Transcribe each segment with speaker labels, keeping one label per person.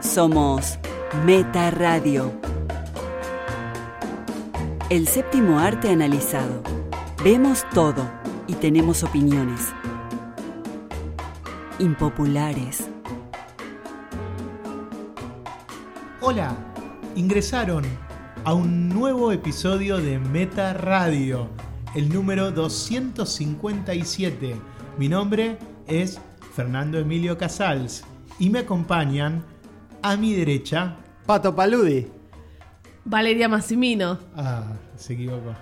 Speaker 1: Somos Meta Radio. El séptimo arte analizado. Vemos todo y tenemos opiniones. Impopulares.
Speaker 2: Hola, ingresaron a un nuevo episodio de Meta Radio, el número 257. Mi nombre es Fernando Emilio Casals y me acompañan a mi derecha.
Speaker 3: Pato Paludi.
Speaker 4: Valeria Massimino.
Speaker 2: Ah, se equivocó.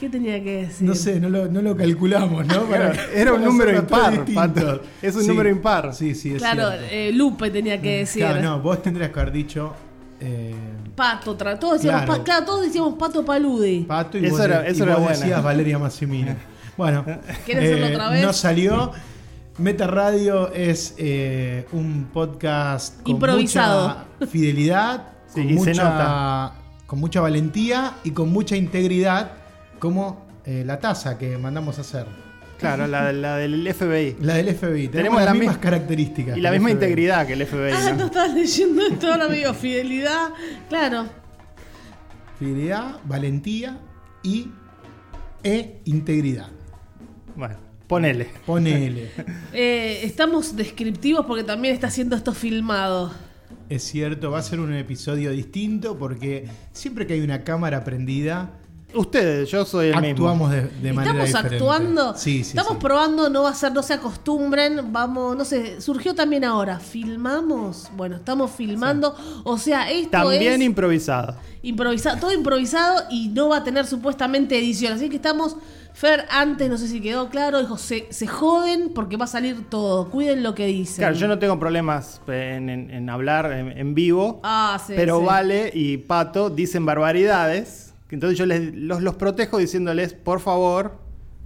Speaker 4: ¿Qué tenía que decir?
Speaker 2: No sé, no lo, no lo calculamos, ¿no? Para-
Speaker 3: Era un
Speaker 2: para
Speaker 3: número
Speaker 2: hacerlo todo
Speaker 3: impar,
Speaker 2: distinto.
Speaker 3: Pato. Es un
Speaker 2: Sí,
Speaker 3: número impar.
Speaker 2: Sí, sí, es
Speaker 4: claro,
Speaker 2: cierto.
Speaker 4: eh, Lupe tenía que decir.
Speaker 2: Claro, no, vos tendrías que haber dicho eh,
Speaker 4: Pato, tra- todos decíamos,
Speaker 2: Claro.
Speaker 4: pa- claro, todos decíamos Pato Paludi.
Speaker 2: Pato y
Speaker 3: Eso
Speaker 2: vos,
Speaker 3: era-
Speaker 2: y
Speaker 3: eso era
Speaker 2: vos
Speaker 3: buena.
Speaker 2: decías Valeria Massimino. Bueno, eh,
Speaker 4: ¿Querés hacerlo otra vez?
Speaker 2: no salió. Meta Radio es eh, un podcast con
Speaker 4: Improvisado.
Speaker 2: mucha fidelidad,
Speaker 3: Sí,
Speaker 2: con,
Speaker 3: y se
Speaker 2: mucha,
Speaker 3: nota.
Speaker 2: con mucha valentía y con mucha integridad, como eh, la taza que mandamos a hacer.
Speaker 3: Claro, la, la del FBI.
Speaker 2: La del FBI. Tenemos,
Speaker 3: Tenemos
Speaker 2: las
Speaker 3: la
Speaker 2: mismas
Speaker 3: mi-
Speaker 2: características.
Speaker 3: Y
Speaker 2: que
Speaker 3: la
Speaker 2: el
Speaker 3: misma
Speaker 2: FBI.
Speaker 3: integridad que el FBI.
Speaker 4: ah, no
Speaker 3: ¿no?
Speaker 4: estabas leyendo esto ahora, amigo. Fidelidad. Claro.
Speaker 2: Fidelidad, valentía y e integridad.
Speaker 3: Bueno, ponele.
Speaker 2: Ponele.
Speaker 4: Eh, estamos descriptivos porque también está siendo esto filmado.
Speaker 2: Es cierto, va a ser un episodio distinto porque siempre que hay una cámara prendida,
Speaker 3: Ustedes, yo soy el mismo.
Speaker 2: actuamos de, de manera
Speaker 4: Estamos
Speaker 2: diferente.
Speaker 4: actuando.
Speaker 2: Sí, sí.
Speaker 4: estamos
Speaker 2: sí.
Speaker 4: probando, no va a ser, no se acostumbren. Vamos, no sé, surgió también ahora. ¿Filmamos? Bueno, estamos filmando. O sea, esto
Speaker 3: También
Speaker 4: es.
Speaker 3: improvisado.
Speaker 4: improvisado, todo improvisado y no va a tener supuestamente edición. Así que estamos, Fer, antes, no sé si quedó claro, dijo, se, se joden porque va a salir todo. Cuiden lo que dicen.
Speaker 3: Claro, yo no tengo problemas en, en- en hablar en, en vivo.
Speaker 4: Ah, sí,
Speaker 3: pero
Speaker 4: sí.
Speaker 3: Vale y Pato dicen barbaridades. Entonces yo les, los, los protejo diciéndoles, por favor,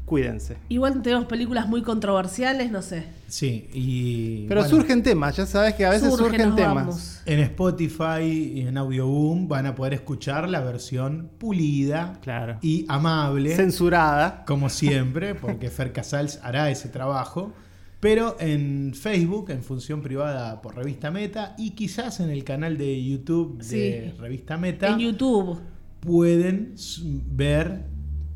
Speaker 3: cuídense.
Speaker 4: Igual tenemos películas muy controversiales, no sé.
Speaker 2: Sí, y.
Speaker 3: Pero
Speaker 2: bueno,
Speaker 3: surgen temas, ya sabes que a veces
Speaker 4: Surge,
Speaker 3: surgen
Speaker 4: nos
Speaker 3: temas.
Speaker 4: vamos.
Speaker 2: En Spotify y en Audioboom van a poder escuchar la versión pulida
Speaker 3: Claro.
Speaker 2: y amable.
Speaker 3: Censurada.
Speaker 2: como siempre, porque Fer Casals hará ese trabajo. Pero en Facebook, en función privada por Revista Meta, y quizás en el canal de YouTube de
Speaker 4: Sí.
Speaker 2: Revista Meta,
Speaker 4: En YouTube.
Speaker 2: pueden s- ver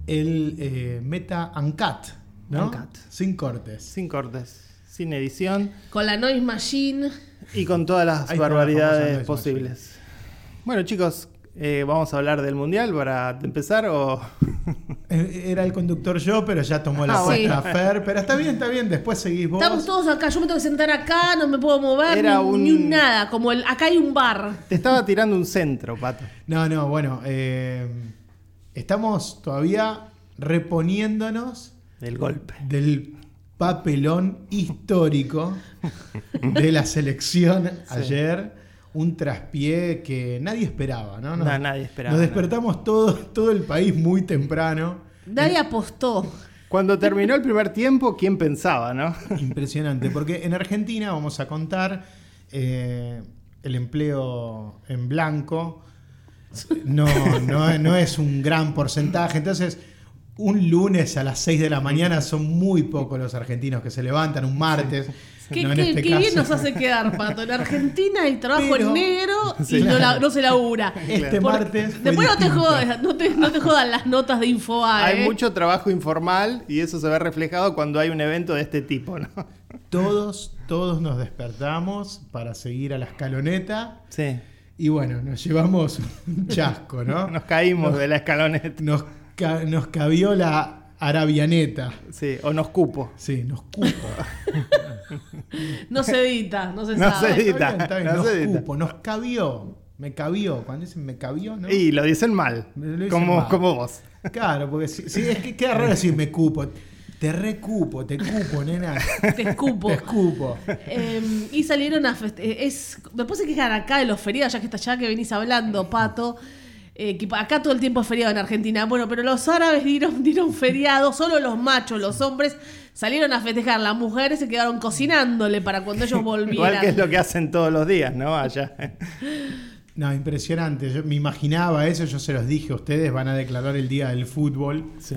Speaker 2: el eh, Meta Uncut, ¿no?
Speaker 3: Uncut.
Speaker 2: Sin cortes.
Speaker 3: Sin cortes, sin edición.
Speaker 4: Con la Noise Machine.
Speaker 3: Y con todas las
Speaker 2: Ahí está la famosa
Speaker 3: barbaridades
Speaker 2: Noise
Speaker 3: posibles. Bueno, chicos, eh, vamos a hablar del mundial para empezar o.
Speaker 2: Eh, Era el conductor yo, pero ya tomó la
Speaker 4: Ah, bueno.
Speaker 2: apuesta Fer. Pero está bien, está bien, después seguís vos.
Speaker 4: Estamos todos acá, yo me tengo que sentar acá, no me puedo mover,
Speaker 3: Era
Speaker 4: ni,
Speaker 3: un-
Speaker 4: ni un nada. Como el, acá hay un bar.
Speaker 3: Te estaba tirando un centro, pato.
Speaker 2: No, no, bueno. eh, estamos todavía reponiéndonos
Speaker 3: Del golpe.
Speaker 2: del papelón histórico de la selección ayer. Un traspié que nadie esperaba, ¿no? Nos-
Speaker 3: No, nadie esperaba,
Speaker 2: Nos
Speaker 3: no.
Speaker 2: despertamos todo, todo el país muy temprano.
Speaker 4: Nadie apostó.
Speaker 3: Cuando terminó el primer tiempo, ¿quién pensaba, no?
Speaker 2: Impresionante, porque en Argentina vamos a contar eh, el empleo en blanco. No, no, no es un gran porcentaje. Entonces, un lunes a las 6 de la mañana son muy pocos los argentinos que se levantan, un martes.
Speaker 4: Qué,
Speaker 2: no en
Speaker 4: qué-
Speaker 2: este
Speaker 4: qué bien
Speaker 2: caso.
Speaker 4: nos hace quedar, Pato. En Argentina hay trabajo
Speaker 2: Pero-
Speaker 4: en negro y
Speaker 2: Sí.
Speaker 4: no, la- no se labura.
Speaker 2: Este
Speaker 4: Por-
Speaker 2: martes. fue
Speaker 4: Después no te,
Speaker 2: distinto.
Speaker 4: jodas, no, te, no te jodan las notas de InfoA.
Speaker 3: hay
Speaker 4: ¿eh?
Speaker 3: mucho trabajo informal y eso se ve reflejado cuando hay un evento de este tipo, ¿no?
Speaker 2: Todos, todos nos despertamos para seguir a la escaloneta.
Speaker 3: Sí.
Speaker 2: Y bueno, nos llevamos un chasco, ¿no?
Speaker 3: Nos caímos de la escaloneta.
Speaker 2: Nos, ca- nos cabió la arabianeta.
Speaker 3: Sí, o nos cupo.
Speaker 2: Sí, nos cupo.
Speaker 4: No se edita, no se
Speaker 3: No
Speaker 4: sabe.
Speaker 3: se edita.
Speaker 2: Está bien, está bien,
Speaker 3: No
Speaker 2: nos
Speaker 3: sé, está.
Speaker 2: cupo, nos cabió. Me cabió. Cuando dicen me cabió, ¿no?
Speaker 3: Y lo dicen mal.
Speaker 2: Lo dicen
Speaker 3: como,
Speaker 2: mal.
Speaker 3: como vos.
Speaker 2: Claro, porque si, si- es que queda raro decir me cupo. Te recupo, te cupo, nena.
Speaker 4: Te escupo.
Speaker 2: Te escupo.
Speaker 4: Eh, y salieron a feste- eh, es Después se quejan acá de los feriados, ya que está ya que venís hablando, Pato. eh, que pa- acá todo el tiempo es feriado en Argentina. Bueno, pero los árabes dieron, dieron feriado, solo los machos, los hombres salieron a festejar. Las mujeres se quedaron cocinándole para cuando ellos
Speaker 3: Igual
Speaker 4: volvieran.
Speaker 3: que es lo que hacen todos los días, ¿no? Allá.
Speaker 2: No, impresionante. Yo me imaginaba eso, yo se los dije, ustedes van a declarar el día del fútbol.
Speaker 3: Sí.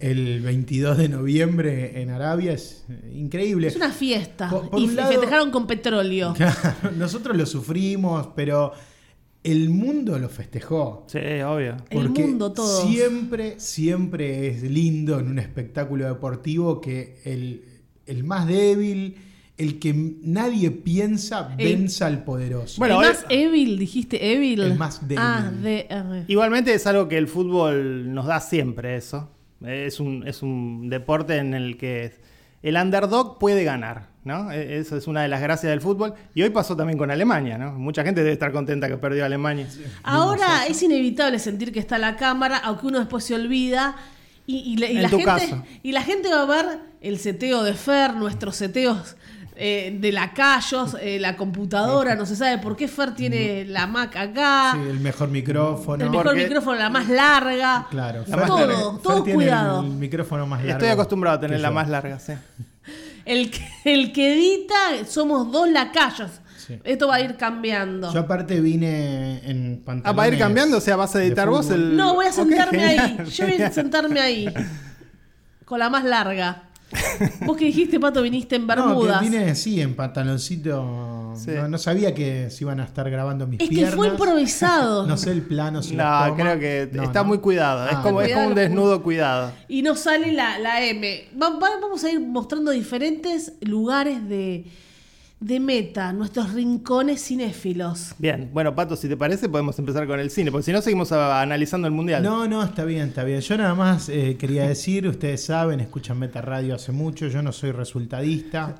Speaker 2: el 22 de noviembre en Arabia es eh, increíble.
Speaker 4: Es una fiesta.
Speaker 2: Por- por
Speaker 4: y
Speaker 2: un
Speaker 4: fe-
Speaker 2: lado-
Speaker 4: festejaron con petróleo.
Speaker 2: Claro, nosotros lo sufrimos, pero el mundo lo festejó.
Speaker 3: Sí, obvio.
Speaker 4: El mundo todo.
Speaker 2: Siempre, siempre es lindo en un espectáculo deportivo que el, el más débil, el que m- nadie piensa,
Speaker 4: El- Ah,
Speaker 2: venza al poderoso.
Speaker 3: Bueno,
Speaker 4: el
Speaker 3: hoy-
Speaker 4: más evil, dijiste evil.
Speaker 2: El más débil.
Speaker 4: Ah, de- ah,
Speaker 3: Igualmente es algo que el fútbol nos da siempre eso. Eh, Es un, es un deporte en el que el underdog puede ganar, ¿no? E- Eso es una de las gracias del fútbol. Y hoy pasó también con Alemania, ¿no? Mucha gente debe estar contenta que perdió Alemania.
Speaker 4: Ahora es inevitable sentir que está la cámara, aunque uno después se olvida. Y, y la, y
Speaker 3: En
Speaker 4: la
Speaker 3: tu
Speaker 4: gente,
Speaker 3: caso.
Speaker 4: y la gente va a ver el seteo de Fer, nuestros seteos eh, de lacayos, eh, la computadora, no se sabe por qué Fer tiene la Mac acá,
Speaker 2: Mm. Sí, el mejor micrófono.
Speaker 4: el mejor
Speaker 3: porque-
Speaker 4: micrófono, la más larga.
Speaker 2: Claro,
Speaker 3: La más
Speaker 4: todo,
Speaker 3: larga.
Speaker 2: Fer
Speaker 4: todo
Speaker 2: tiene
Speaker 4: cuidado.
Speaker 2: El micrófono más largo.
Speaker 3: Estoy acostumbrado a tener
Speaker 2: que
Speaker 3: la
Speaker 2: yo.
Speaker 3: más larga, sí.
Speaker 4: El que, el que edita somos dos lacayos.
Speaker 2: Sí.
Speaker 4: Esto va a ir cambiando.
Speaker 2: Yo aparte vine en pantalones.
Speaker 3: Ah, va a ir cambiando, o sea, vas a
Speaker 2: de
Speaker 3: editar vos
Speaker 2: fútbol.
Speaker 3: el...
Speaker 4: No, voy a
Speaker 3: Ok,
Speaker 4: sentarme
Speaker 3: genial,
Speaker 4: ahí. Yo voy a
Speaker 3: genial.
Speaker 4: sentarme ahí. Con la más larga. Vos que dijiste, Pato, viniste en
Speaker 2: No,
Speaker 4: Bermudas.
Speaker 2: que vine, sí, en pantaloncito.
Speaker 3: Sí.
Speaker 2: No, no sabía que se iban a estar grabando mis
Speaker 4: es que
Speaker 2: piernas.
Speaker 4: fue improvisado.
Speaker 2: No sé el plano. Si las
Speaker 3: No,
Speaker 2: toma.
Speaker 3: creo que
Speaker 2: No,
Speaker 3: está
Speaker 2: no.
Speaker 3: muy cuidado. es,
Speaker 2: Ah,
Speaker 3: como, es como un
Speaker 4: Cuidado.
Speaker 3: desnudo cuidado.
Speaker 4: Y no sale la, la M. Va- va- vamos a ir mostrando diferentes lugares de, de meta, nuestros rincones cinéfilos.
Speaker 3: Bien, bueno, Pato, si te parece, podemos empezar con el cine, porque si no, seguimos a- analizando el mundial.
Speaker 2: No, no, está bien, está bien. Yo nada más eh, quería decir, ustedes saben, escuchan Meta Radio hace mucho, yo no soy resultadista,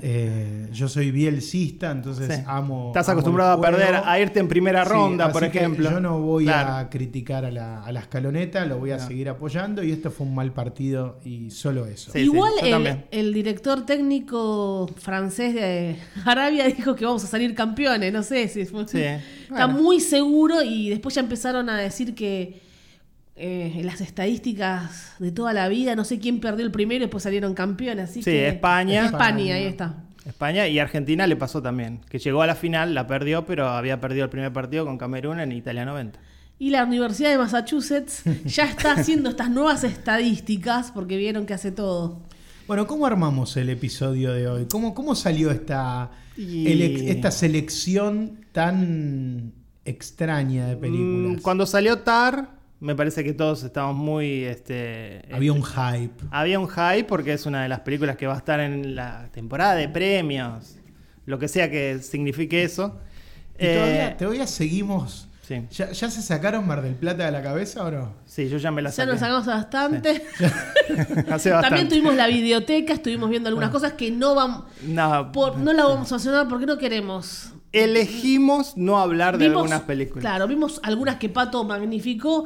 Speaker 2: Eh, yo soy bielcista, entonces
Speaker 3: Sí.
Speaker 2: amo...
Speaker 3: Estás
Speaker 2: amo el
Speaker 3: acostumbrado a
Speaker 2: juego.
Speaker 3: perder, a irte en primera
Speaker 2: Sí,
Speaker 3: ronda, por
Speaker 2: así que
Speaker 3: ejemplo.
Speaker 2: Yo no voy
Speaker 3: Claro.
Speaker 2: a criticar a la, a la escaloneta, lo voy a seguir apoyando y esto fue un mal partido y solo eso.
Speaker 3: Sí,
Speaker 4: Igual
Speaker 3: yo
Speaker 4: el,
Speaker 3: también.
Speaker 4: el director técnico francés de Arabia dijo que vamos a salir campeones, no sé si fue-
Speaker 3: Sí,
Speaker 4: está
Speaker 3: bueno.
Speaker 4: muy seguro y después ya empezaron a decir que eh, en las estadísticas de toda la vida, no sé quién perdió el primero y después salieron campeones, así
Speaker 3: Sí,
Speaker 4: que-
Speaker 3: España.
Speaker 4: España, ahí está.
Speaker 3: España y Argentina le pasó también, que llegó a la final, la perdió, pero había perdido el primer partido con Camerún en Italia
Speaker 2: Mm,
Speaker 3: 90.
Speaker 4: Y la Universidad de Massachusetts ya está haciendo estas nuevas estadísticas porque vieron que hace todo.
Speaker 2: Bueno, ¿cómo armamos el episodio de hoy? ¿Cómo, cómo salió esta,
Speaker 3: Y-
Speaker 2: elec- esta selección tan extraña de películas?
Speaker 3: Mm, Cuando salió TAR, me parece que todos estábamos muy... Este,
Speaker 2: Había un hype.
Speaker 3: Había un hype porque es una de las películas que va a estar en la temporada de premios, lo que sea que signifique eso.
Speaker 2: Y
Speaker 3: Eh,
Speaker 2: todavía, todavía seguimos.
Speaker 3: sí.
Speaker 2: ¿Ya, ya se sacaron Mar del Plata de la cabeza o no?
Speaker 3: sí, yo ya me la
Speaker 4: Ya
Speaker 3: saqué.
Speaker 4: nos sacamos bastante.
Speaker 3: Hace
Speaker 4: También
Speaker 3: bastante. Ah.
Speaker 4: tuvimos la videoteca, estuvimos viendo algunas cosas que no vamos
Speaker 3: No,
Speaker 4: por- no la vamos a mencionar porque no queremos.
Speaker 3: elegimos no hablar de algunas películas.
Speaker 4: Claro, vimos algunas que Pato magnificó,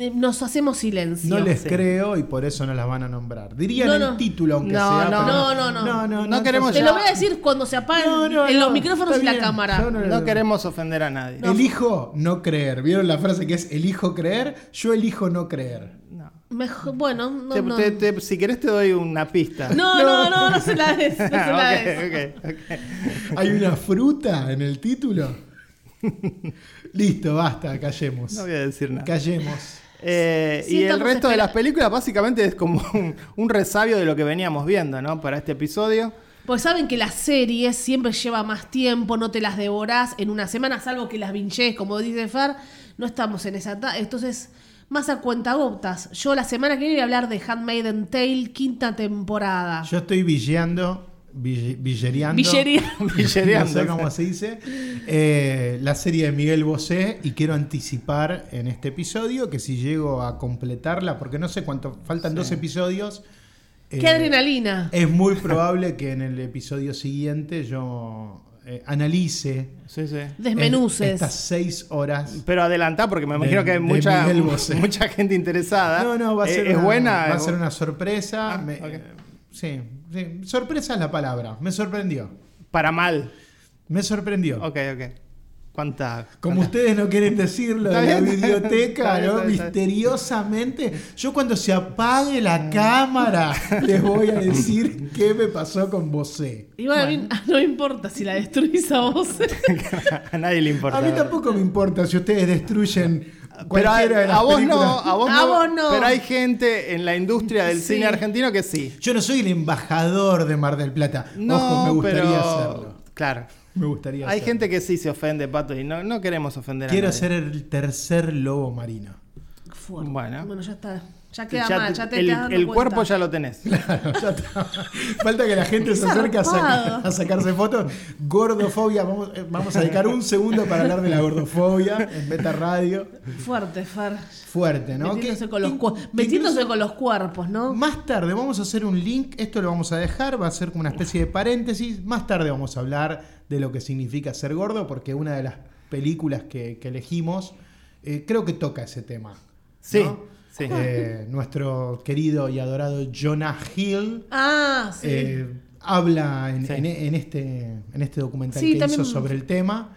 Speaker 4: eh, nos hacemos silencio.
Speaker 2: No les
Speaker 3: sí.
Speaker 2: creo y por eso no las van a nombrar. Dirían
Speaker 4: No,
Speaker 2: el
Speaker 4: no.
Speaker 2: título, aunque
Speaker 3: No,
Speaker 2: sea.
Speaker 3: no,
Speaker 2: pero-
Speaker 4: no, no, no.
Speaker 3: No queremos
Speaker 4: Te
Speaker 2: entonces-
Speaker 4: lo voy a decir cuando se apaguen
Speaker 2: No, no,
Speaker 4: en los
Speaker 2: no,
Speaker 4: micrófonos y
Speaker 2: está
Speaker 4: la
Speaker 2: bien.
Speaker 4: cámara.
Speaker 2: Yo no-
Speaker 3: No queremos ofender a nadie.
Speaker 2: Elijo no creer. ¿Vieron la frase que es elijo creer? Yo elijo no creer.
Speaker 3: No.
Speaker 4: Mejor- bueno, no,
Speaker 3: Te-
Speaker 4: no.
Speaker 3: te- te- si querés te doy una pista.
Speaker 4: no, no, no, no se la des, no se
Speaker 3: Ah,
Speaker 4: la
Speaker 3: ok,
Speaker 4: des.
Speaker 3: ok, ok.
Speaker 2: ¿Hay una fruta en el título? Listo, basta, callemos.
Speaker 3: No voy a decir nada.
Speaker 2: Callemos.
Speaker 3: Eh,
Speaker 4: Sí,
Speaker 3: y el
Speaker 4: estamos
Speaker 3: resto de las
Speaker 4: esperando.
Speaker 3: películas básicamente es como un, un resabio de lo que veníamos viendo, ¿no? Para este episodio.
Speaker 4: Pues saben que las series siempre lleva más tiempo, no te las devorás en una semana, salvo que las vinches, como dice Fer, no estamos en esa ta- Entonces, más a cuentagotas. Yo la semana que viene voy a hablar de Handmaiden Tale, quinta temporada.
Speaker 2: Yo estoy villeando, ville- villereando.
Speaker 4: Villería.
Speaker 2: no
Speaker 3: Villereando.
Speaker 2: sé cómo se dice, eh, la serie de Miguel Bosé y quiero anticipar en este episodio que si llego a completarla, porque no sé cuánto, faltan dos episodios, eh,
Speaker 4: ¡Qué adrenalina!
Speaker 2: es muy probable que en el episodio siguiente yo eh, analice
Speaker 3: Sí, sí.
Speaker 4: Desmenuces.
Speaker 2: es- estas seis horas.
Speaker 3: Pero adelantá porque me imagino
Speaker 2: De-
Speaker 3: que hay
Speaker 2: de
Speaker 3: mucha,
Speaker 2: Miguel Bosé.
Speaker 3: mucha gente interesada.
Speaker 2: No, no, va a
Speaker 3: Eh,
Speaker 2: ser,
Speaker 3: ¿Es
Speaker 2: una,
Speaker 3: buena?
Speaker 2: va a ser una sorpresa.
Speaker 3: Ah,
Speaker 2: me-
Speaker 3: ok.
Speaker 2: sí, sí, sorpresa es la palabra, me sorprendió,
Speaker 3: Para mal.
Speaker 2: me sorprendió.
Speaker 3: Ok, ok. ¿Cuánta?
Speaker 2: Como ustedes no quieren decirlo,
Speaker 3: Está
Speaker 2: en la
Speaker 3: bien, está bien,
Speaker 2: biblioteca,
Speaker 3: está
Speaker 2: ¿no?
Speaker 3: bien, está bien, está bien. Mm.
Speaker 2: Misteriosamente, yo cuando se apague la cámara, les voy a decir qué me pasó con Bosé.
Speaker 4: Y bueno, a mí- no me importa si la destruís a vos.
Speaker 3: a nadie le importa.
Speaker 2: A mí tampoco me importa si ustedes destruyen
Speaker 3: Pero a,
Speaker 2: cualquiera de las
Speaker 3: a vos
Speaker 2: películas.
Speaker 3: no, a vos
Speaker 4: A
Speaker 3: no,
Speaker 4: vos no.
Speaker 3: Pero hay gente en la industria del
Speaker 4: Sí.
Speaker 3: cine argentino que sí.
Speaker 2: Yo no soy el embajador de Mar del Plata.
Speaker 3: No,
Speaker 2: Ojo, me gustaría
Speaker 3: pero-
Speaker 2: hacerlo.
Speaker 3: Claro.
Speaker 2: Me gustaría
Speaker 3: Hay
Speaker 2: hacerlo.
Speaker 3: gente eh. que sí se ofende, Pato, y no, no queremos ofender
Speaker 2: Quiero
Speaker 3: a nadie.
Speaker 2: ser el tercer lobo marino.
Speaker 4: Fuerte.
Speaker 3: Bueno.
Speaker 4: ya está. Ya queda
Speaker 3: Ya
Speaker 4: mal,
Speaker 3: te-
Speaker 4: ya te
Speaker 3: el,
Speaker 4: estás dando
Speaker 3: el
Speaker 4: cuenta.
Speaker 3: cuerpo ya lo tenés.
Speaker 2: Ya está. Falta que la gente
Speaker 4: Qué
Speaker 2: se acerque a, saca-
Speaker 4: zarpado.
Speaker 2: a sacarse fotos. Gordofobia, vamos, eh, vamos a dedicar un segundo para hablar de la gordofobia en Beta Radio.
Speaker 4: Fuerte, Fer.
Speaker 2: Fuerte, ¿no?
Speaker 4: Metiéndose,
Speaker 2: Que-
Speaker 4: con los,
Speaker 2: in-
Speaker 4: cuer- metiéndose
Speaker 2: incluso
Speaker 4: con los cuerpos, ¿no?
Speaker 2: Más tarde vamos a hacer un link, esto lo vamos a dejar, va a ser como una especie de paréntesis. Más tarde vamos a hablar de lo que significa ser gordo, porque una de las películas que, que elegimos eh, creo que toca ese tema.
Speaker 3: Sí,
Speaker 2: ¿no?
Speaker 3: sí.
Speaker 2: Eh, nuestro querido y adorado Jonah Hill
Speaker 4: Ah, sí.
Speaker 2: eh, habla en,
Speaker 3: Sí.
Speaker 2: en- en este, en este documental
Speaker 4: Sí,
Speaker 2: que
Speaker 4: también-
Speaker 2: hizo sobre el tema.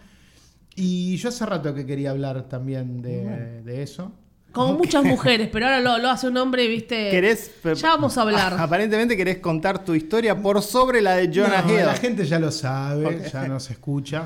Speaker 2: Y yo hace rato que quería hablar también de, de eso.
Speaker 4: Como muchas mujeres, pero ahora lo, lo hace un hombre, ¿viste?
Speaker 3: ¿Querés? eh,
Speaker 4: Ya vamos a hablar.
Speaker 3: Aparentemente querés contar tu historia por sobre la de Jonah
Speaker 2: No,
Speaker 3: Hill.
Speaker 2: La gente ya lo sabe, ya nos escucha.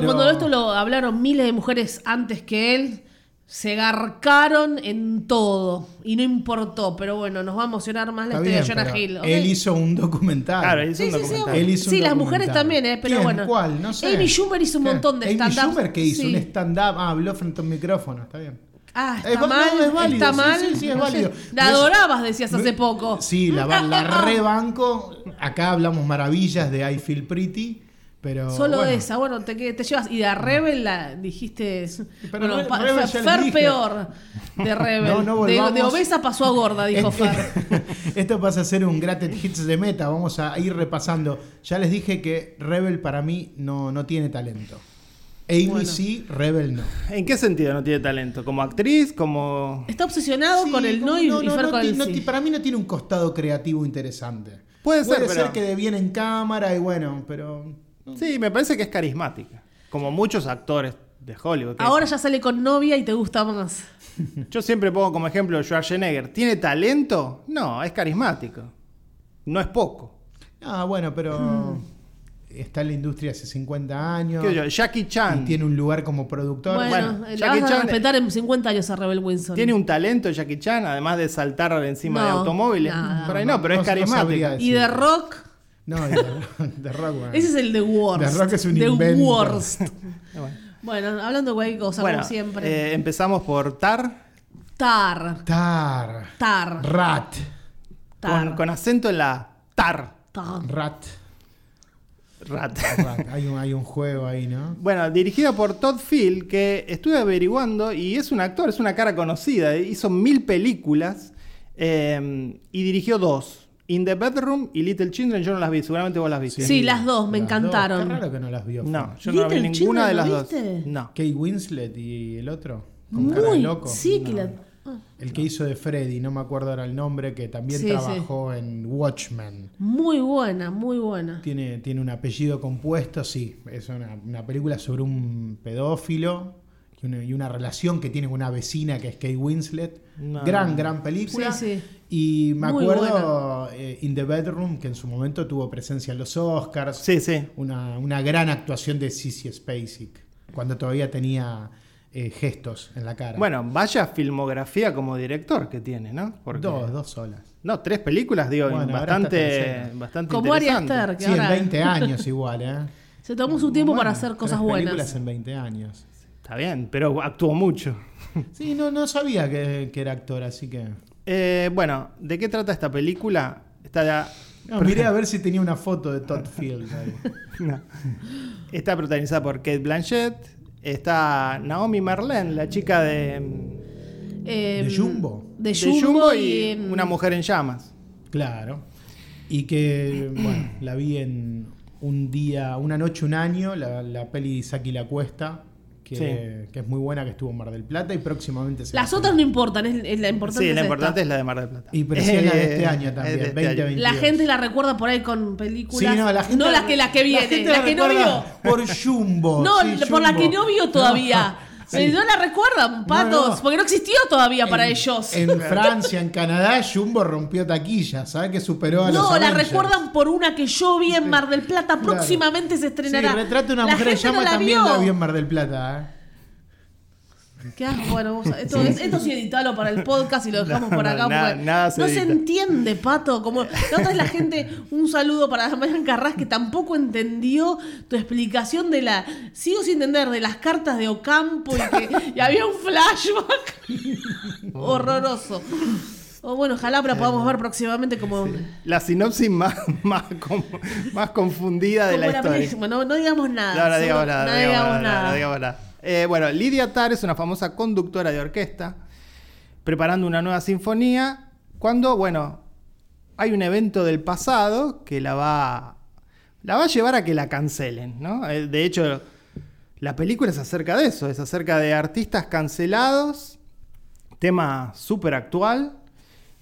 Speaker 2: pero-
Speaker 4: Pues cuando esto lo hablaron miles de mujeres antes que él, se garcaron en todo y no importó. Pero bueno, nos va a emocionar más la
Speaker 2: Está
Speaker 4: historia de
Speaker 2: bien,
Speaker 4: Jonah
Speaker 2: pero
Speaker 4: Hill. ¿ok?
Speaker 2: Él hizo un documental.
Speaker 3: Claro, hizo
Speaker 4: Sí,
Speaker 3: un
Speaker 4: sí, sí,
Speaker 3: documental.
Speaker 2: Él hizo
Speaker 4: sí,
Speaker 2: un
Speaker 4: las
Speaker 2: documental.
Speaker 4: mujeres también, ¿eh? pero
Speaker 2: ¿Quién?
Speaker 4: bueno.
Speaker 2: ¿Cuál? No sé.
Speaker 4: Amy Schumer hizo un
Speaker 2: ¿Qué?
Speaker 4: montón de stand-up.
Speaker 2: Amy Schumer que hizo
Speaker 4: Sí.
Speaker 2: un stand-up. Ah, habló frente a un micrófono, está bien.
Speaker 4: Ah, está
Speaker 2: Es va- no,
Speaker 4: mal,
Speaker 2: es válido,
Speaker 4: está
Speaker 2: sí,
Speaker 4: mal.
Speaker 2: sí, sí, es
Speaker 4: No sé,
Speaker 2: válido.
Speaker 4: La
Speaker 2: No es-
Speaker 4: adorabas, decías hace
Speaker 2: No-
Speaker 4: poco.
Speaker 2: Sí, la, ba- la rebanco. Acá hablamos maravillas de I Feel Pretty, pero.
Speaker 4: Solo
Speaker 2: bueno.
Speaker 4: esa, bueno, te, que- te llevas. Y de a Rebel la dijiste.
Speaker 2: Pero
Speaker 4: bueno,
Speaker 2: Re-
Speaker 4: pa-
Speaker 2: Rebel
Speaker 4: Fer,
Speaker 2: ya la
Speaker 4: Fer
Speaker 2: dije.
Speaker 4: peor de Rebel.
Speaker 2: No, no
Speaker 4: de,
Speaker 2: volvamos.
Speaker 4: de obesa pasó a gorda, dijo
Speaker 2: Este-
Speaker 4: Fer.
Speaker 2: Esto pasa a ser un Grated Hits de meta. Vamos a ir repasando. Ya les dije que Rebel para mí no, no tiene talento. Amy
Speaker 4: Bueno.
Speaker 2: sí, Rebel no.
Speaker 3: ¿En qué sentido no tiene talento? ¿Como actriz? ¿Como.?
Speaker 4: Está obsesionado
Speaker 2: Sí,
Speaker 4: con el
Speaker 2: como
Speaker 4: no y,
Speaker 2: no,
Speaker 4: y
Speaker 2: no,
Speaker 4: Fer
Speaker 2: no
Speaker 4: con
Speaker 2: ti-
Speaker 4: el
Speaker 2: no
Speaker 4: sí.
Speaker 2: ti- Para mí no tiene un costado creativo interesante.
Speaker 3: Puede ser, pero-
Speaker 2: que de bien en cámara y bueno, pero.
Speaker 3: Sí, me parece que es carismática. Como muchos actores de Hollywood. que-
Speaker 4: Ahora ya sale con novia y te gusta más.
Speaker 3: Yo siempre pongo como ejemplo a Schwarzenegger. ¿Tiene talento? No, es carismático. No es poco.
Speaker 2: Ah, bueno, pero. Está en la industria hace 50 años.
Speaker 3: Mm. ¿Qué sé yo? Jackie Chan.
Speaker 2: y tiene un lugar como productor.
Speaker 4: Bueno,
Speaker 3: bueno,
Speaker 4: eh, la
Speaker 3: Jackie
Speaker 4: vas a
Speaker 3: Chan-
Speaker 4: respetar en 50 años a Rebel Wilson.
Speaker 3: ¿Tiene un talento Jackie Chan? Además de saltar encima de
Speaker 4: No,
Speaker 3: automóviles.
Speaker 4: nada.
Speaker 3: Por ahí no, pero
Speaker 2: No, no
Speaker 3: es
Speaker 2: sabría
Speaker 3: carismático.
Speaker 2: decir.
Speaker 4: Y de rock,
Speaker 2: No, de, de rock, bueno.
Speaker 4: ese es el de Worst.
Speaker 2: The Rock es un
Speaker 4: The
Speaker 2: invento.
Speaker 4: Worst.
Speaker 3: Bueno.
Speaker 4: Bueno, hablando de cualquier cosa,
Speaker 3: Bueno,
Speaker 4: como siempre.
Speaker 3: eh, empezamos por Tar,
Speaker 4: tar,
Speaker 2: Tar.
Speaker 4: tar,
Speaker 2: Rat.
Speaker 4: tar.
Speaker 3: Con, con acento en la Tar.
Speaker 4: tar.
Speaker 2: Rat.
Speaker 3: Rat.
Speaker 2: Rat. Hay, un, hay un juego ahí, ¿no?
Speaker 3: Bueno, dirigida por Todd Field, que estuve averiguando y es un actor, es una cara conocida. eh, Hizo mil películas eh, y dirigió dos: In the Bedroom y Little Children. Yo no las vi, seguramente vos las viste.
Speaker 4: Sí, las dos me
Speaker 2: Las
Speaker 4: encantaron.
Speaker 2: Qué raro que no las vio.
Speaker 3: No,
Speaker 2: Fran.
Speaker 3: yo no la vi
Speaker 4: Little
Speaker 3: ninguna de las
Speaker 4: Children, ¿no
Speaker 3: dos.
Speaker 4: viste?
Speaker 3: No.
Speaker 2: Kate Winslet y el otro. Con cara de
Speaker 4: Muy,
Speaker 2: loco.
Speaker 4: sí, que la- ah,
Speaker 2: El que hizo de Freddy, no me acuerdo ahora el nombre, que también
Speaker 4: Sí, sí.
Speaker 2: trabajó en Watchmen.
Speaker 4: muy buena, muy buena.
Speaker 2: Tiene, tiene un apellido compuesto, sí. Es una, una película sobre un pedófilo y una, y una relación que tiene con una vecina que es Kate Winslet.
Speaker 3: No.
Speaker 2: Gran, gran película.
Speaker 4: Sí, sí.
Speaker 2: Y me
Speaker 4: Muy
Speaker 2: acuerdo eh, In the Bedroom, que en su momento tuvo presencia en los Oscars.
Speaker 3: Sí, sí.
Speaker 2: Una, una gran actuación de Sissy Spacek, cuando todavía tenía eh, gestos en la cara.
Speaker 3: Bueno, vaya filmografía como director que tiene, ¿no? Porque-
Speaker 2: dos, dos solas.
Speaker 3: No, tres películas, digo,
Speaker 2: Bueno, ahora está
Speaker 3: bastante,
Speaker 2: tercera.
Speaker 3: bastante
Speaker 4: Como Ari
Speaker 3: interesante.
Speaker 4: Aster, que
Speaker 2: Sí, en
Speaker 4: ahora
Speaker 2: 20 años igual, ¿eh?
Speaker 4: se tomó su tiempo
Speaker 2: Bueno,
Speaker 4: para hacer
Speaker 2: tres
Speaker 4: cosas
Speaker 2: películas
Speaker 4: buenas.
Speaker 2: en 20 años.
Speaker 3: Está bien, pero actuó mucho.
Speaker 2: Sí, no, no sabía que, que era actor, así que.
Speaker 3: Eh, bueno, ¿de qué trata esta película? Está
Speaker 2: No, miré a ver si tenía una foto de Todd Field ahí.
Speaker 3: No. Está protagonizada por Kate Blanchett. Está Naomi Marlene, la chica de, de
Speaker 4: Eh,
Speaker 2: ¿De Jumbo?
Speaker 4: De Jumbo,
Speaker 3: Jumbo
Speaker 4: y,
Speaker 3: y
Speaker 4: em,
Speaker 3: Una mujer en llamas.
Speaker 2: Claro. Y que, bueno, la vi en un día, una noche, un año, la, la peli Saki la Cuesta, que,
Speaker 3: Sí.
Speaker 2: que es muy buena, que estuvo en Mar del Plata y próximamente se va
Speaker 4: Las
Speaker 2: a
Speaker 4: otras no importan, es, es la importante.
Speaker 3: Sí,
Speaker 4: es
Speaker 3: la
Speaker 4: esta.
Speaker 3: importante es la de Mar del Plata.
Speaker 2: Y pero sí, es la de este
Speaker 3: Eh,
Speaker 2: año también,
Speaker 3: es de este
Speaker 2: 2020.
Speaker 4: La
Speaker 2: 22.
Speaker 4: gente la recuerda por ahí con películas.
Speaker 2: Sí,
Speaker 4: no,
Speaker 2: la gente la-
Speaker 4: las que las que vienen,
Speaker 2: la gente
Speaker 4: las
Speaker 2: la
Speaker 4: que no vio.
Speaker 2: recuerda Por Jumbo.
Speaker 4: No,
Speaker 2: sí,
Speaker 4: por las
Speaker 2: Jumbo.
Speaker 4: que no vio todavía.
Speaker 2: Sí.
Speaker 4: Eh, No la recuerdan, patos,
Speaker 2: no.
Speaker 4: porque no existió todavía para ellos.
Speaker 2: En Francia, en Canadá, Jumbo rompió taquilla, ¿sabes? Que superó a los
Speaker 4: no, la
Speaker 2: Avengers.
Speaker 4: recuerdan por una que yo vi en Mar del Plata.
Speaker 2: Claro.
Speaker 4: Próximamente se
Speaker 2: Sí,
Speaker 4: estrenará.
Speaker 2: retrato de una
Speaker 4: La
Speaker 2: mujer en
Speaker 4: gente no
Speaker 2: llama
Speaker 4: la
Speaker 2: también
Speaker 4: vio.
Speaker 2: la vi en Mar del Plata, ¿eh?
Speaker 4: Qué asco, bueno, vos- esto, es- esto sí editalo para el podcast y lo dejamos por acá.
Speaker 3: no, nada-
Speaker 4: porque
Speaker 3: nada se
Speaker 4: no se
Speaker 3: edita.
Speaker 4: entiende, Pato. Como la otra es la gente, un saludo para Marian Carrás que tampoco entendió tu explicación de la. Sigo sin entender, de las cartas de Ocampo y que y había un flashback horroroso. O bueno, ojalá la podamos ver próximamente como.
Speaker 3: La sinopsis más, más, com- más confundida de la
Speaker 4: como la
Speaker 3: historia.
Speaker 4: película. no, no digamos nada.
Speaker 3: No, no
Speaker 4: solo-
Speaker 3: digamos nada,
Speaker 4: no
Speaker 3: no digamos
Speaker 4: digamos
Speaker 3: nada,
Speaker 4: nada.
Speaker 3: no digamos nada. Eh, bueno, Lidia Tar es una famosa conductora de orquesta, preparando una nueva sinfonía, cuando, bueno, hay un evento del pasado que la va, la va a llevar a que la cancelen, ¿no? Eh, de hecho, la película es acerca de eso, es acerca de artistas cancelados, tema súper actual,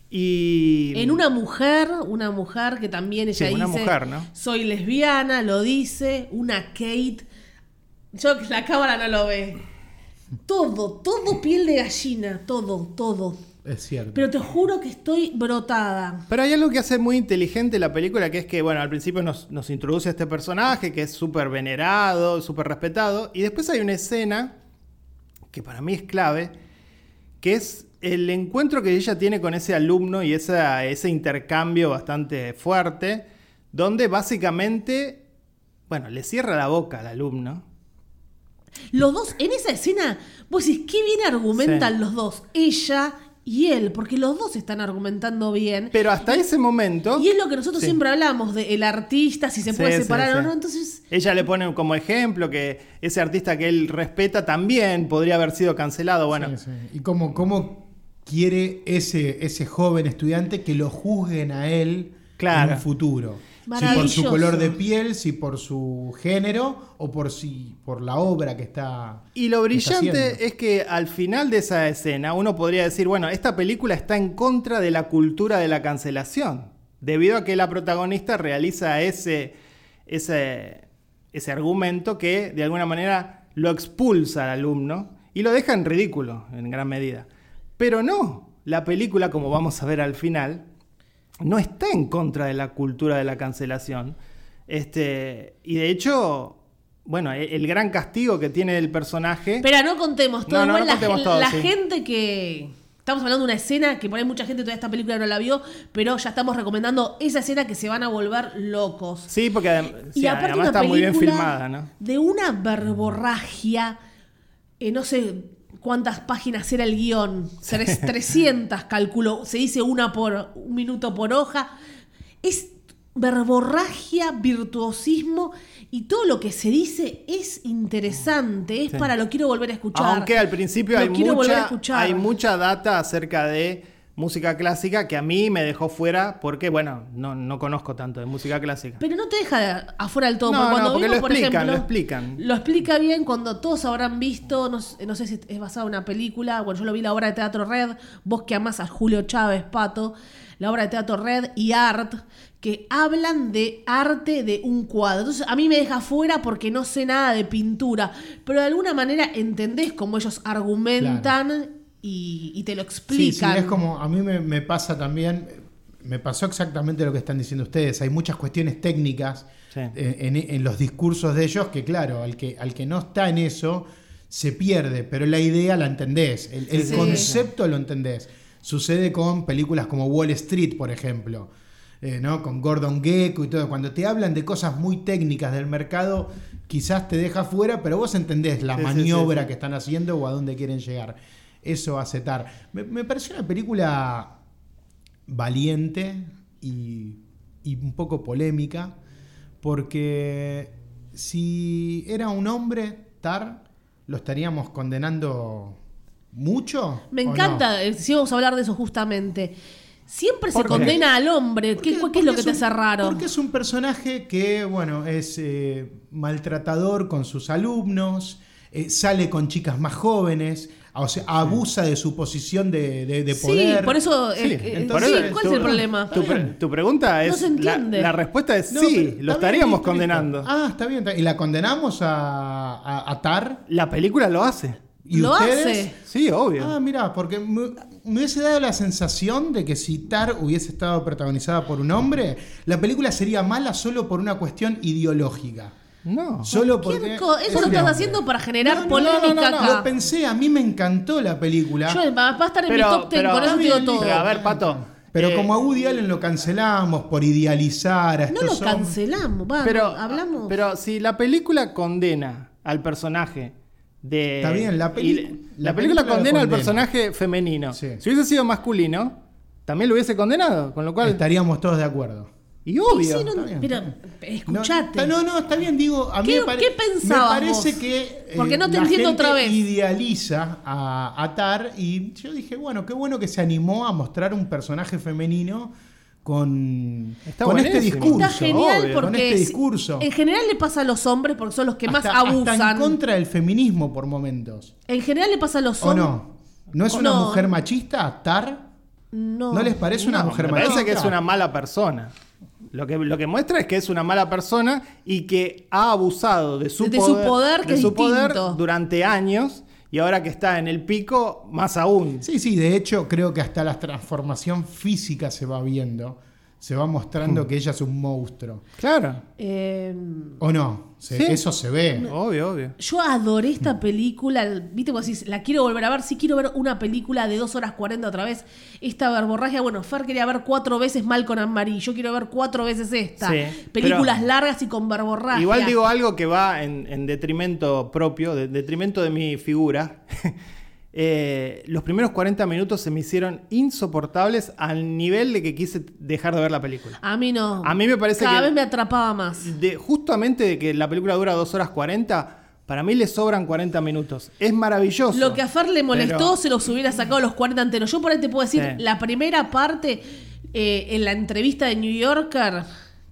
Speaker 3: y...
Speaker 4: En una mujer, una mujer que también ella
Speaker 3: Sí, una
Speaker 4: dice,
Speaker 3: mujer, ¿no?
Speaker 4: soy lesbiana, lo dice, una Kate. Yo que la cámara no lo ve. Todo, todo piel de gallina, todo, todo.
Speaker 2: Es cierto.
Speaker 4: Pero te juro que estoy brotada.
Speaker 3: Pero hay algo que hace muy inteligente la película, que es que, bueno, al principio nos, nos introduce a este personaje, que es súper venerado, súper respetado, y después hay una escena, que para mí es clave, que es el encuentro que ella tiene con ese alumno y esa- ese intercambio bastante fuerte, donde básicamente, bueno, le cierra la boca al alumno.
Speaker 4: Los dos, en esa escena, vos decís, qué bien argumentan
Speaker 3: Sí.
Speaker 4: los dos, ella y él, porque los dos están argumentando bien.
Speaker 3: Pero hasta ese momento...
Speaker 4: Y es lo que nosotros
Speaker 3: Sí.
Speaker 4: siempre hablamos, de el artista, si se
Speaker 3: Sí,
Speaker 4: puede
Speaker 3: sí,
Speaker 4: separar o
Speaker 3: sí.
Speaker 4: no. Entonces,
Speaker 3: Ella le pone como ejemplo que ese artista que él respeta también podría haber sido cancelado. Bueno,
Speaker 2: Sí, sí. Y cómo, cómo quiere ese, ese joven estudiante que lo juzguen a él
Speaker 3: Claro.
Speaker 2: en un futuro. Si por
Speaker 4: Maravilloso.
Speaker 2: su color de piel, si por su género o por si por la obra que está.
Speaker 3: Y lo
Speaker 2: que está haciendo.
Speaker 3: brillante es que al final de esa escena uno podría decir, bueno, esta película está en contra de la cultura de la cancelación, debido a que la protagonista realiza ese, ese, ese argumento que de alguna manera lo expulsa al alumno y lo deja en ridículo en gran medida. Pero no, la película, como vamos a ver al final, no está en contra de la cultura de la cancelación. Este, y de hecho, bueno, e- el gran castigo que tiene el personaje.
Speaker 4: Espera, no contemos todo.
Speaker 3: No, no,
Speaker 4: Igual
Speaker 3: no
Speaker 4: la,
Speaker 3: contemos
Speaker 4: gen-
Speaker 3: todo,
Speaker 4: la
Speaker 3: sí.
Speaker 4: gente que. Estamos hablando de una escena que por ahí mucha gente todavía esta película no la vio, pero ya estamos recomendando esa escena que se van a volver locos.
Speaker 3: sí, porque adem- sí,
Speaker 4: y aparte
Speaker 3: además
Speaker 4: una
Speaker 3: está muy bien
Speaker 4: película
Speaker 3: filmada, ¿no?
Speaker 4: De una verborragia. eh, no sé cuántas páginas era el guión. Tres- 300, calculo. Se dice una por un minuto por hoja. Es verborragia, virtuosismo y todo lo que se dice es interesante. Es
Speaker 3: Sí.
Speaker 4: para lo quiero volver a escuchar.
Speaker 3: Aunque al principio
Speaker 4: Lo
Speaker 3: hay
Speaker 4: quiero volver a
Speaker 3: mucha,
Speaker 4: escuchar.
Speaker 3: hay mucha data acerca de música clásica que a mí me dejó fuera porque, bueno, no, no conozco tanto de música clásica.
Speaker 4: Pero no te deja afuera del todo.
Speaker 3: No,
Speaker 4: porque cuando
Speaker 3: no, porque
Speaker 4: vimos,
Speaker 3: lo
Speaker 4: por
Speaker 3: explican,
Speaker 4: ejemplo,
Speaker 3: lo explican.
Speaker 4: Lo explica bien cuando todos habrán visto, no, sé- no sé si es basada en una película, bueno, yo lo vi la obra de Teatro Red, vos que amás a Julio Chávez, Pato, la obra de Teatro Red y Art, que hablan de arte de un cuadro. Entonces a mí me deja fuera porque no sé nada de pintura, pero de alguna manera entendés cómo ellos argumentan y, y te lo
Speaker 2: Sí, sí,
Speaker 4: explican.
Speaker 2: es como a mí me, me pasa también, me pasó exactamente lo que están diciendo ustedes. Hay muchas cuestiones técnicas
Speaker 3: Sí.
Speaker 2: eh, en, en los discursos de ellos que, claro, al que, al que no está en eso se pierde, pero la idea la entendés, el, el
Speaker 4: Sí.
Speaker 2: concepto lo entendés. Sucede con películas como Wall Street, por ejemplo. eh, ¿no? con Gordon Gekko y todo, cuando te hablan de cosas muy técnicas del mercado, quizás te deja fuera, pero vos entendés la
Speaker 3: Sí, sí, sí,
Speaker 2: maniobra
Speaker 3: sí.
Speaker 2: que están haciendo o a dónde quieren llegar. Eso hace TAR. Me, me pareció una película valiente y, y un poco polémica, porque si era un hombre TAR, ¿lo estaríamos condenando mucho?
Speaker 4: Me
Speaker 2: ¿o no?
Speaker 4: encanta, eh, si vamos a hablar de eso justamente. Siempre se
Speaker 3: ¿Por qué?
Speaker 4: condena al hombre. Eh, ¿Qué,
Speaker 2: Porque-
Speaker 4: qué es lo
Speaker 2: porque
Speaker 4: que te
Speaker 2: un-
Speaker 4: hace raro?
Speaker 2: Porque es un personaje que, bueno, es eh, maltratador con sus alumnos, eh, sale con chicas más jóvenes, o sea, abusa de su posición de, de- de poder.
Speaker 4: Sí, por eso. eh,
Speaker 2: Sí,
Speaker 4: eh,
Speaker 2: entonces-
Speaker 4: sí, ¿Cuál es el problema?
Speaker 3: Tu, pre- tu pregunta es.
Speaker 4: se
Speaker 3: la,
Speaker 4: entiende.
Speaker 3: la respuesta es
Speaker 2: No, pero
Speaker 3: sí,
Speaker 2: está
Speaker 3: lo
Speaker 2: bien,
Speaker 3: estaríamos
Speaker 2: listo,
Speaker 3: condenando.
Speaker 2: listo. Ah, está bien. está bien. ¿Y la condenamos a, a, a Tar?
Speaker 3: La película lo hace.
Speaker 2: ¿Y
Speaker 4: Lo
Speaker 2: ustedes?
Speaker 4: hace.
Speaker 3: Sí, obvio.
Speaker 2: Ah, mira, porque me, me hubiese dado la sensación de que si Tar hubiese estado protagonizada por un hombre, la película sería mala solo por una cuestión ideológica.
Speaker 3: No.
Speaker 2: Solo porque.
Speaker 4: Cualquier co- Eso
Speaker 2: es
Speaker 4: lo estás
Speaker 2: una-
Speaker 4: haciendo para generar
Speaker 2: No, no,
Speaker 4: polémica
Speaker 3: no, no, no.
Speaker 4: acá.
Speaker 2: Lo pensé, a mí me encantó la película.
Speaker 4: Yo va va a estar en mi top 10, con eso te digo todo.
Speaker 3: pero, a ver, Pato.
Speaker 2: pero
Speaker 3: eh,
Speaker 2: como a Woody Allen lo cancelamos por idealizar a
Speaker 4: No
Speaker 2: estos
Speaker 4: lo
Speaker 2: hombres.
Speaker 4: cancelamos, va,
Speaker 3: pero,
Speaker 4: hablamos.
Speaker 3: Pero si la película condena al personaje de.
Speaker 2: Está bien, la pelicu-
Speaker 3: y
Speaker 2: la
Speaker 3: le- La, película,
Speaker 2: película lo
Speaker 3: condena al
Speaker 2: condena.
Speaker 3: personaje femenino.
Speaker 2: Sí.
Speaker 3: Si hubiese sido masculino, también lo hubiese condenado. Con lo cual.
Speaker 2: Estaríamos todos de acuerdo.
Speaker 3: Y
Speaker 4: Sí,
Speaker 3: obvio.
Speaker 4: sí, no-
Speaker 2: está bien,
Speaker 4: pero
Speaker 2: está No,
Speaker 4: escuchate.
Speaker 2: está- No, no, está bien, digo. A mí
Speaker 4: ¿Qué-
Speaker 2: me, pare-
Speaker 4: qué
Speaker 2: me
Speaker 4: pensabas
Speaker 2: parece
Speaker 4: vos?
Speaker 2: que. eh,
Speaker 4: Porque no te
Speaker 2: la
Speaker 4: entiendo
Speaker 2: gente
Speaker 4: otra vez.
Speaker 2: Idealiza a Atar y yo dije, bueno, qué bueno que se animó a mostrar un personaje femenino con,
Speaker 3: Está
Speaker 2: con este
Speaker 3: buenísimo.
Speaker 2: discurso.
Speaker 4: Está genial
Speaker 3: obvio,
Speaker 4: porque
Speaker 2: con este
Speaker 4: si-
Speaker 2: discurso.
Speaker 4: en general le pasa a los hombres porque son los que más
Speaker 2: Hasta- hasta
Speaker 4: abusan.
Speaker 2: en contra del feminismo por momentos.
Speaker 4: En general le pasa a los
Speaker 2: ¿O
Speaker 4: hombres.
Speaker 2: no? ¿No es
Speaker 4: o
Speaker 2: una
Speaker 4: no.
Speaker 2: mujer machista, Atar?
Speaker 4: No.
Speaker 2: ¿No les parece una
Speaker 3: No,
Speaker 2: mujer
Speaker 3: me parece
Speaker 2: machista?
Speaker 3: que es una mala persona. Lo que, lo que muestra es que es una mala persona y que ha abusado de su
Speaker 4: De su
Speaker 3: poder,
Speaker 4: poder, que
Speaker 3: de
Speaker 4: es
Speaker 3: su
Speaker 4: distinto.
Speaker 3: poder durante años y ahora que está en el pico, más aún.
Speaker 2: Sí, sí, de hecho creo que hasta la transformación física se va viendo. Se va
Speaker 3: Hmm.
Speaker 2: mostrando que ella es un monstruo.
Speaker 3: Claro,
Speaker 4: Eh,
Speaker 2: ¿O no? Se-
Speaker 3: Sí.
Speaker 2: Eso se ve.
Speaker 3: obvio, obvio.
Speaker 4: yo adoré esta película. Viste, vos decís, la quiero volver a ver. Sí, quiero ver una película de 2 horas 40 otra vez. Esta verborragia. Bueno, Fer quería ver cuatro veces Malcolm and Marie. Yo quiero ver cuatro veces esta.
Speaker 3: Sí,
Speaker 4: Películas
Speaker 3: pero-
Speaker 4: largas y con verborragia.
Speaker 3: Igual digo algo que va en, en detrimento propio, de- detrimento de mi figura. Eh, los primeros 40 minutos se me hicieron insoportables al nivel de que quise dejar de ver la película.
Speaker 4: A mí no.
Speaker 3: A mí me parece
Speaker 4: Cada
Speaker 3: que-
Speaker 4: vez me atrapaba más.
Speaker 3: de, justamente de que la película dura 2 horas 40, para mí le sobran 40 minutos. Es maravilloso.
Speaker 4: Lo que a Fer le molestó
Speaker 3: Pero-
Speaker 4: se los hubiera sacado los 40 enteros. Yo por ahí te puedo decir,
Speaker 3: Sí.
Speaker 4: la primera parte eh, en la entrevista de New Yorker,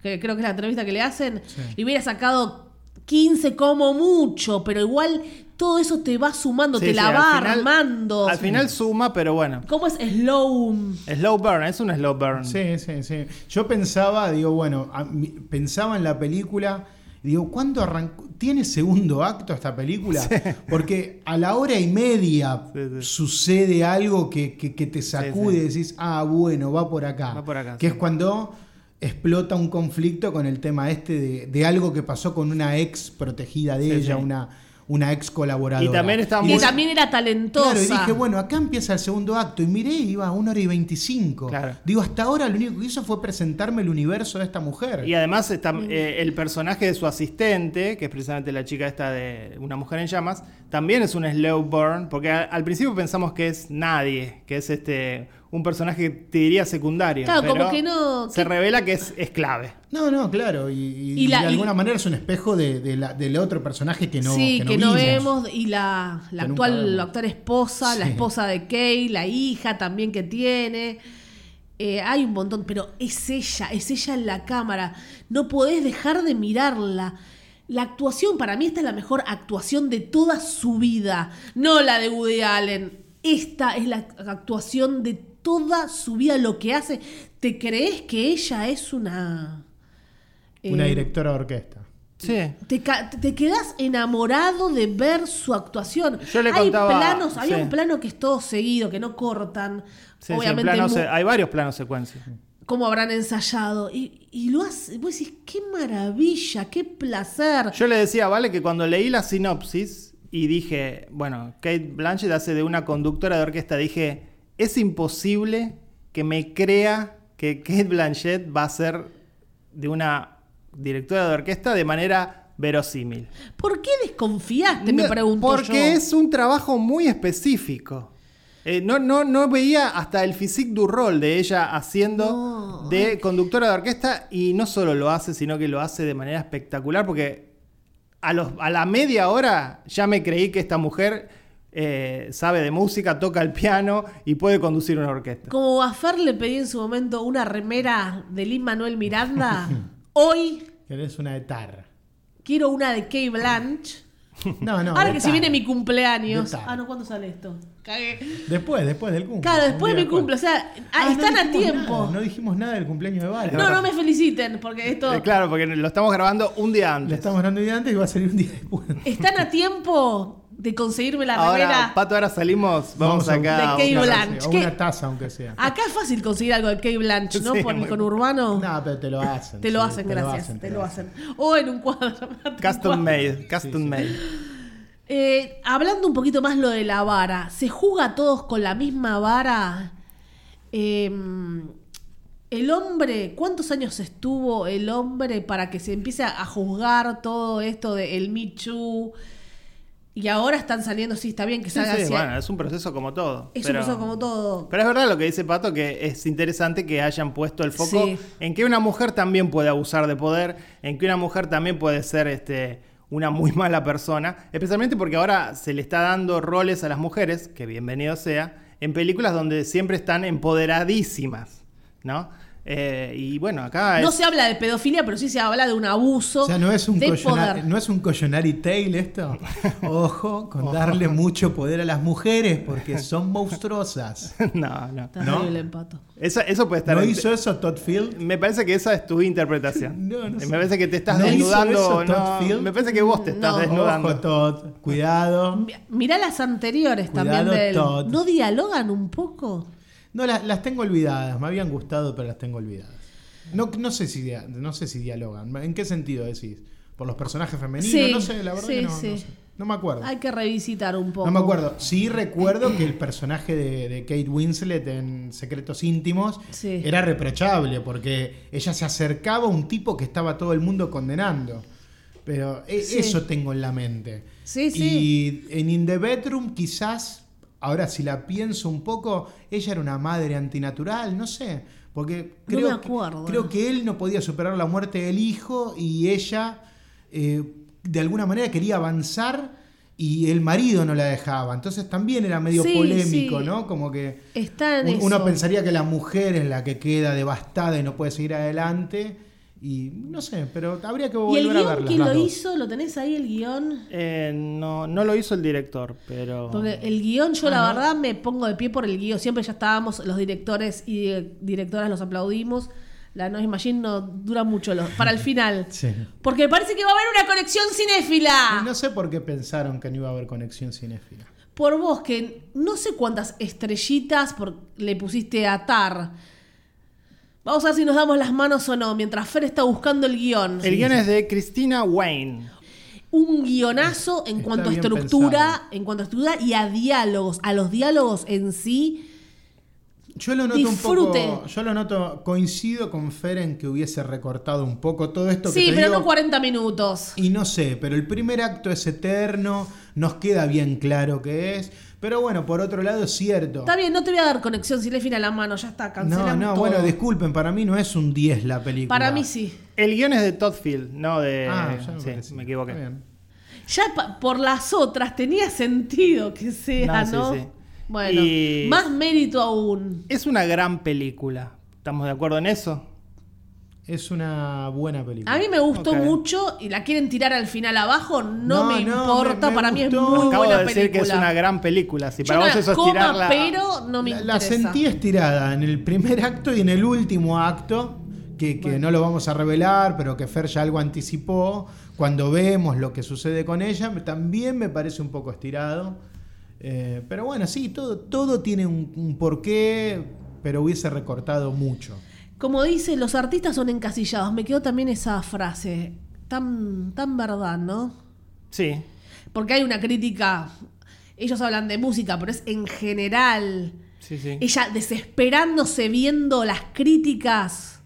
Speaker 4: que creo que es la entrevista que le hacen, le hubiera sacado 15 como mucho, pero igual todo eso te va sumando,
Speaker 3: Sí,
Speaker 4: te
Speaker 3: sí,
Speaker 4: la
Speaker 3: al
Speaker 4: va
Speaker 3: final-
Speaker 4: armando.
Speaker 3: Al final suma, pero bueno.
Speaker 4: ¿Cómo es slow?
Speaker 3: Slow burn, es un slow burn.
Speaker 2: Sí, sí, sí. Yo pensaba, digo, bueno, a mí- pensaba en la película. y Digo, ¿cuándo arrancó? ¿Tiene segundo acto esta película? Porque a la hora y media
Speaker 3: Sí, sí.
Speaker 2: sucede algo que, que- que te sacude
Speaker 3: sí.
Speaker 2: y decís, ah, bueno, va por acá.
Speaker 3: Va por acá,
Speaker 2: Que
Speaker 3: sí.
Speaker 2: es cuando explota un conflicto con el tema este de, de algo que pasó con una ex protegida de
Speaker 3: Sí,
Speaker 2: ella,
Speaker 3: sí.
Speaker 2: Una, una ex colaboradora.
Speaker 3: Y también está
Speaker 4: Que
Speaker 3: muy-
Speaker 4: también era talentosa.
Speaker 2: Claro, y dije, bueno, acá empieza el segundo acto. Y miré, iba a 1 hora y 25.
Speaker 3: Claro.
Speaker 2: Digo, hasta ahora lo único que hizo fue presentarme el universo de esta mujer.
Speaker 3: Y además está, eh, el personaje de su asistente, que es precisamente la chica esta de Una Mujer en Llamas, también es un slow burn, porque a- al principio pensamos que es nadie, que es este un personaje que te diría secundario.
Speaker 4: Claro, como
Speaker 3: pero
Speaker 4: que no-
Speaker 3: Se
Speaker 4: que-
Speaker 3: revela que es, es clave.
Speaker 2: No, no, claro. Y, y-
Speaker 4: Y la-
Speaker 2: de
Speaker 4: y-
Speaker 2: alguna manera es un espejo de- de la- del otro personaje que no,
Speaker 4: sí, que, no,
Speaker 2: vimos.
Speaker 4: vemos. Y la, la
Speaker 2: Que nunca
Speaker 4: actual,
Speaker 2: vemos.
Speaker 4: la actual esposa, la
Speaker 2: Sí.
Speaker 4: esposa de Kay, la hija también que tiene. Eh, hay un montón, pero es ella, es ella en la cámara. No podés dejar de mirarla. La actuación, para mí, esta es la mejor actuación de toda su vida. No la de Woody Allen. Esta es la actuación de toda su vida. Lo que hace. ¿Te crees que ella es una.
Speaker 2: Una
Speaker 4: eh,
Speaker 2: directora de orquesta.
Speaker 3: Sí.
Speaker 4: te, ca- te quedas enamorado de ver su actuación.
Speaker 3: Yo le
Speaker 4: hay
Speaker 3: contaba-
Speaker 4: planos, había
Speaker 3: sí.
Speaker 4: un plano que es todo seguido, que no cortan.
Speaker 3: Sí, sí, en
Speaker 4: Obviamente,
Speaker 3: plano
Speaker 4: mu-
Speaker 3: se- hay varios planos secuencia.
Speaker 4: cómo habrán ensayado. Y, y lo hace, vos decís, qué maravilla, qué placer.
Speaker 3: Yo le decía, vale, que cuando leí la sinopsis y dije, bueno, Kate Blanchett hace de una conductora de orquesta, dije, es imposible que me crea que Kate Blanchett va a ser de una directora de orquesta de manera verosímil.
Speaker 4: ¿Por qué desconfiaste? me
Speaker 3: No,
Speaker 4: preguntó
Speaker 3: Porque
Speaker 4: yo.
Speaker 3: es un trabajo muy específico. Eh, no, no, no veía hasta el physique du rol de ella haciendo
Speaker 4: No,
Speaker 3: de conductora de orquesta y no solo lo hace, sino que lo hace de manera espectacular porque a, los, a la media hora ya me creí que esta mujer eh, sabe de música, toca el piano y puede conducir una orquesta.
Speaker 4: Como a Fer le pedí en su momento una remera de Lin Manuel Miranda, hoy
Speaker 2: Eres una etar.
Speaker 4: quiero una de Kay Blanch.
Speaker 2: No, no.
Speaker 4: Ahora
Speaker 2: de
Speaker 4: que
Speaker 2: tar.
Speaker 4: se viene mi cumpleaños.
Speaker 2: De tar.
Speaker 4: Ah, no, ¿cuándo sale esto? Cagué.
Speaker 2: Después, después del cumple.
Speaker 4: Claro, después
Speaker 2: Un
Speaker 4: de
Speaker 2: día
Speaker 4: mi cumple. O sea, ah,
Speaker 2: Ah, no
Speaker 4: están a
Speaker 2: dijimos
Speaker 4: tiempo.
Speaker 2: nada, no dijimos nada del cumpleaños de Vale.
Speaker 4: no, no, me feliciten, porque esto.
Speaker 3: Eh, claro, porque lo estamos grabando un día
Speaker 2: Le
Speaker 3: antes.
Speaker 2: estamos hablando un día antes y va a salir un día después.
Speaker 4: Están a tiempo de conseguirme la
Speaker 3: Ahora,
Speaker 4: remera.
Speaker 3: Pato, ahora salimos, vamos,
Speaker 2: Vamos a
Speaker 3: acá.
Speaker 4: un- De
Speaker 3: a
Speaker 4: Cable
Speaker 3: buscar-
Speaker 4: Land. Blanche,
Speaker 2: O
Speaker 4: ¿qué?
Speaker 2: una taza, aunque sea.
Speaker 4: Acá es fácil conseguir algo de Key Blanche, ¿no?
Speaker 3: Sí,
Speaker 4: Por el
Speaker 3: muy-
Speaker 4: conurbano.
Speaker 2: No, pero te lo hacen.
Speaker 4: te lo
Speaker 2: sí,
Speaker 4: hacen, gracias. te lo hacen. O en un cuadro. en un cuadro.
Speaker 3: Custom made, custom made.
Speaker 4: Eh, hablando un poquito más lo de la vara, ¿se juega todos con la misma vara? Eh, el hombre, ¿cuántos años estuvo el hombre para que se empiece a juzgar todo esto de el Michu? Y ahora están saliendo, sí, está bien que
Speaker 3: Sí,
Speaker 4: salga
Speaker 3: sí,
Speaker 4: así. ¿eh?
Speaker 3: bueno, es un proceso como todo.
Speaker 4: es
Speaker 3: pero-
Speaker 4: un uso como todo.
Speaker 3: Pero es verdad lo que dice Pato, que es interesante que hayan puesto el foco
Speaker 4: Sí.
Speaker 3: en que una mujer también puede abusar de poder, en que una mujer también puede ser este, una muy mala persona, especialmente porque ahora se le está dando roles a las mujeres, que bienvenido sea, en películas donde siempre están empoderadísimas, ¿no? Eh, y bueno, acá
Speaker 4: No
Speaker 3: es-
Speaker 4: se habla de pedofilia, pero sí se habla de un abuso
Speaker 2: O sea, ¿no es, un
Speaker 4: de
Speaker 2: collona-
Speaker 4: poder.
Speaker 2: ¿no es un Coyonari Tale esto? Ojo con darle mucho poder a las mujeres porque son monstruosas.
Speaker 3: no, no.
Speaker 4: Terrible empato.
Speaker 3: Eso, eso puede estar...
Speaker 2: ¿No
Speaker 3: en-
Speaker 2: hizo eso Todd Field?
Speaker 3: Me parece que esa es tu interpretación. Eh,
Speaker 2: No, no
Speaker 3: me
Speaker 2: sé.
Speaker 3: parece que te estás
Speaker 2: ¿No hizo
Speaker 3: desnudando.
Speaker 2: eso Todd
Speaker 3: no,
Speaker 2: Field?
Speaker 3: me parece que vos te estás
Speaker 4: Mm, No.
Speaker 3: desnudando.
Speaker 2: Ojo, Todd. Cuidado.
Speaker 4: Mi- Mirá las anteriores
Speaker 2: Cuidado,
Speaker 4: también del.
Speaker 2: Todd.
Speaker 4: ¿No dialogan un poco?
Speaker 2: No, las, las tengo olvidadas. Me habían gustado, pero las tengo olvidadas. No, no, sé si, dia- no sé si dialogan. ¿En qué sentido decís? ¿Por los personajes femeninos?
Speaker 4: Sí,
Speaker 2: no sé, la verdad
Speaker 4: sí,
Speaker 2: que no, no
Speaker 4: sí.
Speaker 2: sé. No me acuerdo.
Speaker 4: Hay que revisitar un poco.
Speaker 2: No me acuerdo. Sí recuerdo que el personaje de, de Kate Winslet en Secretos Íntimos
Speaker 4: Sí.
Speaker 2: era reprochable porque ella se acercaba a un tipo que estaba todo el mundo condenando. Pero e-
Speaker 4: Sí.
Speaker 2: eso tengo en la mente.
Speaker 4: Sí,
Speaker 2: Y en In the Bedroom quizás, ahora si la pienso un poco, ella era una madre antinatural, no sé. Porque
Speaker 4: No
Speaker 2: creo,
Speaker 4: me acuerdo.
Speaker 2: Que, creo que él no podía superar la muerte del hijo y ella eh, de alguna manera quería avanzar y el marido no la dejaba. Entonces también era medio
Speaker 4: Sí,
Speaker 2: polémico,
Speaker 4: sí.
Speaker 2: ¿no? Como que
Speaker 4: Está en
Speaker 2: un-
Speaker 4: eso.
Speaker 2: uno pensaría que la mujer es la que queda devastada y no puede seguir adelante. Y no sé, pero habría que
Speaker 4: ¿Y
Speaker 2: volver
Speaker 4: el
Speaker 2: a
Speaker 4: guión
Speaker 2: verlas.
Speaker 4: quién
Speaker 2: las
Speaker 4: lo
Speaker 2: dos.
Speaker 4: hizo? ¿Lo tenés ahí el guión?
Speaker 3: Eh, no, no lo hizo el director, pero.
Speaker 4: Porque el guión,
Speaker 2: Ah,
Speaker 4: yo la verdad me pongo de pie por el guión. Siempre ya estábamos, los directores y di- directoras los aplaudimos. La Noise Machine no dura mucho lo- para el final.
Speaker 2: Sí.
Speaker 4: Porque parece que va a haber una conexión cinéfila.
Speaker 2: Y No sé por qué pensaron que no iba a haber conexión cinéfila.
Speaker 4: Por vos, que no sé cuántas estrellitas por- le pusiste a Tar. Vamos a ver si nos damos las manos o no, mientras Fer está buscando el guión.
Speaker 3: el guion es de Christina Wayne.
Speaker 4: un guionazo en
Speaker 2: Está
Speaker 4: cuanto a
Speaker 2: bien
Speaker 4: estructura,
Speaker 2: pensado.
Speaker 4: en cuanto a estructura y a diálogos, a los diálogos en sí.
Speaker 2: Yo lo noto
Speaker 4: Disfrute.
Speaker 2: un poco. Yo lo noto. Coincido con Fer en que hubiese recortado un poco todo esto que
Speaker 4: sí,
Speaker 2: te
Speaker 4: pero
Speaker 2: digo.
Speaker 4: no 40 minutos.
Speaker 2: Y no sé, pero el primer acto es eterno, nos queda bien claro que es. Pero bueno, por otro lado es cierto.
Speaker 4: Está bien, no te voy a dar conexión cinéfila a la mano, ya está,
Speaker 2: no,
Speaker 4: cancelamos
Speaker 2: no,
Speaker 4: todo.
Speaker 2: bueno, disculpen, para mí no es un 10 la película.
Speaker 4: Para mí sí.
Speaker 3: El guion es de Todd Field, no de.
Speaker 2: Ah, ya me,
Speaker 3: Eh, sí,
Speaker 2: pareció.
Speaker 3: me equivoqué.
Speaker 2: Está bien.
Speaker 4: Ya pa- por las otras tenía sentido que sea,
Speaker 3: No, sí,
Speaker 4: ¿no?
Speaker 3: sí.
Speaker 4: Bueno,
Speaker 3: Y-
Speaker 4: más mérito aún.
Speaker 3: Es una gran película. ¿Estamos de acuerdo en eso?
Speaker 2: Es una buena película.
Speaker 4: A mí me gustó
Speaker 3: Ok.
Speaker 4: mucho y la quieren tirar al final abajo,
Speaker 2: No,
Speaker 4: no, me
Speaker 2: no,
Speaker 4: importa,
Speaker 2: me- me
Speaker 4: para mí es
Speaker 2: gustó.
Speaker 4: muy
Speaker 3: Acabo
Speaker 4: buena
Speaker 3: de decir
Speaker 4: película.
Speaker 3: que es una gran película. Si
Speaker 4: Yo
Speaker 3: para
Speaker 4: no
Speaker 3: vos
Speaker 4: la
Speaker 3: eso es
Speaker 4: coma,
Speaker 3: tirarla.
Speaker 4: pero no me
Speaker 2: la, la
Speaker 4: interesa.
Speaker 2: sentí estirada en el primer acto y en el último acto, que, que no lo vamos a revelar, pero que Fer ya algo anticipó. Cuando vemos lo que sucede con ella, me- también me parece un poco estirado. Eh, pero bueno, sí, todo, todo tiene un, un porqué, pero hubiese recortado mucho.
Speaker 4: Como dice, los artistas son encasillados. Me quedó también esa frase. Tan, tan verdad, ¿no?
Speaker 3: Sí.
Speaker 4: Porque hay una crítica. Ellos hablan de música, pero es en general.
Speaker 3: Sí, sí.
Speaker 4: Ella desesperándose viendo las críticas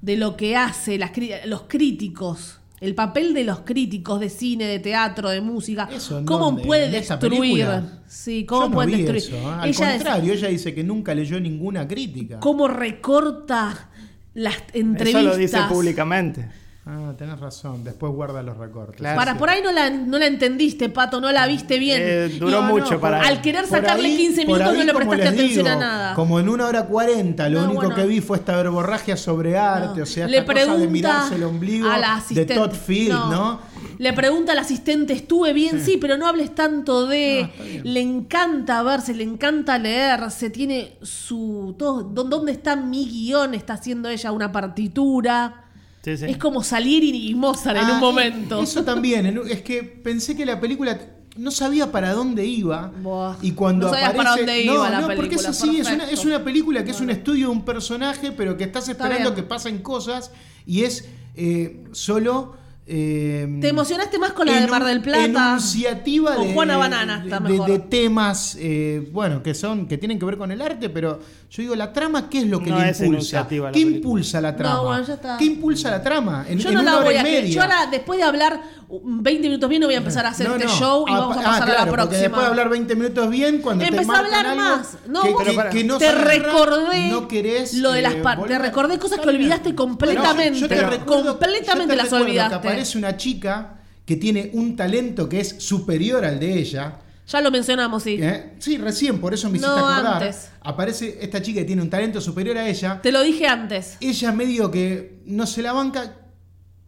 Speaker 4: de lo que hace, las cri- los críticos. El papel de los críticos de cine, de teatro, de música.
Speaker 2: Eso, ¿en
Speaker 4: ¿Cómo
Speaker 2: dónde?
Speaker 4: puede
Speaker 2: ¿En esa
Speaker 4: destruir?
Speaker 2: película?
Speaker 4: Sí,
Speaker 2: Yo
Speaker 4: ¿cómo
Speaker 2: no
Speaker 4: puede
Speaker 2: vi
Speaker 4: destruir?
Speaker 2: eso, ¿eh? Al
Speaker 4: Ella des-
Speaker 2: contrario, ella dice que nunca leyó ninguna crítica.
Speaker 4: ¿Cómo recorta las entrevistas?
Speaker 3: Eso lo dice públicamente.
Speaker 2: Ah, tenés razón, después guarda los recortes.
Speaker 3: Claro.
Speaker 4: Para, por ahí no la, no la entendiste, Pato, no la viste bien.
Speaker 3: Eh, duró
Speaker 4: Y-
Speaker 3: mucho para
Speaker 4: Al
Speaker 3: él.
Speaker 4: querer
Speaker 2: Por
Speaker 4: sacarle
Speaker 2: ahí-
Speaker 4: 15
Speaker 2: por
Speaker 4: minutos
Speaker 2: ahí,
Speaker 4: no le
Speaker 2: como
Speaker 4: prestaste
Speaker 2: les digo,
Speaker 4: atención a nada.
Speaker 2: Como en una hora cuarenta, lo
Speaker 4: No,
Speaker 2: único
Speaker 4: bueno.
Speaker 2: que vi fue esta verborragia sobrearte, o sea,
Speaker 4: le
Speaker 2: esta cosa de
Speaker 4: pregunta
Speaker 2: mirarse el ombligo
Speaker 4: a la
Speaker 2: de
Speaker 4: asistente.
Speaker 2: Todd Field, ¿no?
Speaker 4: Le pregunta al asistente, estuve bien, sí, pero no hables tanto
Speaker 2: Ah,
Speaker 4: de... le encanta verse, le encanta leerse, tiene su... Todo, ¿dó- ¿Dónde está mi guión? Está haciendo ella una partitura.
Speaker 3: Sí, sí.
Speaker 4: Es como Salieri y Mozart en
Speaker 2: Ah,
Speaker 4: un momento.
Speaker 2: Eso también, en un- es que pensé que la película no sabía para dónde iba.
Speaker 4: Buah,
Speaker 2: y cuando
Speaker 4: no sabías
Speaker 2: aparece,
Speaker 4: para dónde
Speaker 2: no,
Speaker 4: iba la
Speaker 2: no, porque es
Speaker 4: película,
Speaker 2: así, es una,
Speaker 4: perfecto.
Speaker 2: es una película que es un estudio de un personaje, pero que estás esperando
Speaker 4: bien.
Speaker 2: que pasen cosas y es eh, solo... eh,
Speaker 4: Te emocionaste más con la de
Speaker 2: enun-
Speaker 4: Mar del Plata.
Speaker 2: Enunciativa
Speaker 4: Con
Speaker 2: de,
Speaker 4: Juana Banana, está
Speaker 2: de-
Speaker 4: mejor.
Speaker 2: de temas, eh, bueno, que son, que tienen que ver con el arte, pero yo digo, la trama, ¿qué es lo que
Speaker 3: No
Speaker 2: le
Speaker 3: es
Speaker 2: impulsa?
Speaker 3: enunciativa la
Speaker 2: ¿Qué
Speaker 3: película.
Speaker 2: impulsa la trama?
Speaker 4: bueno, ya está.
Speaker 2: ¿Qué impulsa la trama? En,
Speaker 4: Yo
Speaker 2: en
Speaker 4: no
Speaker 2: una
Speaker 4: la
Speaker 2: hora
Speaker 4: voy
Speaker 2: y
Speaker 4: a. eh,
Speaker 2: media.
Speaker 4: Yo ahora, después de hablar uh, 20 minutos bien, no voy a empezar a hacer
Speaker 2: No,
Speaker 4: este
Speaker 2: no.
Speaker 4: show y
Speaker 2: Ah,
Speaker 4: vamos a
Speaker 2: ah,
Speaker 4: pasar a la
Speaker 2: claro, porque
Speaker 4: próxima.
Speaker 2: Después de hablar 20 minutos bien, cuando te
Speaker 4: Empezá a
Speaker 2: marcan
Speaker 4: hablar
Speaker 2: algo
Speaker 4: más. No,
Speaker 2: que-
Speaker 4: vos
Speaker 2: que- que no
Speaker 4: te
Speaker 2: sabes nada,
Speaker 4: recordé
Speaker 2: no querés,
Speaker 4: lo de las
Speaker 2: eh,
Speaker 4: partes. Te
Speaker 2: volver.
Speaker 4: recordé cosas que
Speaker 2: Está bien.
Speaker 4: olvidaste completamente.
Speaker 2: Yo te recuerdo- yo
Speaker 4: completamente
Speaker 2: te
Speaker 4: las
Speaker 2: recuerdo
Speaker 4: olvidaste.
Speaker 2: Que aparece una chica que tiene un talento que es superior al de ella.
Speaker 4: Ya lo mencionamos, sí.
Speaker 2: ¿eh? Sí, recién, por eso me hiciste
Speaker 4: No,
Speaker 2: acordar.
Speaker 4: antes.
Speaker 2: Aparece esta chica que tiene un talento superior a ella.
Speaker 4: Te lo dije antes.
Speaker 2: Ella medio que no se la banca.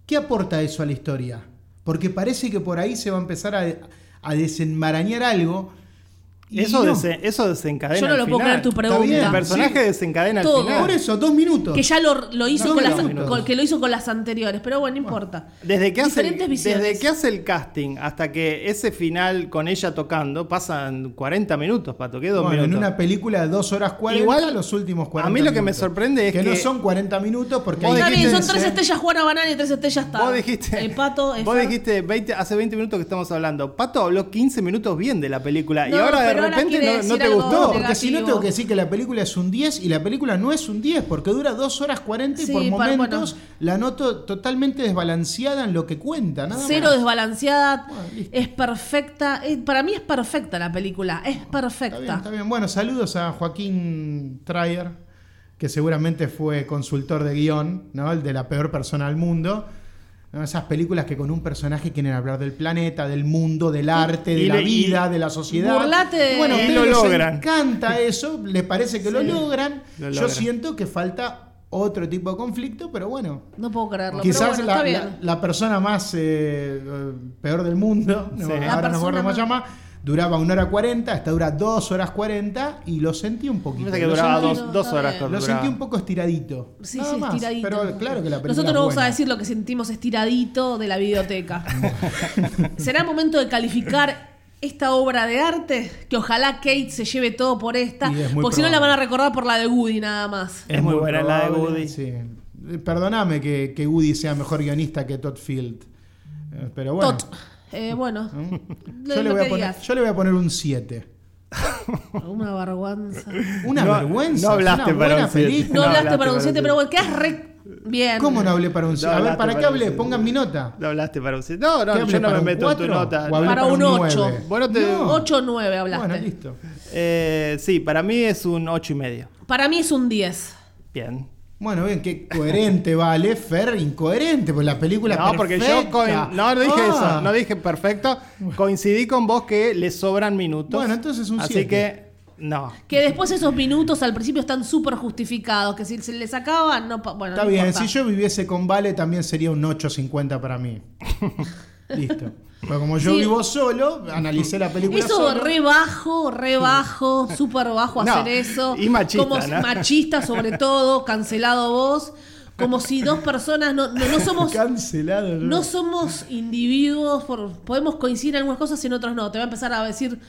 Speaker 2: ¿Qué aporta eso a la historia? Porque parece que por ahí se va a empezar a, a desenmarañar algo. y
Speaker 3: Eso,
Speaker 2: no.
Speaker 3: dese- eso desencadena.
Speaker 4: Yo no
Speaker 3: al
Speaker 4: lo puedo
Speaker 3: final.
Speaker 4: creer tu
Speaker 2: bien,
Speaker 3: El
Speaker 4: pregunta.
Speaker 3: personaje
Speaker 2: Sí.
Speaker 3: desencadena al
Speaker 4: Todo.
Speaker 3: final.
Speaker 2: Por eso, dos minutos.
Speaker 4: Que ya lo, lo hizo
Speaker 2: No,
Speaker 4: con
Speaker 2: no,
Speaker 4: las,
Speaker 2: no.
Speaker 4: con- que lo hizo con las anteriores, pero bueno, no importa.
Speaker 3: Desde que, hace,
Speaker 4: Diferentes visiones.
Speaker 3: desde que hace el casting hasta que ese final con ella tocando pasan 40 minutos, Pato. ¿Qué dos
Speaker 2: Bueno, en
Speaker 3: minutos?
Speaker 2: una película de dos horas 40,
Speaker 3: Igual,
Speaker 2: los últimos 40
Speaker 3: a mí lo que me
Speaker 2: minutos.
Speaker 3: sorprende es que-
Speaker 2: no son 40 minutos porque
Speaker 3: Vos
Speaker 2: hay
Speaker 4: Está bien,
Speaker 2: gente
Speaker 4: son
Speaker 2: que
Speaker 4: tres
Speaker 2: se-
Speaker 4: estrellas Juana Banana y tres estrellas Tano.
Speaker 3: Vos dijiste,
Speaker 4: El pato, el
Speaker 3: vos
Speaker 4: Fer.
Speaker 3: dijiste 20 hace 20 minutos que estamos hablando. Pato habló 15 minutos bien de la película y
Speaker 4: No,
Speaker 3: ahora de
Speaker 4: pero ahora
Speaker 3: repente
Speaker 4: quiere
Speaker 3: no- no,
Speaker 4: decir
Speaker 3: te
Speaker 4: algo
Speaker 3: gustó.
Speaker 2: No,
Speaker 4: negativo.
Speaker 2: porque si no tengo que decir que la película es un 10 y la película no es un 10 porque dura dos horas 40 y
Speaker 4: Sí,
Speaker 2: por
Speaker 4: por-
Speaker 2: momentos
Speaker 4: bueno.
Speaker 2: la noto totalmente desbalanceada en lo que cuenta. Nada
Speaker 4: Cero
Speaker 2: más.
Speaker 4: desbalanceada,
Speaker 2: Bueno, listo.
Speaker 4: es perfecta. es- para mí es perfecta la película, es perfecta.
Speaker 2: Está bien, está bien. Bueno, saludos a Joaquín Trayer, que seguramente fue consultor de guión, ¿no? El de la peor persona del mundo. ¿No? Esas películas que con un personaje quieren hablar del planeta, del mundo, del arte, de
Speaker 3: y
Speaker 2: la
Speaker 3: le- y-
Speaker 2: vida, de la sociedad.
Speaker 4: Burlate de-
Speaker 2: Y bueno, a
Speaker 3: Y
Speaker 2: ustedes
Speaker 3: lo
Speaker 2: les
Speaker 3: logran.
Speaker 2: encanta eso, les parece que lo logran.
Speaker 3: lo
Speaker 2: Yo
Speaker 3: logran.
Speaker 2: siento que falta otro tipo de conflicto, pero bueno.
Speaker 4: No puedo creerlo. pero
Speaker 2: Quizás
Speaker 4: bueno,
Speaker 2: la,
Speaker 4: está bien.
Speaker 2: la- la persona más eh, eh, peor del mundo, no,
Speaker 3: Sí. La
Speaker 2: ahora no me acuerdo cómo
Speaker 4: persona
Speaker 2: se
Speaker 4: más-
Speaker 2: llama, duraba una hora 40, esta dura dos horas 40 y lo sentí un
Speaker 3: Me
Speaker 2: poquito.
Speaker 3: parece que
Speaker 2: lo
Speaker 3: duraba
Speaker 2: sentí-
Speaker 4: sentí-
Speaker 3: dos, dos
Speaker 4: está
Speaker 3: horas.
Speaker 4: bien.
Speaker 2: lo
Speaker 3: duraba.
Speaker 2: sentí un poco estiradito.
Speaker 4: Sí,
Speaker 2: Nada
Speaker 4: sí,
Speaker 2: más,
Speaker 4: estiradito.
Speaker 2: Pero claro que la película
Speaker 4: Nosotros
Speaker 2: es
Speaker 4: vamos a
Speaker 2: buena.
Speaker 4: decir lo que sentimos estiradito de la videoteca. Será momento de calificar esta obra de arte, que ojalá Kate se lleve todo por esta,
Speaker 2: Y es muy
Speaker 4: porque si no la
Speaker 2: probable. Eh,
Speaker 4: van a recordar por la de Woody nada más.
Speaker 3: Es muy buena la de
Speaker 2: probable,
Speaker 3: Woody.
Speaker 2: sí. Eh, Perdóname que, que Woody sea mejor guionista que Todd Field. Eh, Pero bueno. ¿Mm?
Speaker 4: Tot. Eh, bueno,
Speaker 2: Yo le,
Speaker 4: lo
Speaker 2: voy a
Speaker 4: que
Speaker 2: poner,
Speaker 4: digas.
Speaker 2: yo le voy a poner un 7.
Speaker 4: Una vergüenza.
Speaker 2: Una
Speaker 3: No-
Speaker 2: vergüenza.
Speaker 3: no
Speaker 2: es
Speaker 3: hablaste
Speaker 2: una
Speaker 3: para
Speaker 2: buena
Speaker 3: un siete.
Speaker 2: película.
Speaker 4: No, hablaste
Speaker 3: hablaste
Speaker 4: para un
Speaker 3: para
Speaker 4: 7,
Speaker 3: un
Speaker 4: pero bueno, quedás re bien.
Speaker 2: ¿Cómo no hablé para un 7? a ver,
Speaker 3: hablaste
Speaker 2: ¿para
Speaker 3: para
Speaker 2: qué
Speaker 3: un
Speaker 2: hablé?
Speaker 3: siete.
Speaker 2: Pongan mi nota.
Speaker 3: Lo hablaste para un siete. No,
Speaker 2: ¿Qué
Speaker 3: no,
Speaker 2: hablé,
Speaker 3: yo no
Speaker 2: para
Speaker 3: me
Speaker 2: un
Speaker 3: meto en tu
Speaker 2: cuatro?
Speaker 3: nota.
Speaker 2: ¿O hablé
Speaker 4: Para un ocho.
Speaker 2: nueve?
Speaker 3: Vos no te-
Speaker 2: No.
Speaker 4: 8 o 9 hablaste.
Speaker 2: Bueno, listo.
Speaker 3: Eh, sí, para mí es un ocho y medio.
Speaker 4: Para mí es un 10.
Speaker 3: Bien.
Speaker 2: Bueno, bien, qué coherente, vale. Fer, incoherente, pues la película
Speaker 3: No, porque yo
Speaker 2: perfecta.
Speaker 3: coin- no no dije
Speaker 2: Ah.
Speaker 3: eso, no dije perfecto. Coincidí con vos que le sobran minutos.
Speaker 2: Bueno, entonces un
Speaker 3: Así
Speaker 2: siete.
Speaker 3: que no.
Speaker 4: Que después esos minutos al principio están súper justificados, que si se les acaban, no... pa- Bueno,
Speaker 2: Está
Speaker 4: no
Speaker 2: bien,
Speaker 4: importa.
Speaker 2: si yo viviese con Vale también sería un 8.50 para mí. Listo. Pero como yo
Speaker 4: Sí.
Speaker 2: vivo solo, analicé la película
Speaker 4: Eso
Speaker 2: solo.
Speaker 4: re bajo, re bajo, súper bajo
Speaker 3: No,
Speaker 4: hacer eso.
Speaker 3: y machista,
Speaker 4: Como si-
Speaker 3: ¿no?
Speaker 4: machista sobre todo, cancelado vos. Como si dos personas no, no, no somos...
Speaker 2: Cancelado. yo.
Speaker 4: No somos individuos, por- podemos coincidir en algunas cosas y en otras no. Te va a empezar a decir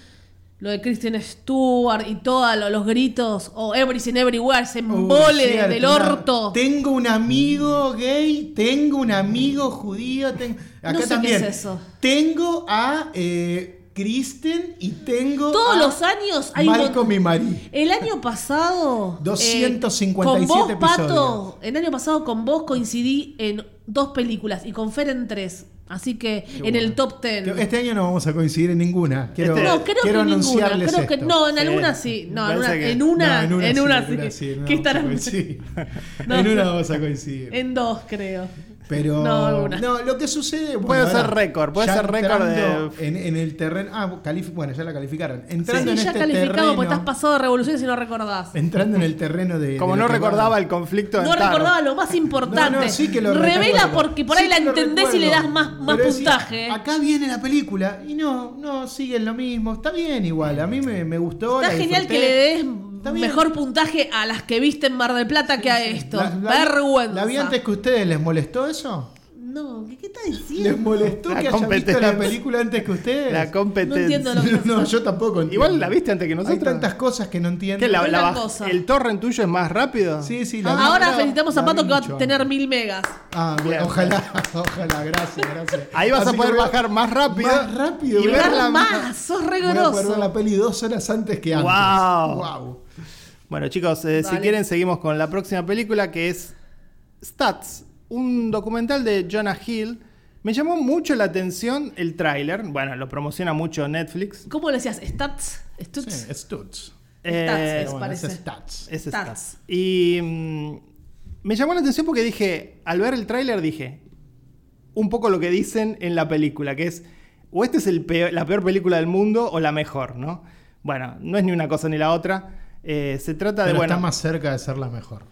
Speaker 4: lo de Kristen Stewart y todos los gritos, o Everything Everywhere, ese
Speaker 2: Uy,
Speaker 4: embole
Speaker 2: cierto,
Speaker 4: del
Speaker 2: una-
Speaker 4: orto.
Speaker 2: Uh, tengo un amigo gay, tengo un amigo judío, tengo. Acá
Speaker 4: No sé qué
Speaker 2: también.
Speaker 4: es eso.
Speaker 2: Tengo a eh, Kristen y tengo.
Speaker 4: Todos
Speaker 2: a
Speaker 4: los años hay un
Speaker 2: Malcolm
Speaker 4: mon-
Speaker 2: y Marie.
Speaker 4: El año pasado.
Speaker 2: 257
Speaker 4: con vos,
Speaker 2: episodios.
Speaker 4: Pato, el año pasado con vos coincidí en dos películas y con Fer en tres. Así que en el top ten.
Speaker 2: Este año no vamos a coincidir en ninguna. Quiero,
Speaker 3: Este-
Speaker 4: no, creo
Speaker 2: quiero
Speaker 4: que ninguna.
Speaker 2: anunciarles
Speaker 4: Creo que,
Speaker 2: esto.
Speaker 4: no, en
Speaker 3: Sí.
Speaker 4: alguna sí. No, en
Speaker 3: Parece
Speaker 4: una,
Speaker 3: que-
Speaker 4: en una,
Speaker 2: No,
Speaker 4: en una sí.
Speaker 2: en una
Speaker 4: que
Speaker 2: vamos a
Speaker 4: estarán-
Speaker 2: coincidir.
Speaker 4: No,
Speaker 2: en una
Speaker 4: no.
Speaker 2: vamos a coincidir.
Speaker 4: En dos, creo.
Speaker 2: Pero
Speaker 4: No,
Speaker 2: no,
Speaker 4: alguna.
Speaker 2: lo que sucede
Speaker 3: Puede
Speaker 2: bueno,
Speaker 3: ser
Speaker 2: ahora,
Speaker 3: récord, puede
Speaker 2: ya
Speaker 3: ser récord de-
Speaker 2: entrando en, en el terreno. Ah, califi- bueno, ya la calificaron.
Speaker 4: Sí,
Speaker 2: Entrando en
Speaker 4: ya
Speaker 2: este
Speaker 4: calificado
Speaker 2: terreno,
Speaker 4: porque estás pasado de revoluciones y no recordás.
Speaker 2: entrando en el terreno de
Speaker 3: Como
Speaker 2: de
Speaker 3: no
Speaker 2: lo que
Speaker 3: recordaba
Speaker 2: va-
Speaker 3: el conflicto de
Speaker 4: No
Speaker 3: Thanos.
Speaker 4: recordaba lo más importante.
Speaker 2: No, no, sí que lo
Speaker 4: Revela
Speaker 2: recuerdo.
Speaker 4: porque por ahí
Speaker 2: Sí
Speaker 4: la
Speaker 2: que lo
Speaker 4: entendés y le das
Speaker 2: recuerdo.
Speaker 4: más, más
Speaker 2: Pero decís, "Ah,
Speaker 4: puntaje.
Speaker 2: acá viene la película y no, no, siguen lo mismo. Está bien igual, a mí me, me gustó.
Speaker 4: Está
Speaker 2: la
Speaker 4: genial que
Speaker 2: disfruté.
Speaker 4: le des
Speaker 2: Está bien.
Speaker 4: mejor puntaje a las que viste en Mar del Plata que a esto.
Speaker 2: La- la-
Speaker 4: Vergüenza.
Speaker 2: ¿La vi antes que ustedes les molestó eso?
Speaker 4: No, ¿qué, qué está diciendo?
Speaker 2: ¿Les molestó
Speaker 3: La
Speaker 2: que haya visto
Speaker 3: competencia.
Speaker 2: la película antes que ustedes?
Speaker 3: La competencia.
Speaker 4: No entiendo lo que
Speaker 2: no, yo tampoco entiendo.
Speaker 3: Igual la viste antes que
Speaker 2: Hay
Speaker 3: nosotros.
Speaker 2: tantas cosas que no entiendo.
Speaker 3: ¿Qué, la- la
Speaker 4: Una
Speaker 3: baj-
Speaker 4: cosa.
Speaker 3: ¿El torrent tuyo es más rápido?
Speaker 2: Sí, sí, la vi-
Speaker 4: Ah, Ahora
Speaker 2: la-
Speaker 4: felicitamos a
Speaker 2: la
Speaker 4: Pato
Speaker 2: vi
Speaker 4: que va
Speaker 2: mucho.
Speaker 4: a tener mil megas.
Speaker 2: Ah, bueno,
Speaker 3: Bien.
Speaker 2: ojalá, ojalá, gracias, gracias.
Speaker 3: Ahí vas
Speaker 2: Así
Speaker 3: a poder
Speaker 2: que voy
Speaker 3: bajar más rápido.
Speaker 2: Más rápido,
Speaker 4: Y
Speaker 2: voy a-
Speaker 4: ver
Speaker 3: verla
Speaker 4: más,
Speaker 2: voy
Speaker 4: sos
Speaker 2: a poder ver
Speaker 4: regoroso.
Speaker 2: la peli dos horas antes que antes.
Speaker 3: Guau.
Speaker 2: Guau.
Speaker 3: Bueno, chicos, eh, si
Speaker 4: Dale.
Speaker 3: quieren, seguimos con la próxima película que es Stats, un documental de Jonah Hill. Me llamó mucho la atención el tráiler. Bueno, lo promociona mucho Netflix.
Speaker 4: ¿Cómo le decías? ¿Stats? ¿Stats?
Speaker 2: Sí, Stutz.
Speaker 4: Stats,
Speaker 3: Eh,
Speaker 4: es,
Speaker 2: bueno,
Speaker 4: parece.
Speaker 2: es Stats.
Speaker 3: Es
Speaker 4: Stats.
Speaker 3: Stats. Y mm, me llamó la atención porque dije, al ver el tráiler dije, un poco lo que dicen en la película, que es, o esta es el peor- la peor película del mundo o la mejor, ¿no? Bueno, no es ni una cosa ni la otra. Eh, se trata
Speaker 2: Pero
Speaker 3: de... Bueno,
Speaker 2: está más cerca de ser la mejor.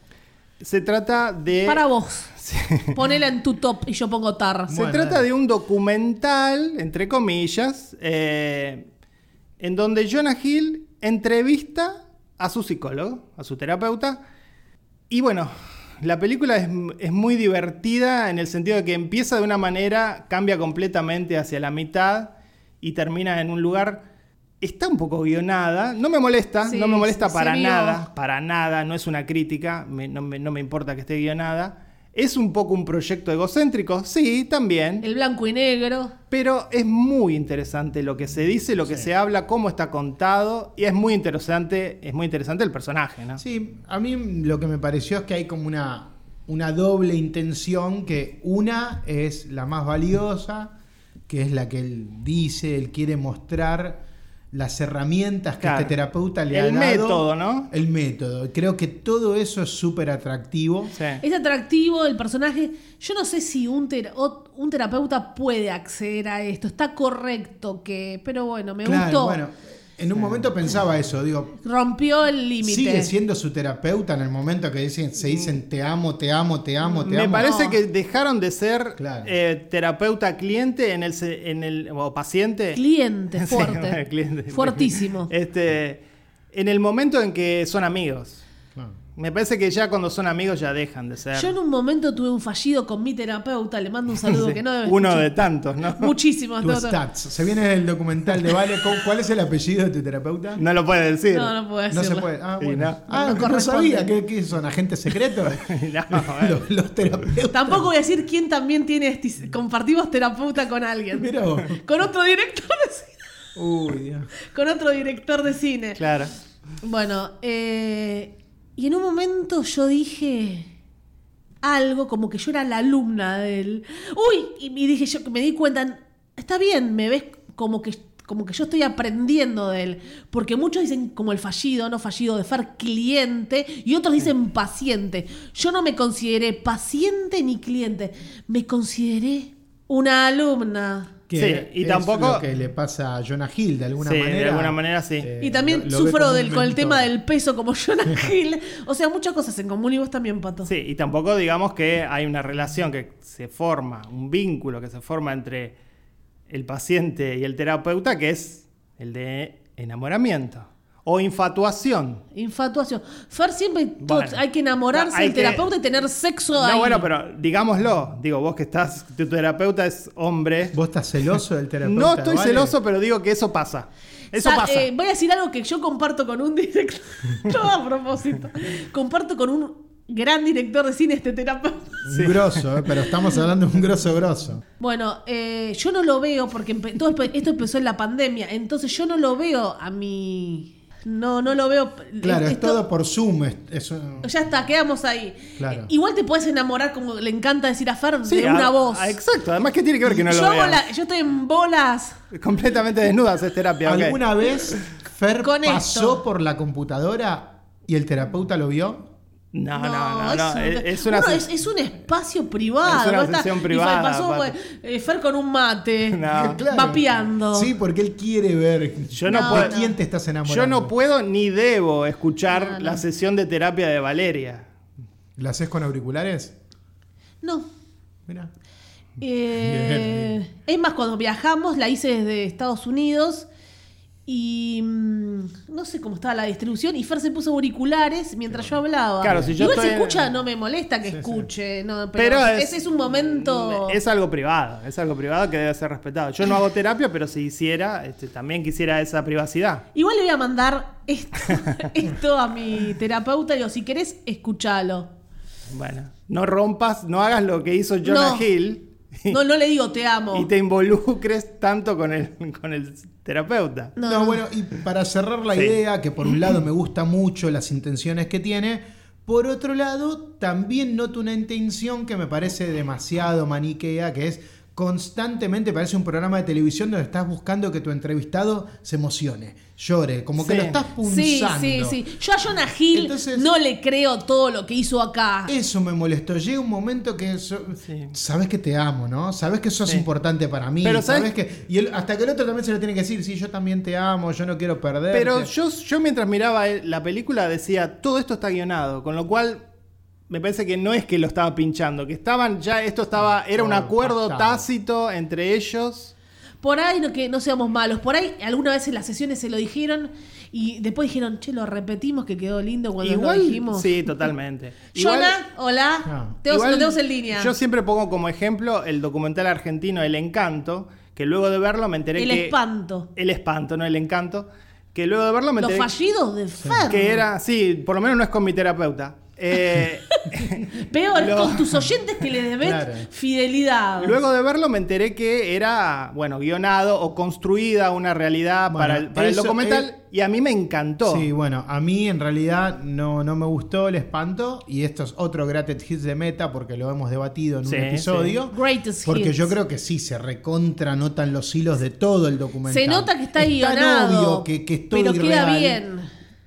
Speaker 3: Se trata de...
Speaker 4: Para vos.
Speaker 3: Sí.
Speaker 4: Ponela en tu top y yo pongo tar.
Speaker 2: Sí.
Speaker 3: Se
Speaker 2: Bueno,
Speaker 3: trata
Speaker 2: dale.
Speaker 3: de un documental, entre comillas, eh, en donde Jonah Hill entrevista a su psicólogo, a su terapeuta. Y bueno, la película es, es muy divertida en el sentido de que empieza de una manera, cambia completamente hacia la mitad y termina en un lugar... Está un poco guionada, no me molesta,
Speaker 4: Sí,
Speaker 3: no me molesta
Speaker 4: se- se
Speaker 3: para
Speaker 4: vio.
Speaker 3: nada para nada, no es una crítica, me- no, me, no me importa que esté guionada. Es un poco un proyecto egocéntrico, sí, también,
Speaker 4: El blanco y negro.
Speaker 3: pero es muy interesante lo que se dice, lo que se habla, cómo está contado, y es muy interesante, es muy interesante el personaje, ¿no?
Speaker 2: Sí, a mí lo que me pareció es que hay como una, una doble intención, que una es la más valiosa, que es la que él dice, él quiere mostrar las herramientas que
Speaker 3: Claro.
Speaker 2: este terapeuta le
Speaker 3: El
Speaker 2: ha dado.
Speaker 3: método, ¿no?
Speaker 2: El método. Creo que todo eso es súper atractivo.
Speaker 3: Sí.
Speaker 4: Es atractivo el personaje. Yo no sé si un, ter- o- un terapeuta puede acceder a esto. Está correcto que. Pero bueno, me
Speaker 2: Claro,
Speaker 4: gustó.
Speaker 2: bueno, en un momento pensaba eso, digo,
Speaker 4: Rompió el límite.
Speaker 2: sigue siendo su terapeuta en el momento que dicen, se dicen te amo, te amo, te amo, te
Speaker 3: Me
Speaker 2: amo.
Speaker 3: parece
Speaker 4: No.
Speaker 3: que dejaron de ser
Speaker 2: Claro.
Speaker 3: eh, terapeuta cliente en el, se- en el o paciente
Speaker 4: Cliente
Speaker 3: Sí,
Speaker 4: fuerte.
Speaker 3: bueno, cliente.
Speaker 4: Fuertísimo.
Speaker 3: Este, en el momento en que son amigos.
Speaker 2: Claro.
Speaker 3: Me parece que ya cuando son amigos ya dejan de ser.
Speaker 4: Yo en un momento tuve un fallido con mi terapeuta. Le mando un saludo
Speaker 3: Sí,
Speaker 4: que no debe
Speaker 3: Uno de
Speaker 4: escuchar.
Speaker 3: tantos, ¿no?
Speaker 4: Muchísimo.
Speaker 2: Tu
Speaker 4: tengo-
Speaker 2: stats. Se viene el documental de Vale. ¿Cu- ¿Cuál es el apellido de tu terapeuta?
Speaker 3: No lo puede decir.
Speaker 4: No, no puedo
Speaker 2: No
Speaker 4: decirlo.
Speaker 2: se puede. Ah,
Speaker 3: Sí,
Speaker 2: bueno.
Speaker 3: no.
Speaker 2: Ah,
Speaker 4: No
Speaker 2: no,
Speaker 4: corresponde.
Speaker 2: sabía. ¿Qué, qué son? ¿Agentes secretos?
Speaker 3: No, eh.
Speaker 2: los, los terapeutas.
Speaker 4: Tampoco voy a decir quién también tiene. esti- Compartimos terapeuta con alguien.
Speaker 2: Mira vos.
Speaker 4: Con otro director de cine.
Speaker 2: Uy, Dios.
Speaker 4: Con otro director de cine.
Speaker 3: Claro.
Speaker 4: Bueno, eh, y en un momento yo dije algo como que yo era la alumna de él. Uy, y, y dije yo que me di cuenta, está bien, me ves como que como que yo estoy aprendiendo de él, porque muchos dicen como el fallido, no fallido de Fer, cliente, y otros dicen paciente. Yo no me consideré paciente ni cliente, me consideré una alumna.
Speaker 2: Que
Speaker 3: Sí, y
Speaker 2: es
Speaker 3: tampoco-
Speaker 2: lo que le pasa a Jonah Hill de alguna
Speaker 3: Sí, de
Speaker 2: manera. Eh,
Speaker 3: alguna manera sí.
Speaker 4: Y
Speaker 2: lo-
Speaker 4: también
Speaker 2: lo ve
Speaker 4: sufro
Speaker 2: como
Speaker 4: del,
Speaker 2: un
Speaker 4: con el
Speaker 2: mentor.
Speaker 4: tema del peso como Jonah Hill. O sea, muchas cosas en común y vos también, Pato.
Speaker 3: Sí, y tampoco digamos que hay una relación que se forma, un vínculo que se forma entre el paciente y el terapeuta, que es el de enamoramiento o infatuación.
Speaker 4: Infatuación. Fer siempre todo-
Speaker 3: Bueno.
Speaker 4: hay que enamorarse
Speaker 3: Hay
Speaker 4: del
Speaker 3: que-
Speaker 4: terapeuta y tener sexo
Speaker 3: No,
Speaker 4: ahí.
Speaker 3: bueno, pero digámoslo. Digo, vos que estás, tu terapeuta es hombre.
Speaker 2: ¿Vos estás celoso del terapeuta?
Speaker 3: No estoy
Speaker 2: ¿vale?
Speaker 3: celoso, pero digo que eso pasa. Eso
Speaker 4: Sa-
Speaker 3: pasa.
Speaker 4: eh, voy a decir algo que yo comparto con un director. Todo a propósito. Comparto con un gran director de cine este terapeuta.
Speaker 2: Un grosso, eh, pero estamos hablando de un grosso grosso.
Speaker 4: Bueno, eh, yo no lo veo porque empe- todo empe- esto empezó en la pandemia. Entonces yo no lo veo a mi. No, no lo veo. eh,
Speaker 2: Claro, es
Speaker 4: Esto-
Speaker 2: todo por Zoom. es- es un-
Speaker 4: Ya está, quedamos ahí.
Speaker 2: Claro.
Speaker 4: Eh, Igual te puedes enamorar, como le encanta decir a Fer,
Speaker 3: Sí,
Speaker 4: de
Speaker 3: a-
Speaker 4: una voz.
Speaker 3: a- exacto, además que tiene que ver que no
Speaker 4: yo,
Speaker 3: lo
Speaker 4: hago
Speaker 3: veas.
Speaker 4: la- yo estoy en bolas.
Speaker 3: Completamente desnudas es terapia. ok.
Speaker 2: ¿Alguna vez Fer
Speaker 4: Con
Speaker 2: pasó
Speaker 4: esto.
Speaker 2: por la computadora y el terapeuta lo vio?
Speaker 3: No, no, no, no,
Speaker 4: eso-
Speaker 3: Es, es una
Speaker 4: uno,
Speaker 3: sen-
Speaker 4: es, es un espacio privado.
Speaker 3: Es una
Speaker 4: ¿no? Está-
Speaker 3: sesión
Speaker 4: y fue-
Speaker 3: privada,
Speaker 4: pasó
Speaker 3: aparte.
Speaker 4: fue, eh, Fer con un mate,
Speaker 3: No.
Speaker 2: Claro.
Speaker 4: Ah, vapeando.
Speaker 2: Sí, porque él quiere ver
Speaker 3: Yo no
Speaker 2: de
Speaker 3: puedo-
Speaker 2: quién te estás enamorando.
Speaker 3: Yo no puedo ni debo escuchar
Speaker 4: No, no.
Speaker 3: la sesión de terapia de Valeria.
Speaker 2: ¿La haces con auriculares?
Speaker 4: No.
Speaker 2: Mira.
Speaker 4: Eh, es más, cuando viajamos, la hice desde Estados Unidos Y mm, no sé cómo estaba la distribución. Y Fer se puso auriculares mientras yo hablaba.
Speaker 3: Claro, si yo
Speaker 4: Igual se
Speaker 3: estoy en-
Speaker 4: escucha, no me molesta que
Speaker 2: Sí, sí.
Speaker 4: escuche. No, pero
Speaker 3: Pero es-
Speaker 4: ese es un momento.
Speaker 3: Es algo privado, es algo privado que debe ser respetado. Yo no hago terapia, pero si hiciera, este, también quisiera esa privacidad.
Speaker 4: Igual le voy a mandar esto, esto a mi terapeuta. y Digo, si querés, escúchalo.
Speaker 3: Bueno, no rompas, no hagas lo que hizo Jonah
Speaker 4: No.
Speaker 3: Hill y,
Speaker 4: No, no le digo te amo.
Speaker 3: y te involucres tanto con el, con el terapeuta.
Speaker 4: No,
Speaker 2: No,
Speaker 4: no.
Speaker 2: bueno, y para cerrar la
Speaker 3: Sí.
Speaker 2: idea, que por un lado me gusta mucho las intenciones que tiene, por otro lado también noto una intención que me parece demasiado maniquea, que es constantemente parece un programa de televisión donde estás buscando que tu entrevistado se emocione, llore, como que
Speaker 3: Sí.
Speaker 2: lo estás
Speaker 4: Sí,
Speaker 2: punzando.
Speaker 4: sí, sí. Yo a Jonah Hill
Speaker 2: Entonces-
Speaker 4: no le creo todo lo que hizo acá.
Speaker 2: Eso me molestó. Llega un momento que so-
Speaker 3: Sí.
Speaker 2: sabes que te amo, ¿no? Sabes que sos
Speaker 3: Sí.
Speaker 2: importante para mí.
Speaker 3: Pero,
Speaker 2: sabes
Speaker 3: ¿sabes?
Speaker 2: que y el- hasta que el otro también se lo tiene que decir, sí, yo también te amo, yo no quiero perder.
Speaker 3: Pero yo, yo mientras miraba el- la película decía, todo esto está guionado, con lo cual me parece que no es que lo estaba pinchando, que estaban ya, esto
Speaker 4: Ah,
Speaker 3: estaba, era un
Speaker 2: Todo
Speaker 3: acuerdo
Speaker 2: pactado.
Speaker 3: tácito entre ellos.
Speaker 4: Por ahí no, que no seamos malos. Por ahí alguna vez en las sesiones se lo dijeron y después dijeron, che, lo repetimos que quedó lindo cuando lo dijimos.
Speaker 3: sí, totalmente. Igual- Ah,
Speaker 4: Jonah, hola.
Speaker 2: No.
Speaker 4: Te vamos-
Speaker 3: Igual,
Speaker 4: lo tenemos en línea.
Speaker 3: Yo siempre pongo como ejemplo el documental argentino El Encanto, que luego de verlo me enteré
Speaker 4: El
Speaker 3: que.
Speaker 4: espanto.
Speaker 3: El espanto, no el encanto. Que luego de verlo me
Speaker 4: Los
Speaker 3: enteré.
Speaker 4: fallidos de Fer.
Speaker 3: que era. Sí, por lo menos no es con mi terapeuta. Eh,
Speaker 4: Peor,
Speaker 3: Lo-
Speaker 4: con tus oyentes que les debes
Speaker 2: Claro.
Speaker 4: fidelidad.
Speaker 3: luego de verlo me enteré que era, bueno, guionado o construida una realidad
Speaker 2: Bueno,
Speaker 3: para, el, para el
Speaker 2: eso,
Speaker 3: documental.
Speaker 2: eh,
Speaker 3: y a mí me encantó.
Speaker 2: Sí, bueno, a mí en realidad no, no me gustó el espanto y esto es otro Grated Hits de Meta porque lo hemos debatido en
Speaker 3: Sí,
Speaker 2: un episodio.
Speaker 4: Greatest
Speaker 2: Porque
Speaker 4: hits.
Speaker 2: yo creo que sí, se recontra notan los hilos de todo el documental.
Speaker 4: Se nota que está
Speaker 2: Es tan
Speaker 4: guionado.
Speaker 2: obvio que, que es todo
Speaker 4: pero queda
Speaker 2: irreal.
Speaker 4: bien.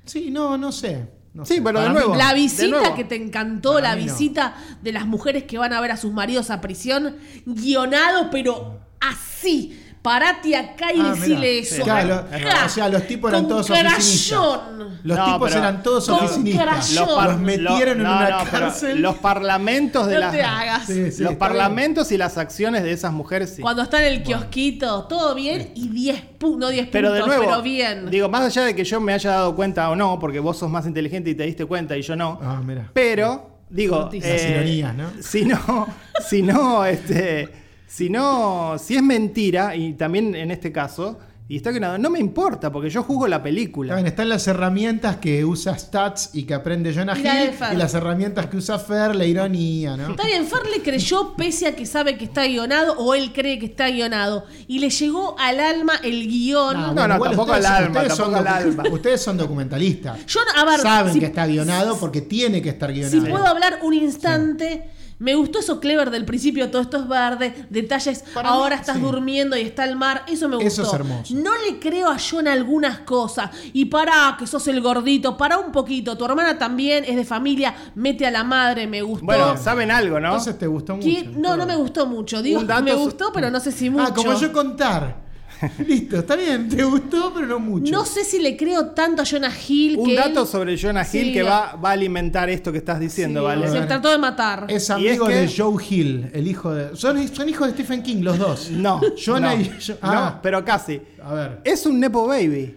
Speaker 2: Sí, no, no sé. no
Speaker 3: Sí,
Speaker 2: sé.
Speaker 3: pero de
Speaker 2: Para mí
Speaker 3: nuevo,
Speaker 4: La
Speaker 3: De
Speaker 4: visita
Speaker 3: nuevo.
Speaker 4: que te encantó,
Speaker 2: Para
Speaker 4: la
Speaker 2: mí no.
Speaker 4: visita de las mujeres que van a ver a sus maridos a prisión, guionado, pero así. Parate acá y
Speaker 2: Ah,
Speaker 4: decile
Speaker 2: mirá.
Speaker 4: eso.
Speaker 2: Sí. Claro,
Speaker 4: acá,
Speaker 2: o sea, los tipos eran
Speaker 4: con
Speaker 2: todos oficinistas.
Speaker 4: crayón.
Speaker 2: Los
Speaker 3: No,
Speaker 2: tipos
Speaker 3: pero-
Speaker 2: eran todos
Speaker 4: Con
Speaker 2: oficinistas.
Speaker 4: crayón.
Speaker 2: Los,
Speaker 4: par-
Speaker 2: metieron
Speaker 3: lo-
Speaker 2: en
Speaker 3: no,
Speaker 2: una
Speaker 3: no, pero
Speaker 2: cárcel.
Speaker 3: Los parlamentos de
Speaker 4: No
Speaker 3: las.
Speaker 4: te hagas.
Speaker 2: Sí, sí,
Speaker 3: los
Speaker 2: está
Speaker 3: parlamentos y las acciones de esas mujeres sí.
Speaker 4: Cuando está en el kiosquito, todo bien y 10 puntos, no 10
Speaker 3: Pero de
Speaker 4: puntos,
Speaker 3: nuevo,
Speaker 4: pero bien.
Speaker 3: digo, más allá de que yo me haya dado cuenta o no, porque vos sos más inteligente y te diste cuenta y yo no,
Speaker 2: Ah, mira.
Speaker 3: pero, digo, eh,
Speaker 4: Noticias.
Speaker 2: Las ironías, ¿no?
Speaker 3: si no, si no, este, si no, si es mentira, y también en este caso, y está guionado, no me importa, porque yo juzgo la película.
Speaker 2: Está bien, están las herramientas que usa Stats y que aprende Jonah
Speaker 4: Y la de
Speaker 2: Hill
Speaker 4: Fer.
Speaker 2: y las herramientas que usa Fer, la ironía, ¿no?
Speaker 4: Está bien, Fer le creyó pese a que sabe que está guionado o él cree que está guionado. Y le llegó al alma el guión.
Speaker 2: Ah,
Speaker 3: No, no,
Speaker 2: igual
Speaker 3: tampoco al alma, tampoco
Speaker 2: son
Speaker 3: al
Speaker 2: docu-
Speaker 3: alma.
Speaker 2: Ustedes son documentalistas.
Speaker 4: Yo no- a ver,
Speaker 2: Saben
Speaker 4: si-
Speaker 2: que está guionado porque tiene que estar
Speaker 4: Si
Speaker 2: guionado.
Speaker 4: puedo hablar un instante, me gustó eso clever del principio, todo esto es verde, detalles,
Speaker 2: Para
Speaker 4: ahora
Speaker 2: mí,
Speaker 4: estás
Speaker 2: sí.
Speaker 4: durmiendo y está el mar, eso me gustó.
Speaker 2: Eso es hermoso.
Speaker 4: No le creo a John algunas cosas. Y pará, que sos el gordito, pará un poquito, tu hermana también es de familia, mete a la madre, me gustó.
Speaker 3: bueno, saben algo, ¿no?
Speaker 2: Entonces te gustó mucho.
Speaker 4: ¿Qué? no, no me gustó mucho. Digo,
Speaker 3: Un dato
Speaker 4: me
Speaker 3: so-
Speaker 4: gustó, pero no sé si mucho.
Speaker 2: Ah, como yo contar. Listo, está bien, te gustó, pero no mucho.
Speaker 4: No sé si le creo tanto a Jonah Hill.
Speaker 3: Un
Speaker 4: que
Speaker 3: dato
Speaker 4: él-
Speaker 3: sobre Jonah Hill
Speaker 4: Sí,
Speaker 3: que va, va a alimentar esto que estás diciendo,
Speaker 4: sí,
Speaker 3: ¿vale?
Speaker 4: Se
Speaker 2: ver.
Speaker 4: trató de matar.
Speaker 2: Es
Speaker 3: Y
Speaker 2: amigo
Speaker 3: es que-
Speaker 2: de Joe Hill, el hijo de. Son, son hijos de Stephen King, los dos.
Speaker 3: No,
Speaker 2: Jonah
Speaker 3: no,
Speaker 2: y. yo- ah,
Speaker 3: no, pero casi.
Speaker 2: A ver.
Speaker 3: Es un Nepo Baby.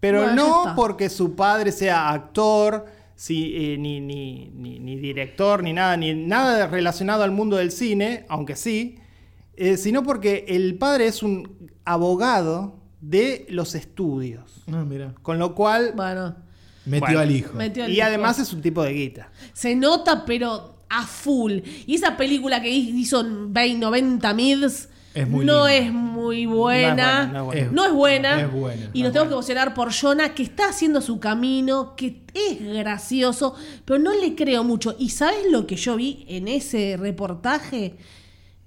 Speaker 3: Pero
Speaker 4: Bueno, ya
Speaker 3: no
Speaker 4: está.
Speaker 3: porque su padre sea actor, si, eh, ni, ni- ni- ni director, ni nada, ni nada relacionado al mundo del cine, aunque sí, eh, sino porque el padre es un abogado de los estudios.
Speaker 2: No, mira.
Speaker 3: Con lo cual.
Speaker 4: Bueno,
Speaker 2: Metió
Speaker 3: Bueno.
Speaker 2: al hijo.
Speaker 4: metió el
Speaker 3: y
Speaker 4: hijo.
Speaker 3: además es un tipo de guita.
Speaker 4: Se nota, pero a full. Y esa película que hizo en 20, 90 mids
Speaker 2: Es muy
Speaker 4: no
Speaker 2: linda.
Speaker 4: es muy
Speaker 3: No
Speaker 4: buena.
Speaker 3: es buena,
Speaker 4: No es buena.
Speaker 2: Es buena.
Speaker 4: Y nos tenemos que emocionar por Jonah, que está haciendo su camino, que es gracioso, pero no le creo mucho. ¿Y sabes lo que yo vi en ese reportaje?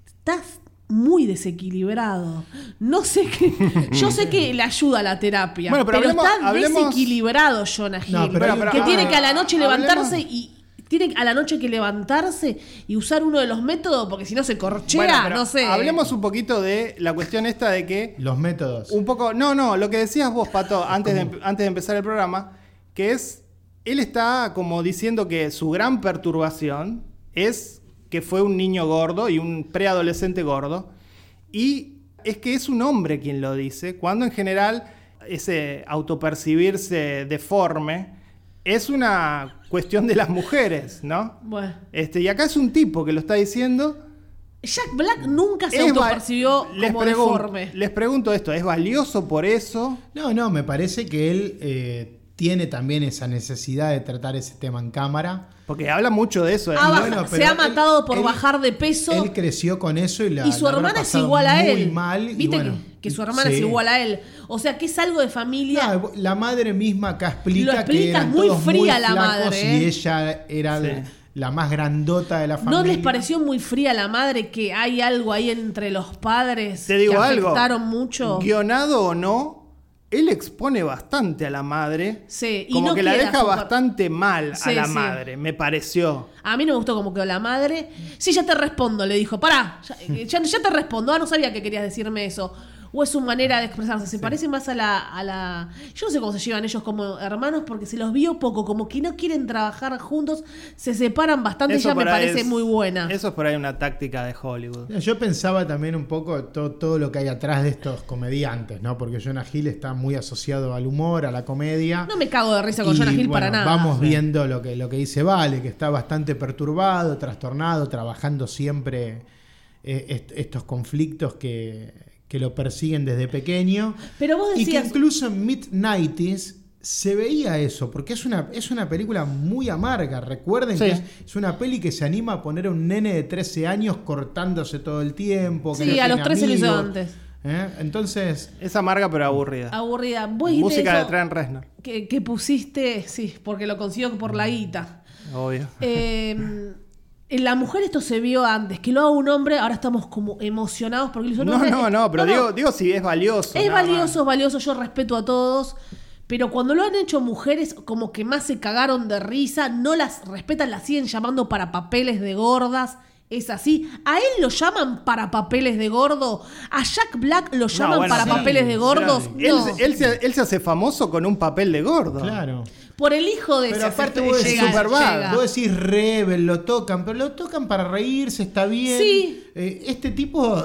Speaker 4: Estás muy desequilibrado. No sé qué. Yo sé que le ayuda a la terapia.
Speaker 3: Bueno,
Speaker 4: pero
Speaker 3: pero hablemos-
Speaker 4: está
Speaker 3: hablemos-
Speaker 4: desequilibrado Jonah Hill.
Speaker 2: No, pero
Speaker 3: hay un-
Speaker 4: que
Speaker 3: ah,
Speaker 4: tiene que a la noche
Speaker 3: hablemos-
Speaker 4: levantarse y tiene a la noche que levantarse y usar uno de los métodos porque si no se corchea,
Speaker 3: Bueno, pero
Speaker 4: no sé.
Speaker 3: Hablemos un poquito de la cuestión esta de que
Speaker 2: Los métodos.
Speaker 3: Un poco, no, no, lo que decías vos, Pato, antes de, em, antes de empezar el programa, que es, él está como diciendo que su gran perturbación es que fue un niño gordo y un preadolescente gordo, y es que es un hombre quien lo dice, cuando en general ese autopercibirse deforme, es una cuestión de las mujeres, ¿no?
Speaker 4: Bueno.
Speaker 3: Este, y acá es un tipo que lo está diciendo.
Speaker 4: Jack Black nunca Ah, se
Speaker 3: Es va-
Speaker 4: autopercibió
Speaker 3: les
Speaker 4: como
Speaker 3: pregun-
Speaker 4: deforme.
Speaker 3: Les pregunto esto, ¿es valioso por eso?
Speaker 2: No, no, me parece que él eh, tiene también esa necesidad de tratar ese tema en cámara.
Speaker 3: Porque habla mucho de eso. ¿eh?
Speaker 4: Ha
Speaker 2: bueno,
Speaker 4: baja- se
Speaker 2: pero
Speaker 4: ha
Speaker 2: él-
Speaker 4: matado por
Speaker 2: él-
Speaker 4: bajar de peso.
Speaker 2: Él creció con eso y la
Speaker 4: y su
Speaker 2: la habrá
Speaker 4: hermana es
Speaker 2: pasado
Speaker 4: igual a
Speaker 2: muy
Speaker 4: él.
Speaker 2: mal y
Speaker 4: Viste
Speaker 2: bueno,
Speaker 4: que, que su hermana es
Speaker 2: sí.
Speaker 4: igual a él. O sea, que es algo de familia.
Speaker 2: No, la madre misma acá explica,
Speaker 4: Lo explica,
Speaker 2: que eran
Speaker 4: es muy
Speaker 2: todos
Speaker 4: fría
Speaker 2: muy
Speaker 4: la
Speaker 2: flacos
Speaker 4: madre, ¿eh?
Speaker 2: y ella era
Speaker 3: Sí.
Speaker 2: la más grandota de la familia.
Speaker 4: ¿No les pareció muy fría la madre que hay algo ahí entre los padres
Speaker 3: Te digo
Speaker 4: que
Speaker 3: algo.
Speaker 4: afectaron mucho?
Speaker 3: Guionado o no, él expone bastante a la madre.
Speaker 4: Sí, y
Speaker 3: como
Speaker 4: no
Speaker 3: que la
Speaker 4: queda
Speaker 3: deja
Speaker 4: super-
Speaker 3: bastante mal
Speaker 4: Sí,
Speaker 3: a la
Speaker 4: sí.
Speaker 3: madre, me pareció.
Speaker 4: A mí no me gustó como quedó la madre. Sí, ya te respondo, le dijo. Pará, ya, eh, ya- ya te respondo. Ah, no sabía que querías decirme eso. O es su manera de expresarse. Se parece más a la, a la. Yo no sé cómo se llevan ellos como hermanos porque se los vio poco. Como que no quieren trabajar juntos. Se separan bastante.
Speaker 3: Eso
Speaker 4: ya me
Speaker 3: por ahí
Speaker 4: parece
Speaker 3: es-
Speaker 4: muy buena.
Speaker 3: Eso es por ahí una táctica de Hollywood.
Speaker 2: Yo pensaba también un poco todo, todo lo que hay atrás de estos comediantes, ¿no? Porque Jonah Hill está muy asociado al humor, a la comedia.
Speaker 4: No me cago de risa con
Speaker 2: Y,
Speaker 4: Jonah Hill
Speaker 2: bueno,
Speaker 4: para nada.
Speaker 2: Vamos viendo lo que, lo que dice Vale, que está bastante perturbado, trastornado, trabajando siempre eh, est- estos conflictos que, que lo persiguen desde pequeño.
Speaker 4: Pero vos
Speaker 2: y que
Speaker 4: decías-
Speaker 2: incluso en Mid-90s se veía eso, porque es una, es una película muy amarga. Recuerden
Speaker 3: Sí.
Speaker 2: que es, es una peli que se anima a poner a un nene de 13 años cortándose todo el tiempo. que
Speaker 4: Sí,
Speaker 2: no
Speaker 4: a
Speaker 2: tiene
Speaker 4: los 13 lo hizo
Speaker 2: amigos,
Speaker 4: antes.
Speaker 2: ¿eh? Entonces,
Speaker 3: Es amarga pero aburrida.
Speaker 4: Aburrida. Ah, Vos dijiste
Speaker 3: Música de
Speaker 4: eso
Speaker 3: Trent Reznor,
Speaker 4: que, que pusiste, sí, porque lo consigo por la guita.
Speaker 3: obvio.
Speaker 4: Eh, en la mujer esto se vio antes, que lo haga un hombre, ahora estamos como emocionados porque lo hizo un
Speaker 3: No,
Speaker 4: hombre.
Speaker 3: no, no, pero digo, digo si es valioso.
Speaker 4: es
Speaker 3: nada más.
Speaker 4: valioso, es valioso, yo respeto a todos. Pero cuando lo han hecho mujeres, como que más se cagaron de risa, no las respetan, las siguen llamando para papeles de gordas. Es así. A él lo llaman para papeles de gordo. A Jack Black lo llaman
Speaker 3: bueno,
Speaker 4: para
Speaker 3: sí.
Speaker 4: papeles de gordos.
Speaker 3: Él,
Speaker 4: No.
Speaker 3: él se, él se hace famoso con un papel de gordo.
Speaker 2: claro.
Speaker 4: Por el hijo de
Speaker 2: Pero
Speaker 4: ese
Speaker 2: aparte
Speaker 4: efecto
Speaker 2: vos
Speaker 4: que
Speaker 2: decís
Speaker 4: llega-
Speaker 2: Superbad,
Speaker 4: llega.
Speaker 2: vos decís Rebel, lo tocan, pero lo tocan para reírse, está bien.
Speaker 4: Sí.
Speaker 2: Eh, este tipo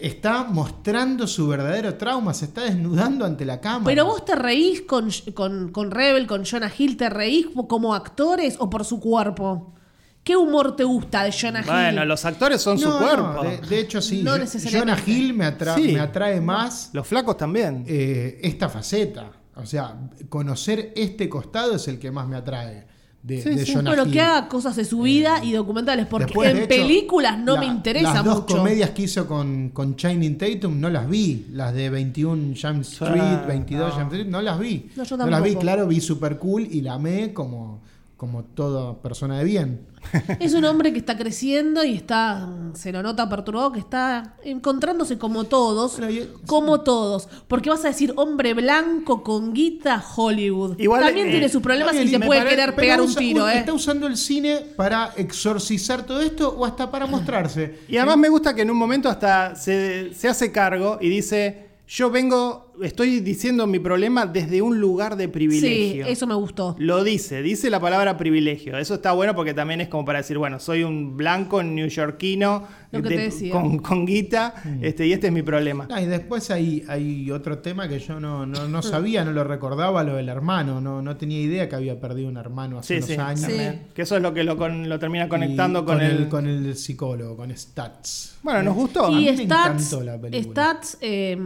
Speaker 2: está mostrando su verdadero trauma, se está desnudando ante la cámara.
Speaker 4: Pero vos te reís con, con, con Rebel, con Jonah Hill, te reís como actores o por su cuerpo. ¿Qué humor te gusta de Jonah Hill?
Speaker 3: Bueno, los actores son
Speaker 2: No,
Speaker 3: su
Speaker 2: no,
Speaker 3: cuerpo.
Speaker 2: de, de hecho, sí.
Speaker 4: No
Speaker 2: Yo-
Speaker 4: necesariamente.
Speaker 2: Jonah Hill me, atra-
Speaker 3: Sí.
Speaker 2: me atrae más
Speaker 3: Los flacos también.
Speaker 2: eh, esta faceta. O sea, conocer este costado es el que más me atrae de,
Speaker 3: Sí,
Speaker 2: de
Speaker 3: sí,
Speaker 2: Jonah
Speaker 4: Pero
Speaker 2: Hill. Eh,
Speaker 4: que haga cosas de su vida y documentales, porque
Speaker 2: Después,
Speaker 4: en
Speaker 2: de hecho,
Speaker 4: películas no
Speaker 2: la-
Speaker 4: me interesa
Speaker 2: Las dos
Speaker 4: mucho.
Speaker 2: comedias que hizo con, con Channing Tatum no las vi. Las de 21 Jump Street,
Speaker 3: Ah,
Speaker 2: 22
Speaker 3: no.
Speaker 2: Jump Street, no las vi.
Speaker 4: No, yo
Speaker 2: las vi,
Speaker 4: tampoco.
Speaker 2: claro, vi Super Cool y la amé como, como toda persona de bien.
Speaker 4: Es un hombre que está creciendo y está, mm, se lo nota perturbado, que está encontrándose como todos,
Speaker 2: Bueno, y-
Speaker 4: como todos. Porque vas a decir hombre blanco con guita Hollywood.
Speaker 3: Igual,
Speaker 4: También
Speaker 3: eh,
Speaker 4: tiene sus problemas
Speaker 2: Está
Speaker 4: y
Speaker 2: bien,
Speaker 4: se
Speaker 2: me
Speaker 4: puede
Speaker 2: pare-
Speaker 4: querer
Speaker 2: pero
Speaker 4: pegar un
Speaker 2: usa-
Speaker 4: tiro, ¿eh?
Speaker 2: Está usando el cine para exorcizar todo esto o hasta para mostrarse.
Speaker 3: Y además me gusta que en un momento hasta se, se hace cargo y dice, yo vengo, estoy diciendo mi problema desde un lugar de
Speaker 4: Sí,
Speaker 3: privilegio.
Speaker 4: eso me gustó.
Speaker 3: Lo dice, dice la palabra privilegio. Eso está bueno porque también es como para decir, bueno, soy un blanco neoyorquino
Speaker 4: Lo que te decía.
Speaker 3: con, con guita
Speaker 2: Mm.
Speaker 3: este, y este es mi problema.
Speaker 2: Ah, y después hay, hay otro tema que yo no, no, no sabía, no lo recordaba, lo del hermano. No, no tenía idea que había perdido un hermano hace
Speaker 3: Sí,
Speaker 2: unos
Speaker 3: sí,
Speaker 2: años.
Speaker 3: también. Que eso es lo que lo, con- lo termina
Speaker 2: Y
Speaker 3: conectando con, el...
Speaker 2: con el psicólogo, con Stats.
Speaker 3: Bueno, nos gustó.
Speaker 2: a mí
Speaker 4: Y
Speaker 2: me
Speaker 4: Stats,
Speaker 2: encantó la película.
Speaker 4: Stats, eh,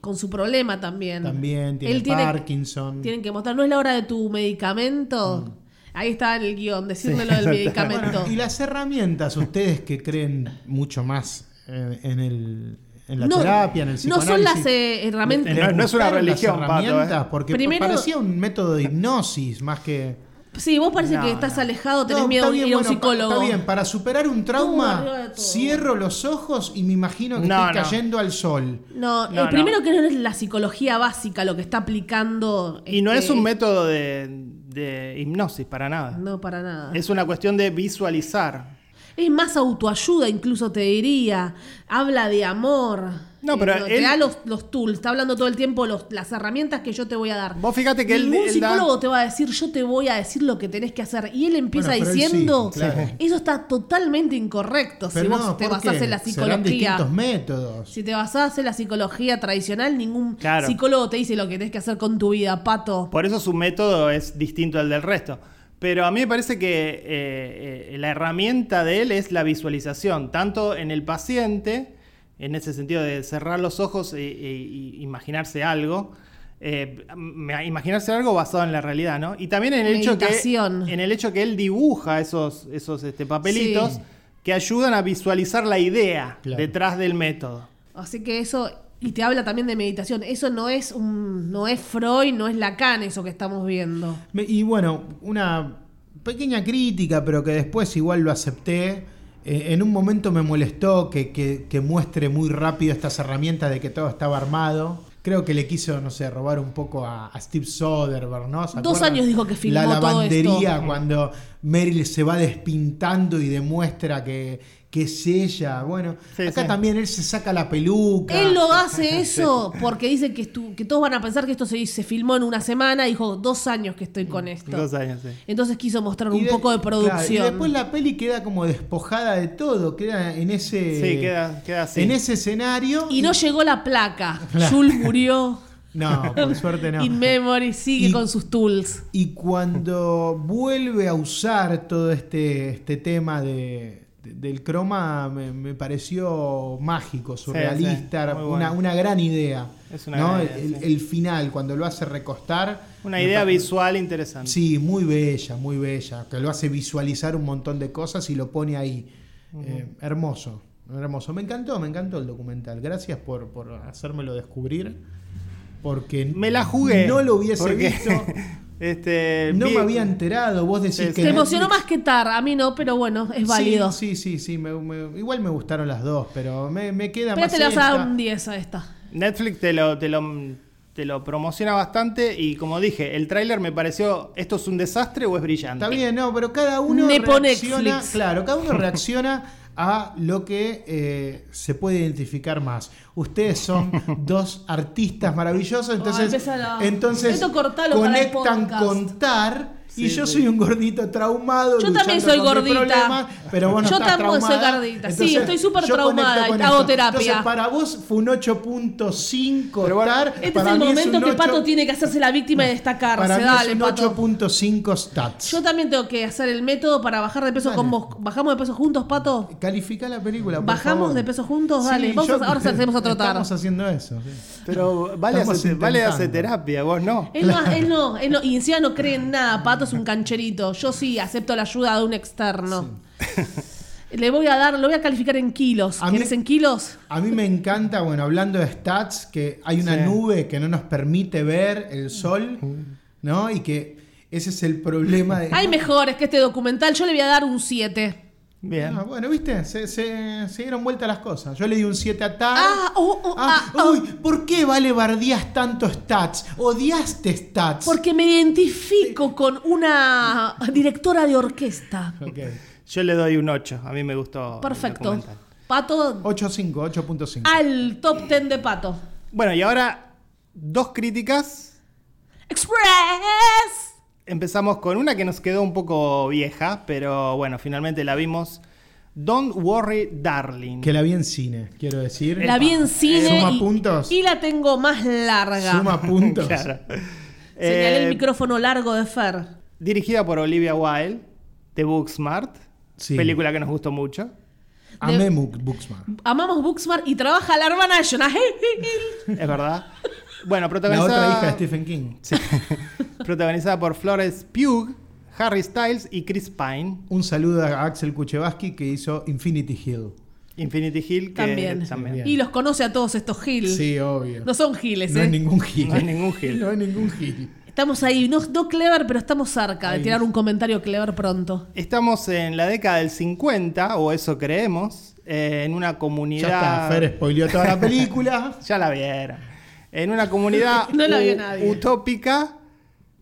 Speaker 4: con su problema también.
Speaker 2: También tiene
Speaker 4: Em, Él
Speaker 2: Parkinson.
Speaker 4: Tienen que mostrar, no es la hora de tu medicamento.
Speaker 2: Mm.
Speaker 4: Ahí está el guión, decirle lo del medicamento.
Speaker 2: Bueno, y las herramientas, ustedes que creen mucho más eh, en, el, en la
Speaker 4: no,
Speaker 2: terapia, en el
Speaker 4: no
Speaker 2: psicoanálisis.
Speaker 4: son las eh, herramientas.
Speaker 3: No, no es una
Speaker 2: buscaron las
Speaker 3: religión, Pato, ¿eh?
Speaker 2: herramientas, Porque
Speaker 4: Primero-
Speaker 2: parecía un método de hipnosis más que...
Speaker 4: Sí, vos parece
Speaker 3: No,
Speaker 4: que estás
Speaker 3: no.
Speaker 4: alejado, tenés
Speaker 2: No,
Speaker 4: miedo
Speaker 2: está
Speaker 4: de ir
Speaker 2: bien,
Speaker 4: a un
Speaker 2: bueno, pa-
Speaker 4: psicólogo.
Speaker 2: Está bien, para superar un trauma,
Speaker 4: arriba de todo.
Speaker 2: cierro los ojos y me imagino que
Speaker 3: No,
Speaker 2: estoy
Speaker 3: no.
Speaker 2: cayendo al sol.
Speaker 4: No,
Speaker 3: No,
Speaker 4: eh,
Speaker 3: no.
Speaker 4: primero que no es la psicología básica lo que está aplicando.
Speaker 3: Y no
Speaker 4: este,
Speaker 3: es un método de, de hipnosis para nada.
Speaker 4: No, para nada.
Speaker 3: Es una cuestión de visualizar.
Speaker 4: Es más autoayuda, incluso te diría. Habla de amor.
Speaker 3: No, pero
Speaker 4: Eh, te
Speaker 3: él-
Speaker 4: da los, los tools, está hablando todo el tiempo los- las herramientas que yo te voy a dar.
Speaker 3: Vos fíjate que él-
Speaker 4: Ningún
Speaker 3: él da-
Speaker 4: psicólogo te va a decir, yo te voy a decir lo que tenés que hacer. Y él empieza
Speaker 2: Bueno, pero él sí,
Speaker 4: diciendo,
Speaker 2: claro.
Speaker 4: eso está totalmente incorrecto. si vos te
Speaker 2: ¿por
Speaker 4: basás
Speaker 2: qué?
Speaker 4: en la
Speaker 2: Serán
Speaker 4: psicología.
Speaker 2: distintos métodos.
Speaker 4: Si te basás en la psicología tradicional, ningún
Speaker 3: Claro.
Speaker 4: psicólogo te dice lo que tenés que hacer con tu vida, pato.
Speaker 3: Por eso su método es distinto al del resto. Pero a mí me parece que eh, eh, la herramienta de él es la visualización, tanto en el paciente, en ese sentido de cerrar los ojos e, e- y imaginarse algo, eh, me- imaginarse algo basado en la realidad, ¿no? Y también en el hecho que
Speaker 4: Meditación.
Speaker 3: en el hecho que él dibuja esos esos este, papelitos
Speaker 4: Sí.
Speaker 3: que ayudan a visualizar la idea
Speaker 2: Claro.
Speaker 3: detrás del método.
Speaker 4: Así que eso, y te habla también de meditación. Eso no es un, no es Freud, no es Lacan eso que estamos viendo.
Speaker 2: Me- Y bueno, una pequeña crítica, pero que después igual lo acepté. Eh, en un momento me molestó que, que- que muestre muy rápido estas herramientas de que todo estaba armado. Creo que le quiso, no sé, robar un poco a, a Steve Soderbergh, ¿no? ¿Se
Speaker 4: Dos
Speaker 2: acuerdan?
Speaker 4: años dijo que filmó
Speaker 2: La
Speaker 4: todo esto.
Speaker 2: lavandería cuando Meryl se va despintando y demuestra que, que es ella. Bueno,
Speaker 3: Sí,
Speaker 2: acá
Speaker 3: sí.
Speaker 2: también él se saca la peluca.
Speaker 4: Él lo hace eso porque dice que, estu- que todos van a pensar que esto se, se filmó en una semana. Dijo, dos años que estoy con esto.
Speaker 3: Dos años, sí.
Speaker 4: Entonces quiso mostrar
Speaker 2: Mm, Y
Speaker 4: un
Speaker 2: de-
Speaker 4: poco de
Speaker 2: claro,
Speaker 4: producción.
Speaker 2: y después la peli queda como despojada de todo, queda en ese.
Speaker 3: Sí, queda- queda así.
Speaker 2: Eh, En ese escenario.
Speaker 4: Y no llegó la placa. Jules murió.
Speaker 2: No, por suerte no.
Speaker 4: In Memory sigue
Speaker 2: Y-
Speaker 4: con sus tools.
Speaker 2: Y cuando vuelve a usar todo este, este tema de, de- del croma, me, me pareció mágico, surrealista,
Speaker 3: sí, muy
Speaker 2: una,
Speaker 3: bueno.
Speaker 2: una gran idea.
Speaker 3: Es una
Speaker 2: ¿no?
Speaker 3: gran idea,
Speaker 2: el,
Speaker 3: sí.
Speaker 2: el final, cuando lo hace recostar.
Speaker 3: Una
Speaker 2: me
Speaker 3: idea
Speaker 2: pa-
Speaker 3: visual interesante.
Speaker 2: Sí, muy bella, muy bella. Que lo hace visualizar un montón de cosas y lo pone ahí. Eh, hermoso, hermoso. Me encantó, me encantó el documental. Gracias por, por hacérmelo descubrir. Porque
Speaker 3: Me la jugué.
Speaker 2: No lo hubiese
Speaker 3: porque,
Speaker 2: visto.
Speaker 3: este,
Speaker 2: No
Speaker 3: vi-
Speaker 2: me había enterado. Vos decís
Speaker 3: Sí,
Speaker 2: que.
Speaker 3: sí.
Speaker 4: Te emocionó
Speaker 2: Netflix-
Speaker 4: más que Tar, a mí no, pero bueno, es
Speaker 2: Sí,
Speaker 4: válido.
Speaker 2: Sí, sí, sí. me- me- igual me gustaron las dos, pero me, me queda
Speaker 4: Pero
Speaker 2: más.
Speaker 4: te le vas a dar
Speaker 2: esta.
Speaker 4: un 10 a esta.
Speaker 3: Netflix te lo, te, lo, te lo promociona bastante y como dije, el tráiler me pareció, ¿esto es un desastre o es brillante?
Speaker 2: Está bien, no, pero cada uno
Speaker 4: Nepo
Speaker 2: reacciona.
Speaker 4: Netflix.
Speaker 2: Claro, cada uno reacciona a lo que eh, se puede identificar más. Ustedes son dos artistas maravillosos, entonces,
Speaker 4: empezaron.
Speaker 2: entonces
Speaker 4: Esto cortalo para el
Speaker 2: conectan
Speaker 4: podcast.
Speaker 2: con Tar. Y
Speaker 3: Sí,
Speaker 2: yo
Speaker 3: sí.
Speaker 2: soy un gordito traumado.
Speaker 4: Yo también
Speaker 2: luchando
Speaker 4: soy
Speaker 2: con mis
Speaker 4: gordita.
Speaker 2: problemas, Pero vos no
Speaker 4: Yo
Speaker 2: estás
Speaker 4: también soy
Speaker 2: traumada,
Speaker 4: gordita. Sí,
Speaker 2: entonces
Speaker 4: estoy súper
Speaker 2: yo conecto
Speaker 4: traumada y
Speaker 2: con
Speaker 4: hago
Speaker 2: esto.
Speaker 4: terapia.
Speaker 2: Entonces, para vos fue un 8.5
Speaker 3: Pero bueno,
Speaker 2: Tar,
Speaker 4: Este es
Speaker 2: para
Speaker 4: el
Speaker 2: mí un
Speaker 4: momento que
Speaker 2: 8,
Speaker 4: Pato tiene que hacerse la víctima y destacarse.
Speaker 2: Para mí
Speaker 4: Dale,
Speaker 2: es un
Speaker 4: Pato.
Speaker 2: 8.5 stats.
Speaker 4: Yo también tengo que hacer el método para bajar de peso
Speaker 2: Dale.
Speaker 4: con vos. ¿Bajamos de peso juntos, Pato?
Speaker 2: Califica la película. por
Speaker 4: ¿Bajamos
Speaker 2: favor.
Speaker 4: de peso juntos? Dale, vamos a- ahora hacemos otro tar.
Speaker 2: Estamos haciendo eso. sí.
Speaker 3: Pero vale,
Speaker 2: Estamos
Speaker 3: hace, vale
Speaker 2: intentando.
Speaker 3: hace terapia, vos no.
Speaker 4: Él no, él no, él no, y encima no cree en nada, Pato es un cancherito. Yo sí acepto la ayuda de un externo. Le voy a dar, lo voy a calificar en kilos.
Speaker 2: A mí-
Speaker 4: ¿Quieres en kilos?
Speaker 2: A mí me encanta, bueno, hablando de stats, que hay una
Speaker 3: Sí.
Speaker 2: nube que no nos permite ver el sol, ¿no? Y que ese es el problema de.
Speaker 4: Hay mejores que este documental, yo le voy a dar un 7.
Speaker 3: Bien.
Speaker 2: Ah, bueno, viste, se, se- se dieron vuelta las cosas. Yo le di un 7 a Tar.
Speaker 4: Ah, oh, oh,
Speaker 2: Ah,
Speaker 4: ah, oh.
Speaker 2: uy, ¿por qué vale bardías tanto stats? Odiaste stats.
Speaker 4: Porque me identifico con una directora de orquesta.
Speaker 2: Ok.
Speaker 3: Yo le doy un 8, a mí me gustó. el
Speaker 4: Perfecto.
Speaker 3: documental.
Speaker 4: Pato
Speaker 2: 8.5, 8.5.
Speaker 4: al top 10 de Pato.
Speaker 3: Bueno, y ahora dos críticas.
Speaker 4: Express.
Speaker 3: Empezamos con una que nos quedó un poco vieja, pero bueno, finalmente la vimos. Don't Worry Darling.
Speaker 2: Que la vi en cine, quiero decir.
Speaker 4: La vi en cine
Speaker 2: eh, Suma
Speaker 4: y,
Speaker 2: puntos.
Speaker 4: y la tengo más larga.
Speaker 2: Suma puntos.
Speaker 3: Claro.
Speaker 4: Señalé
Speaker 3: Eh,
Speaker 4: el micrófono largo de Fer.
Speaker 3: Dirigida por Olivia Wilde, de Booksmart,
Speaker 2: Sí.
Speaker 3: película que nos gustó mucho.
Speaker 2: Amé Mu- Buxman.
Speaker 4: Amamos Booksmart y trabaja la hermana de Jonah Hill.
Speaker 3: Es verdad. Bueno,
Speaker 2: La
Speaker 3: protagonizada,
Speaker 2: otra hija de Stephen King.
Speaker 3: protagonizada por Flores Pugh, Harry Styles y Chris Pine.
Speaker 2: Un saludo a Axel Kuchevaski que hizo Infinity Hill.
Speaker 3: Infinity Hill, que
Speaker 4: También.
Speaker 2: también.
Speaker 4: Y los conoce a todos estos Hill.
Speaker 2: Sí, obvio.
Speaker 4: No son Giles,
Speaker 2: No
Speaker 4: ¿eh?
Speaker 2: es ningún Hill.
Speaker 3: No es ningún Hill.
Speaker 2: No es ningún Hill.
Speaker 4: Estamos ahí, no, no clever, pero estamos cerca de tirar un comentario clever pronto.
Speaker 3: Estamos en la década del 50, o eso creemos, eh, en una comunidad.
Speaker 2: Ya está, Fer spoileó toda la película.
Speaker 3: Ya la vieron. En una comunidad
Speaker 4: No la vio
Speaker 3: u-
Speaker 4: nadie.
Speaker 3: utópica,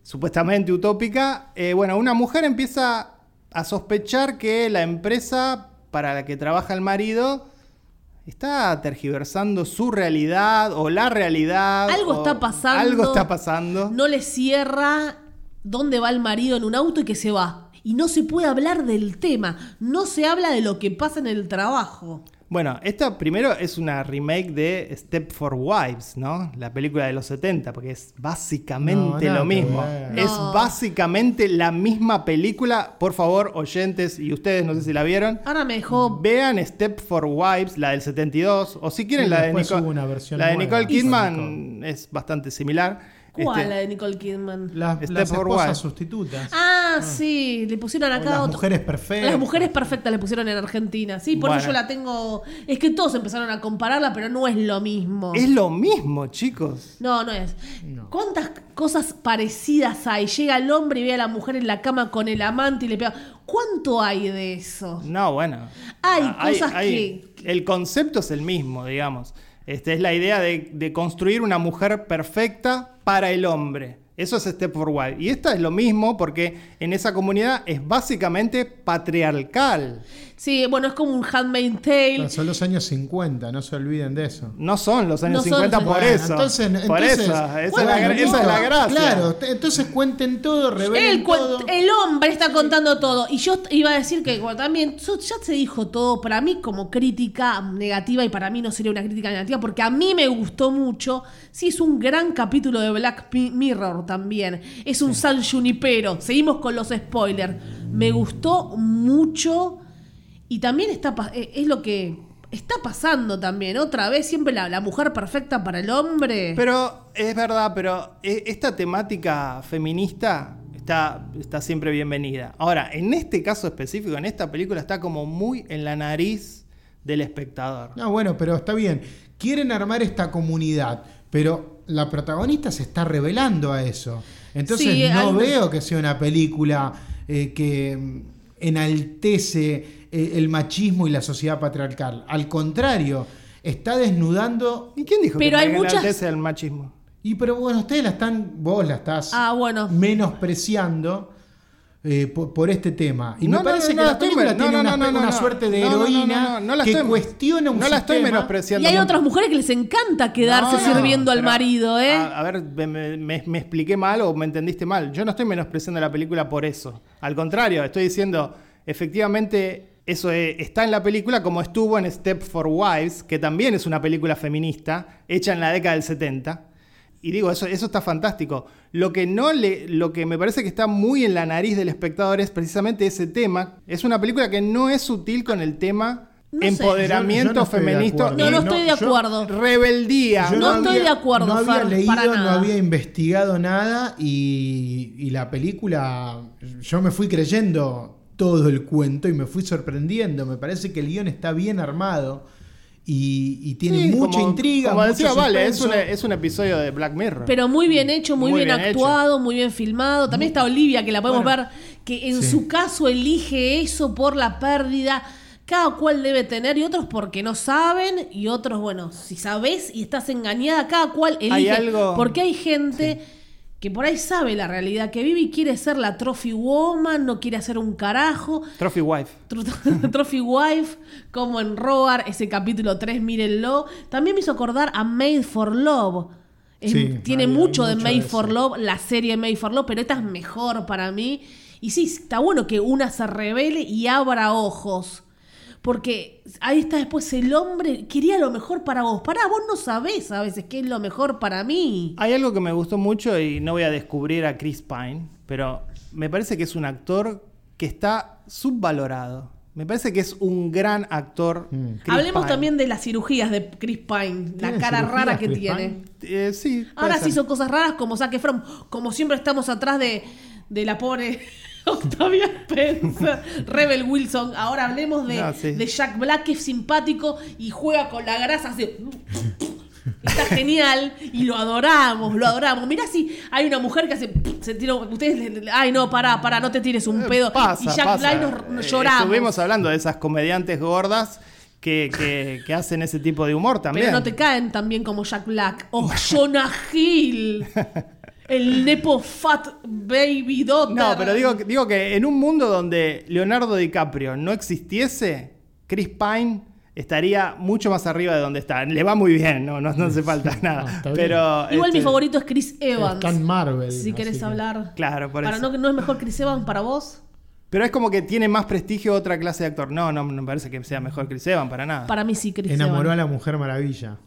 Speaker 3: supuestamente utópica, eh, bueno, una mujer empieza a sospechar que la empresa para la que trabaja el marido está tergiversando su realidad o la realidad.
Speaker 4: Algo
Speaker 3: o-
Speaker 4: está pasando.
Speaker 3: Algo está pasando.
Speaker 4: No le cierra dónde va el marido en un auto y que se va. Y no se puede hablar del tema. No se habla de lo que pasa en el trabajo.
Speaker 3: Bueno, esta primero es una remake de Step for Wives, ¿no? La película de los 70, porque es
Speaker 2: No,
Speaker 3: básicamente
Speaker 2: nada
Speaker 3: lo
Speaker 2: que
Speaker 3: mismo.
Speaker 2: ver.
Speaker 3: Es
Speaker 4: No.
Speaker 3: básicamente la misma película. Por favor, oyentes y ustedes, no sé si la vieron.
Speaker 4: Ahora me dejó.
Speaker 3: Vean Step for Wives, la del 72, o si quieren
Speaker 2: Y
Speaker 3: la de
Speaker 2: después
Speaker 3: Nicole,
Speaker 2: hubo una versión
Speaker 3: la de
Speaker 2: nueva
Speaker 3: Nicole
Speaker 2: con
Speaker 3: Kidman, es bastante similar.
Speaker 4: ¿Cuál?
Speaker 3: Este,
Speaker 4: La de Nicole Kidman.
Speaker 2: Las,
Speaker 3: Step
Speaker 2: las
Speaker 3: for
Speaker 2: esposas
Speaker 3: Wife.
Speaker 2: sustitutas.
Speaker 4: Ah, sí. Le pusieron
Speaker 2: O
Speaker 4: acá
Speaker 2: las
Speaker 4: otro-
Speaker 2: mujeres perfectas.
Speaker 4: Las mujeres perfectas le pusieron en Argentina. Sí, por eso yo
Speaker 3: Bueno.
Speaker 4: la tengo. Es que todos empezaron a compararla, pero no es lo mismo.
Speaker 3: Es lo mismo, chicos.
Speaker 4: No, no es. ¿Cuántas cosas parecidas hay? Llega el hombre y ve a la mujer en la cama con el amante y le pega. ¿Cuánto hay de eso?
Speaker 3: No, bueno.
Speaker 4: Hay
Speaker 3: Ah,
Speaker 4: cosas
Speaker 3: El concepto es el mismo, digamos. Este, es la idea de, de construir una mujer perfecta para el hombre. Eso es Step for Wife. Y esta es lo mismo porque en esa comunidad es básicamente patriarcal.
Speaker 4: Sí, bueno, es como un handmade tale.
Speaker 2: Pero Son los años 50, no se olviden de eso.
Speaker 3: No son los años
Speaker 4: No son
Speaker 3: 50
Speaker 4: los
Speaker 3: por
Speaker 4: años-
Speaker 3: eso.
Speaker 2: Entonces,
Speaker 3: por
Speaker 2: entonces-
Speaker 3: eso. Esa, es
Speaker 2: bueno,
Speaker 3: la, gra- esa es la gracia.
Speaker 2: Claro, te- entonces cuenten todo, revelen
Speaker 4: El, cuen-
Speaker 2: todo.
Speaker 4: el hombre está contando todo. Y yo iba a decir que bueno, también so- ya se dijo todo para mí como crítica negativa y para mí no sería una crítica negativa porque a mí me gustó mucho. Sí, es un gran capítulo de Black Mi- Mirror también. Es un San Junipero. Seguimos con los spoilers. Me gustó mucho y también está pa- eh, es lo que está pasando también. Otra vez siempre la, la mujer perfecta para el hombre.
Speaker 3: Pero es verdad, pero eh, esta temática feminista está, está siempre bienvenida. Ahora, en este caso específico, en esta película, está como muy en la nariz del espectador.
Speaker 2: No, bueno, pero está bien. Quieren armar esta comunidad, pero la protagonista se está revelando a eso. Entonces
Speaker 4: Sí,
Speaker 2: no
Speaker 4: hay-
Speaker 2: veo que sea una película eh, que mm, enaltece eh, el machismo y la sociedad patriarcal. Al contrario, está desnudando.
Speaker 3: ¿Y quién dijo que
Speaker 4: Pero hay
Speaker 3: Mariana
Speaker 4: muchas-
Speaker 3: Altes es el machismo?
Speaker 2: Y pero bueno, ustedes la están, vos la estás
Speaker 4: ah, bueno.
Speaker 2: menospreciando. eh, po- por, este tema. Y me
Speaker 3: No, no,
Speaker 2: parece
Speaker 3: no,
Speaker 2: que
Speaker 3: no,
Speaker 2: la
Speaker 3: estoy
Speaker 2: película
Speaker 3: men-
Speaker 2: tiene
Speaker 3: no, no,
Speaker 2: una,
Speaker 3: no, no,
Speaker 2: una
Speaker 3: no.
Speaker 2: suerte de
Speaker 3: No, no, no,
Speaker 2: heroína
Speaker 3: no, no, no la
Speaker 2: que
Speaker 3: estoy-
Speaker 2: cuestiona un
Speaker 3: No la estoy
Speaker 2: sistema.
Speaker 3: menospreciando.
Speaker 4: Y hay
Speaker 3: como-
Speaker 4: otras mujeres que les encanta quedarse
Speaker 3: No, no,
Speaker 4: sirviendo al
Speaker 3: pero-
Speaker 4: marido, ¿eh?
Speaker 3: A, a ver, me, me- me expliqué mal o me entendiste mal. Yo no estoy menospreciando la película por eso. Al contrario, estoy diciendo, efectivamente, eso eh, está en la película como estuvo en Step for Wives, que también es una película feminista, hecha en la década del 70. Y digo, eso, eso está fantástico. Lo que no le, lo que me parece que está muy en la nariz del espectador es precisamente ese tema. Es una película que no es sutil con el tema
Speaker 4: No sé.
Speaker 3: empoderamiento
Speaker 2: Yo- yo no estoy de
Speaker 3: feminista.
Speaker 2: acuerdo.
Speaker 4: no, no
Speaker 2: no,
Speaker 4: estoy de
Speaker 2: yo-
Speaker 4: acuerdo.
Speaker 3: Rebeldía.
Speaker 2: Yo
Speaker 4: No estoy de acuerdo,
Speaker 2: No había
Speaker 4: Fer,
Speaker 2: leído,
Speaker 4: para
Speaker 2: no
Speaker 4: nada.
Speaker 2: había investigado nada y, y la película, yo me fui creyendo todo el cuento y me fui sorprendiendo. Me parece que el guión está bien armado y, y tiene
Speaker 3: Sí,
Speaker 2: mucha
Speaker 3: como-
Speaker 2: intriga.
Speaker 3: Como
Speaker 2: mucho
Speaker 3: decía, vale, es
Speaker 2: suspenso.
Speaker 3: un, es un episodio de Black Mirror.
Speaker 4: Pero muy bien hecho, muy,
Speaker 3: Muy
Speaker 4: bien,
Speaker 3: bien
Speaker 4: actuado, muy bien filmado. También está Olivia, que la podemos ver, que en
Speaker 2: sí.
Speaker 4: su caso elige eso por la pérdida. Cada cual debe tener, y otros porque no saben, y otros, bueno, si sabes y estás engañada, cada cual elige.
Speaker 3: algo-
Speaker 4: Porque hay gente que por ahí sabe la realidad que vive y quiere ser la trophy woman, no quiere hacer un carajo.
Speaker 3: Trophy Wife.
Speaker 4: Tro- Trophy Wife, como en Roar, ese capítulo 3, mírenlo. También me hizo acordar a Made for Love. Es-
Speaker 2: Sí,
Speaker 4: tiene
Speaker 2: hay- hay
Speaker 4: mucho de
Speaker 2: mucho de
Speaker 4: Made for
Speaker 2: eso.
Speaker 4: Love, la serie Made for Love, pero esta es mejor para mí. Y sí, está bueno que una se revele y abra ojos. Porque ahí está después el hombre, quería lo mejor para vos. Pará, vos no sabés a veces qué es lo mejor para mí.
Speaker 3: Hay algo que me gustó mucho y no voy a descubrir a Chris Pine, pero me parece que es un actor que está subvalorado. Me parece que es un gran actor.
Speaker 2: Mm.
Speaker 3: Chris
Speaker 4: Hablemos
Speaker 3: Pine.
Speaker 4: también de las cirugías de Chris Pine, la
Speaker 2: ¿Tiene
Speaker 4: cara
Speaker 2: cirugías,
Speaker 4: rara que
Speaker 2: Chris
Speaker 4: tiene.
Speaker 2: Pine?
Speaker 3: Eh, sí. puede
Speaker 4: Ahora
Speaker 3: ser.
Speaker 4: sí son cosas raras como Zac Efron. Como siempre estamos atrás de, de la pobre Octavia Spencer, Rebel Wilson. Ahora hablemos de,
Speaker 3: No, sí.
Speaker 4: de Jack Black, que es simpático y juega con la grasa. Hace... Está genial y lo adoramos, lo adoramos. Mirá si hay una mujer que hace. Se tira, ustedes. le- le- Ay, no, pará, pará, no te tires un
Speaker 3: Eh,
Speaker 4: pedo.
Speaker 3: pasa,
Speaker 4: y Jack
Speaker 3: pasa.
Speaker 4: Black nos, nos
Speaker 3: Eh,
Speaker 4: lloramos.
Speaker 3: Estuvimos hablando de esas comediantes gordas que, que- que hacen ese tipo de humor también.
Speaker 4: Pero no te caen tan bien como Jack Black. O Jonah Hill. El Nepo Fat Baby Daughter.
Speaker 3: No, pero digo, digo que en un mundo donde Leonardo DiCaprio no existiese, Chris Pine estaría mucho más arriba de donde está. Le va muy bien, no, no, no hace falta nada.
Speaker 5: está bien.
Speaker 3: Pero,
Speaker 4: Igual mi
Speaker 3: este,
Speaker 4: favorito es Chris Evans.
Speaker 5: Está en Marvel.
Speaker 4: si
Speaker 5: así
Speaker 4: querés
Speaker 5: que-
Speaker 4: hablar.
Speaker 3: Claro, por
Speaker 4: para
Speaker 3: eso.
Speaker 4: no, no es mejor Chris Evans para vos.
Speaker 3: Pero es como que tiene más prestigio otra clase de actor. No, no, no me parece que sea mejor Chris Evans, para nada.
Speaker 4: Para mí sí, Chris
Speaker 2: Enamoró a
Speaker 4: Evans.
Speaker 2: la Mujer Maravilla.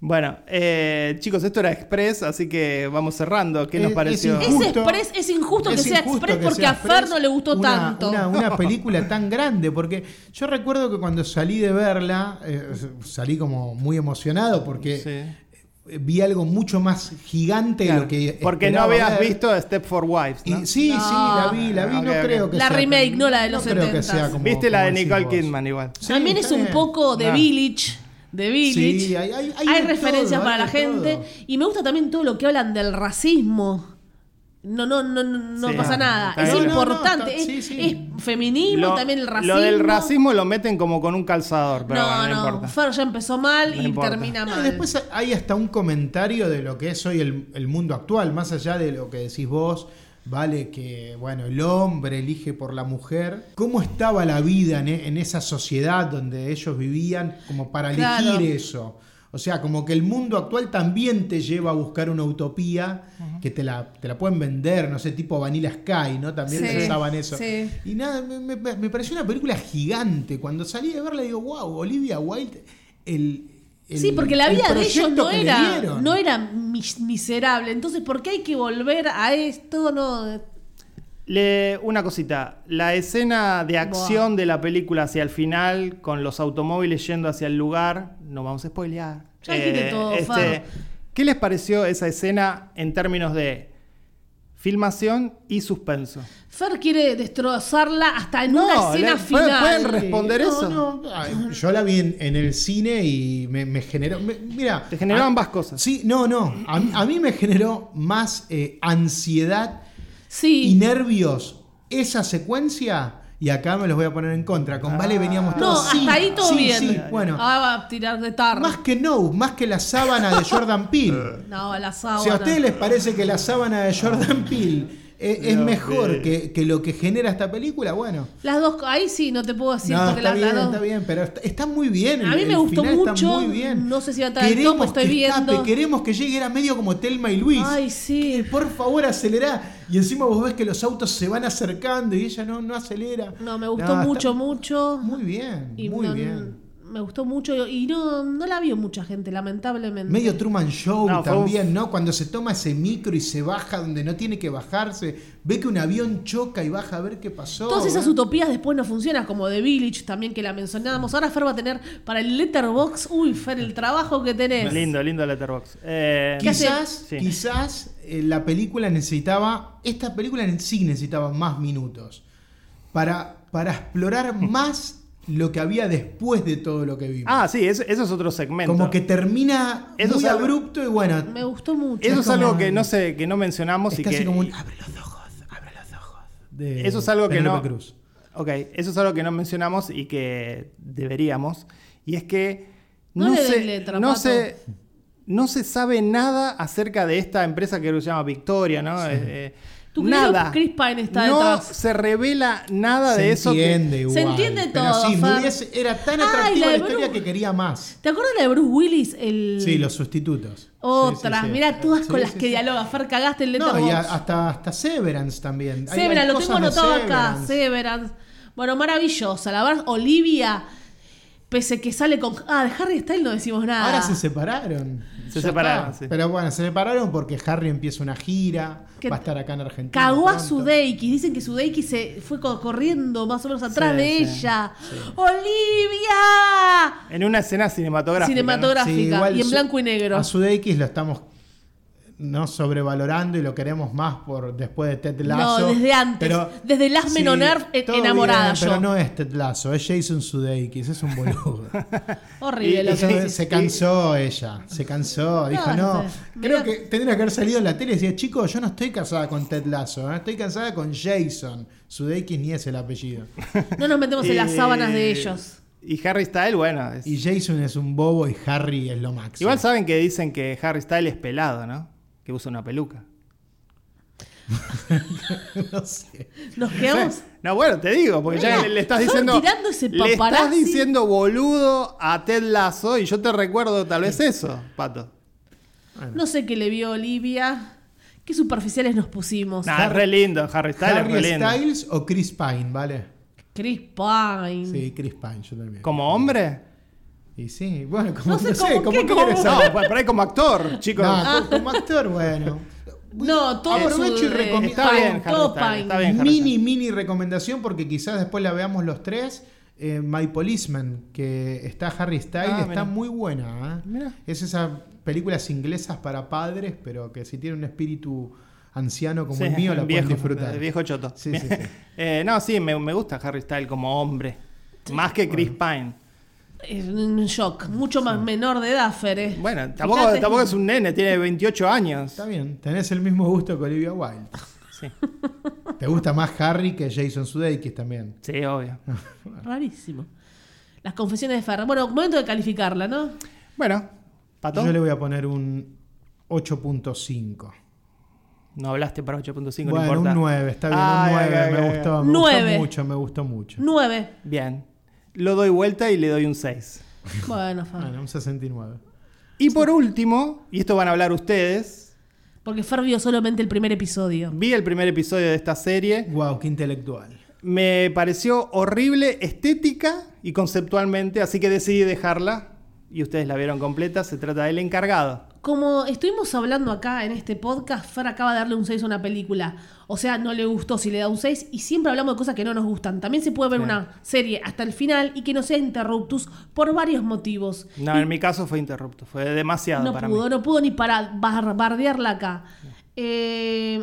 Speaker 3: Bueno, eh, chicos, esto era Express, así que vamos cerrando. ¿Qué nos
Speaker 2: Es-
Speaker 3: pareció?
Speaker 2: es
Speaker 4: Ese
Speaker 2: injusto.
Speaker 4: Express es injusto que
Speaker 2: Es
Speaker 4: sea
Speaker 2: injusto
Speaker 4: Express
Speaker 2: que
Speaker 4: porque
Speaker 2: sea
Speaker 4: a Fer
Speaker 2: Express
Speaker 4: no le gustó
Speaker 2: una-
Speaker 4: tanto.
Speaker 2: Una, una película tan grande, porque yo recuerdo que cuando salí de verla, eh, salí como muy emocionado porque
Speaker 3: Sí.
Speaker 2: eh, vi algo mucho más gigante de
Speaker 3: Claro,
Speaker 2: lo que.
Speaker 3: porque no
Speaker 2: esperaba
Speaker 3: habías
Speaker 2: ver.
Speaker 3: visto Step for Wives,
Speaker 2: Y-
Speaker 3: ¿no?
Speaker 2: sí,
Speaker 4: No.
Speaker 2: sí, la vi, la vi,
Speaker 3: Ok,
Speaker 2: no
Speaker 3: ok.
Speaker 2: creo que
Speaker 4: La
Speaker 2: sea
Speaker 4: remake,
Speaker 2: tan-
Speaker 4: no la de los
Speaker 2: creo que
Speaker 4: 70s.
Speaker 2: sea como-
Speaker 3: Viste la de
Speaker 2: como decís
Speaker 3: Nicole
Speaker 2: vos.
Speaker 3: Kidman igual.
Speaker 2: Sí,
Speaker 4: También es
Speaker 2: está
Speaker 4: un
Speaker 2: bien.
Speaker 4: poco de
Speaker 3: Nah.
Speaker 4: Village. De Village.
Speaker 2: Sí, hay- hay- hay de
Speaker 4: referencias
Speaker 2: todo,
Speaker 4: para
Speaker 2: hay
Speaker 4: la
Speaker 2: de todo.
Speaker 4: gente. Y me gusta también todo lo que hablan del racismo. No, no, no, no, no
Speaker 3: Sí. Ah,
Speaker 4: pasa nada.
Speaker 3: Está
Speaker 4: Es
Speaker 3: bien.
Speaker 4: importante.
Speaker 2: No, no, está-
Speaker 4: es,
Speaker 2: sí, sí.
Speaker 4: es feminismo, también el racismo.
Speaker 3: lo del racismo lo meten como con un calzador, pero
Speaker 4: no,
Speaker 3: bueno, no,
Speaker 4: no,
Speaker 3: importa.
Speaker 4: Fer ya empezó mal
Speaker 3: No
Speaker 4: y
Speaker 3: importa.
Speaker 4: termina
Speaker 2: No,
Speaker 4: mal.
Speaker 2: y después hay hasta un comentario de lo que es hoy el, el mundo actual, más allá de lo que decís vos, vale que, bueno, el hombre elige por la mujer. ¿Cómo estaba la vida en, e- en esa sociedad donde ellos vivían como para elegir
Speaker 4: Claro.
Speaker 2: eso? O sea, como que el mundo actual también te lleva a buscar una utopía que te la, te la pueden vender, no sé, tipo Vanilla Sky, ¿no? También
Speaker 4: Sí,
Speaker 2: pensaban eso.
Speaker 4: sí.
Speaker 2: Y nada, me, me- me pareció una película gigante. Cuando salí de verla, digo, wow, Olivia Wilde, el. el-
Speaker 4: sí, porque la
Speaker 2: el
Speaker 4: vida de ellos
Speaker 2: proyecto
Speaker 4: no
Speaker 2: que le
Speaker 4: era,
Speaker 2: dieron.
Speaker 4: no era mis- miserable. Entonces, ¿por qué hay que volver a esto? No,
Speaker 3: Le- una cosita, la escena de acción de la película hacia el final, con los automóviles yendo hacia el lugar, no vamos a spoilear. Eh, este,
Speaker 4: Ya dijiste todo, Fabio.
Speaker 3: ¿Qué les pareció esa escena en términos de filmación y suspenso?
Speaker 4: Fer quiere destrozarla hasta en
Speaker 3: No,
Speaker 4: una escena
Speaker 3: le-
Speaker 4: final.
Speaker 3: pueden responder
Speaker 2: No,
Speaker 3: eso.
Speaker 2: no, ay, yo la vi en, en el cine y me, me generó. me- mira.
Speaker 3: Te generó
Speaker 2: a-
Speaker 3: ambas cosas.
Speaker 2: Sí, no, no. A, mí- a mí me generó más eh, ansiedad y
Speaker 4: Sí.
Speaker 2: nervios esa secuencia. Y acá me los voy a poner en contra. Con
Speaker 3: Ah.
Speaker 2: Vale veníamos
Speaker 4: No,
Speaker 2: todos. Ah, sí,
Speaker 4: hasta ahí todo
Speaker 2: sí,
Speaker 4: bien.
Speaker 2: sí, bueno.
Speaker 4: Ah, va a tirar de tarde.
Speaker 2: Más que no, más que la sábana de Jordan Peele.
Speaker 4: No, la sábana.
Speaker 2: Si a ustedes les parece que la sábana de Jordan Peele es, es mejor que, que lo que genera esta película, bueno.
Speaker 4: Las dos, ahí sí, no te puedo decir
Speaker 2: No,
Speaker 4: porque
Speaker 2: está
Speaker 4: las-
Speaker 2: bien,
Speaker 4: las dos-
Speaker 2: está bien, pero está, está muy bien.
Speaker 4: A
Speaker 2: el-
Speaker 4: mí me
Speaker 2: el
Speaker 4: gustó
Speaker 2: final está
Speaker 4: mucho,
Speaker 2: muy bien.
Speaker 4: no sé si va a estar al topo, estoy
Speaker 2: que escape,
Speaker 4: viendo.
Speaker 2: queremos que llegue, era medio como Telma y Luis.
Speaker 4: Ay, sí.
Speaker 2: Por favor, acelerá. Y encima vos ves que los autos se van acercando y ella no, no acelera.
Speaker 4: No, me gustó
Speaker 2: está
Speaker 4: mucho, mucho.
Speaker 2: Muy bien,
Speaker 4: Y
Speaker 2: muy
Speaker 4: no-
Speaker 2: bien.
Speaker 4: Me gustó mucho y no, no la vio mucha gente, lamentablemente.
Speaker 2: Medio Truman Show
Speaker 3: No, fue un-
Speaker 2: también, ¿no? Cuando se toma ese micro y se baja donde no tiene que bajarse, ve que un avión choca y baja a ver qué pasó. ¿eh?
Speaker 4: Todas esas
Speaker 2: ¿verdad?
Speaker 4: utopías después no funcionan, como The Village también que la mencionábamos. Ahora Fer va a tener para el Letterbox, uy, Fer, el trabajo que tenés.
Speaker 3: Lindo, lindo Letterboxd. Eh,
Speaker 4: ¿Qué hace?
Speaker 2: Quizás,
Speaker 3: Sí.
Speaker 2: quizás eh, la película necesitaba, esta película en sí necesitaba más minutos para, para explorar más lo que había después de todo lo que vimos.
Speaker 3: ah, sí, eso, eso es otro segmento.
Speaker 2: Como que termina
Speaker 3: Eso
Speaker 2: muy
Speaker 3: es algo-
Speaker 2: abrupto y bueno,
Speaker 4: Me gustó mucho.
Speaker 3: eso es
Speaker 2: como-
Speaker 3: algo que no sé, que no mencionamos
Speaker 2: es
Speaker 3: y
Speaker 2: casi
Speaker 3: que
Speaker 2: como un abre los ojos, abre los ojos. de
Speaker 3: Eso es algo que
Speaker 2: Penélope
Speaker 3: no-
Speaker 2: Cruz.
Speaker 3: Ok, eso es algo que no mencionamos y que deberíamos. Y es que
Speaker 4: No
Speaker 3: no,
Speaker 4: le des
Speaker 3: se,
Speaker 4: letra,
Speaker 3: no,
Speaker 4: Pato.
Speaker 3: se, no se sabe nada acerca de esta empresa que se llama Victoria, ¿no? Eh, eh,
Speaker 4: Tu querido
Speaker 3: nada.
Speaker 4: Chris Pine está
Speaker 3: no
Speaker 4: detrás.
Speaker 3: se revela nada
Speaker 2: Se
Speaker 3: de eso. que-
Speaker 2: entiende igual.
Speaker 4: Se entiende
Speaker 2: pero
Speaker 4: todo,
Speaker 2: sí, me
Speaker 4: Fer.
Speaker 2: hubiese- era tan
Speaker 4: Ay,
Speaker 2: atractiva
Speaker 4: la
Speaker 2: la
Speaker 4: de
Speaker 2: historia
Speaker 4: Bruce.
Speaker 2: que quería más.
Speaker 4: ¿Te acuerdas la de Bruce Willis? El...
Speaker 2: Sí, los sustitutos.
Speaker 4: Otras,
Speaker 2: Sí, sí, sí.
Speaker 4: mirá todas
Speaker 2: Sí,
Speaker 4: con las
Speaker 2: sí,
Speaker 4: que
Speaker 2: sí.
Speaker 4: dialoga. Fer, cagaste el
Speaker 2: No, y
Speaker 4: Letterboxd.
Speaker 2: a- hasta, hasta Severance también. Hay- hay
Speaker 4: Severance, lo tengo
Speaker 2: cosas de
Speaker 4: anotado
Speaker 2: Severance.
Speaker 4: acá. Severance. Bueno, maravillosa. La verdad, Olivia, pese que sale con. Ah, de Harry Styles no decimos nada.
Speaker 2: Ahora se separaron.
Speaker 3: Se
Speaker 2: Ya
Speaker 3: separaron,
Speaker 2: está.
Speaker 3: sí.
Speaker 2: Pero bueno, se separaron porque Harry empieza una gira,
Speaker 4: Que
Speaker 2: va a estar acá en Argentina.
Speaker 4: Cagó a
Speaker 2: pronto.
Speaker 4: Sudeikis. Dicen que Sudeikis se fue co- corriendo más o menos atrás
Speaker 3: Sí,
Speaker 4: de
Speaker 3: sí,
Speaker 4: ella. ¡Olivia!
Speaker 3: En una escena cinematográfica. ¿no?
Speaker 4: Cinematográfica
Speaker 2: Sí, igual
Speaker 4: y en
Speaker 2: Su-
Speaker 4: blanco y negro.
Speaker 2: A Sudeikis lo estamos no sobrevalorando y lo queremos más por después de Ted Lasso.
Speaker 4: No, desde antes. Desde Last Men on Earth, en-
Speaker 2: todo
Speaker 4: enamorada yo.
Speaker 2: Pero no es Ted Lasso, es Jason Sudeikis, es un boludo.
Speaker 4: Horrible lo
Speaker 2: Eso,
Speaker 4: que
Speaker 2: se cansó ella, se cansó, dijo, no,
Speaker 4: no sé.
Speaker 2: creo
Speaker 4: Mirá.
Speaker 2: que tendría que haber salido en la tele y decía, chicos, yo no estoy casada con Ted Lasso, ¿eh? estoy casada con Jason, Sudeikis ni es el apellido.
Speaker 4: No nos metemos en las
Speaker 3: Y-
Speaker 4: sábanas de ellos.
Speaker 3: Eh, Y Harry Styles, bueno. es-
Speaker 2: Y Jason es un bobo y Harry es lo máximo.
Speaker 3: Igual saben que dicen que Harry Styles es pelado, ¿no? Que usa una peluca.
Speaker 2: no sé.
Speaker 4: Nos quedamos.
Speaker 3: No, bueno, te digo, porque ya
Speaker 4: Mira,
Speaker 3: le, le estás
Speaker 4: yo
Speaker 3: diciendo.
Speaker 4: tirando ese
Speaker 3: le estás
Speaker 4: paparazzi.
Speaker 3: diciendo boludo a Ted Lazo y yo te recuerdo tal vez eso, pato.
Speaker 2: Bueno.
Speaker 4: No sé qué le vio Olivia. Qué superficiales nos pusimos.
Speaker 3: Nah, es re lindo, Harry Styles es
Speaker 2: Harry
Speaker 3: re lindo.
Speaker 2: Styles o Chris Pine, ¿vale?
Speaker 4: Chris Pine.
Speaker 2: Sí, Chris Pine, yo también.
Speaker 3: ¿Como hombre?
Speaker 2: Y sí, bueno, como
Speaker 4: No
Speaker 2: no
Speaker 4: sé,
Speaker 2: sé,
Speaker 4: ¿cómo
Speaker 2: ¿cómo
Speaker 4: qué? ¿Cómo?
Speaker 2: quieres
Speaker 3: No,
Speaker 2: saber?
Speaker 3: pa- por ahí como actor, chicos. Ah,
Speaker 2: No, como actor, bueno.
Speaker 4: No, todo
Speaker 2: Aprovecho
Speaker 4: su-
Speaker 2: y
Speaker 4: de-
Speaker 2: recomiendo.
Speaker 3: Está bien,
Speaker 4: Pine,
Speaker 3: Harry
Speaker 4: todo
Speaker 3: Styles,
Speaker 4: Pine.
Speaker 3: está bien, Harry
Speaker 2: mini, mini recomendación porque quizás después la veamos los tres. eh, My Policeman, que está Harry Styles,
Speaker 3: Ah,
Speaker 2: está
Speaker 3: mirá.
Speaker 2: muy buena. ¿eh?
Speaker 3: Mirá.
Speaker 2: Es esas películas inglesas para padres, pero que si tienen un espíritu anciano como
Speaker 3: Sí,
Speaker 2: el mío, la
Speaker 3: viejo,
Speaker 2: pueden disfrutar.
Speaker 3: eh, Viejo choto.
Speaker 2: Sí, sí, sí.
Speaker 3: Eh, no, sí, me, me gusta Harry Styles como hombre. Más que Chris Pine.
Speaker 4: Es un shock. Mucho más menor de edad, Fere.
Speaker 3: Bueno, tampoco,
Speaker 4: Fíjate.
Speaker 3: tampoco es un nene, tiene 28 años.
Speaker 2: Está bien, tenés el mismo gusto que Olivia Wilde.
Speaker 3: Sí,
Speaker 2: Te gusta más Harry que Jason Sudeikis también.
Speaker 3: sí obvio.
Speaker 4: Rarísimo. Las confesiones de Ferrer. Bueno, momento de calificarla, ¿no?
Speaker 3: Bueno, Pato,
Speaker 2: Yo le voy a poner un 8.5.
Speaker 3: no hablaste para 8.5, no
Speaker 2: Bueno,
Speaker 3: importa.
Speaker 2: un 9, está bien,
Speaker 3: Ay,
Speaker 2: un 9,
Speaker 3: ay,
Speaker 2: me
Speaker 3: ay, ay.
Speaker 2: gustó, me
Speaker 4: Nueve.
Speaker 2: gustó mucho, me gustó mucho.
Speaker 4: Nueve.
Speaker 3: Bien, lo doy vuelta y le doy un 6.
Speaker 4: Bueno, Fer.
Speaker 2: Bueno, un 69.
Speaker 3: Y por último, y esto van a hablar ustedes,
Speaker 4: Porque Fer vio solamente el primer episodio.
Speaker 3: vi el primer episodio de esta serie,
Speaker 2: Wow, qué intelectual.
Speaker 3: me pareció horrible estética y conceptualmente, así que decidí dejarla y ustedes la vieron completa, se trata del encargado.
Speaker 4: Como estuvimos hablando acá en este podcast, Fer acaba de darle un 6 a una película. O sea, no le gustó si le da un 6 y siempre hablamos de cosas que no nos gustan. También se puede ver
Speaker 3: Sí.
Speaker 4: una serie hasta el final y que no sea interruptus por varios motivos.
Speaker 3: No, en mi caso fue interrupto, fue demasiado
Speaker 4: No
Speaker 3: para
Speaker 4: pudo,
Speaker 3: mí.
Speaker 4: no pudo ni para bar- bardearla acá. Eh,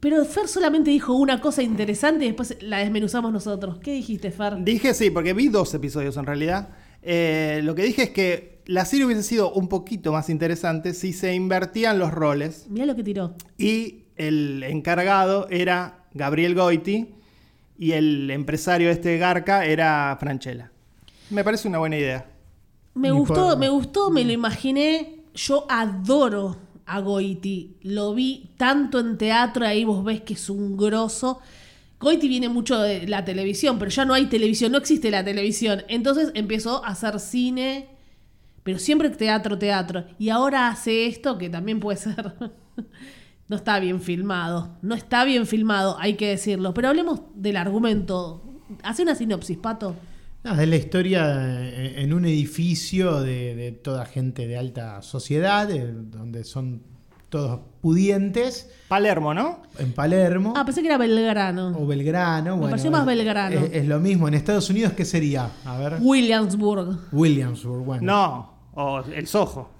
Speaker 4: pero Fer solamente dijo una cosa interesante y después la desmenuzamos nosotros. ¿Qué dijiste, Fer?
Speaker 3: Dije sí, porque vi dos episodios en realidad. Eh, lo que dije es que la serie hubiese sido un poquito más interesante si se invertían los roles.
Speaker 4: Mirá lo que tiró.
Speaker 3: Y el encargado era Gabriel Goiti y el empresario este Garca era Franchella. Me parece una buena idea.
Speaker 4: Me
Speaker 2: Ni
Speaker 4: gustó,
Speaker 2: por-
Speaker 4: me gustó, me lo imaginé. Yo adoro a Goiti. Lo vi tanto en teatro, ahí vos ves que es un grosso. Goiti viene mucho de la televisión, pero ya no hay televisión, no existe la televisión. Entonces empezó a hacer cine, pero siempre teatro, teatro. Y ahora hace esto que también puede ser. No está bien filmado. No está bien filmado, hay que decirlo. Pero hablemos del argumento. Hace una sinopsis, Pato.
Speaker 2: Nada, es la historia eh, en un edificio de, de toda gente de alta sociedad, eh, donde son todos pudientes,
Speaker 3: Palermo, ¿no?
Speaker 2: en Palermo
Speaker 4: Ah, pensé que era Belgrano.
Speaker 2: o Belgrano.
Speaker 4: Me
Speaker 2: bueno,
Speaker 4: pareció más
Speaker 2: es-
Speaker 4: Belgrano.
Speaker 2: Es, es lo mismo. En Estados Unidos, ¿qué sería? A ver,
Speaker 4: Williamsburg. Eh,
Speaker 2: Williamsburg, bueno.
Speaker 3: No, o el Soho.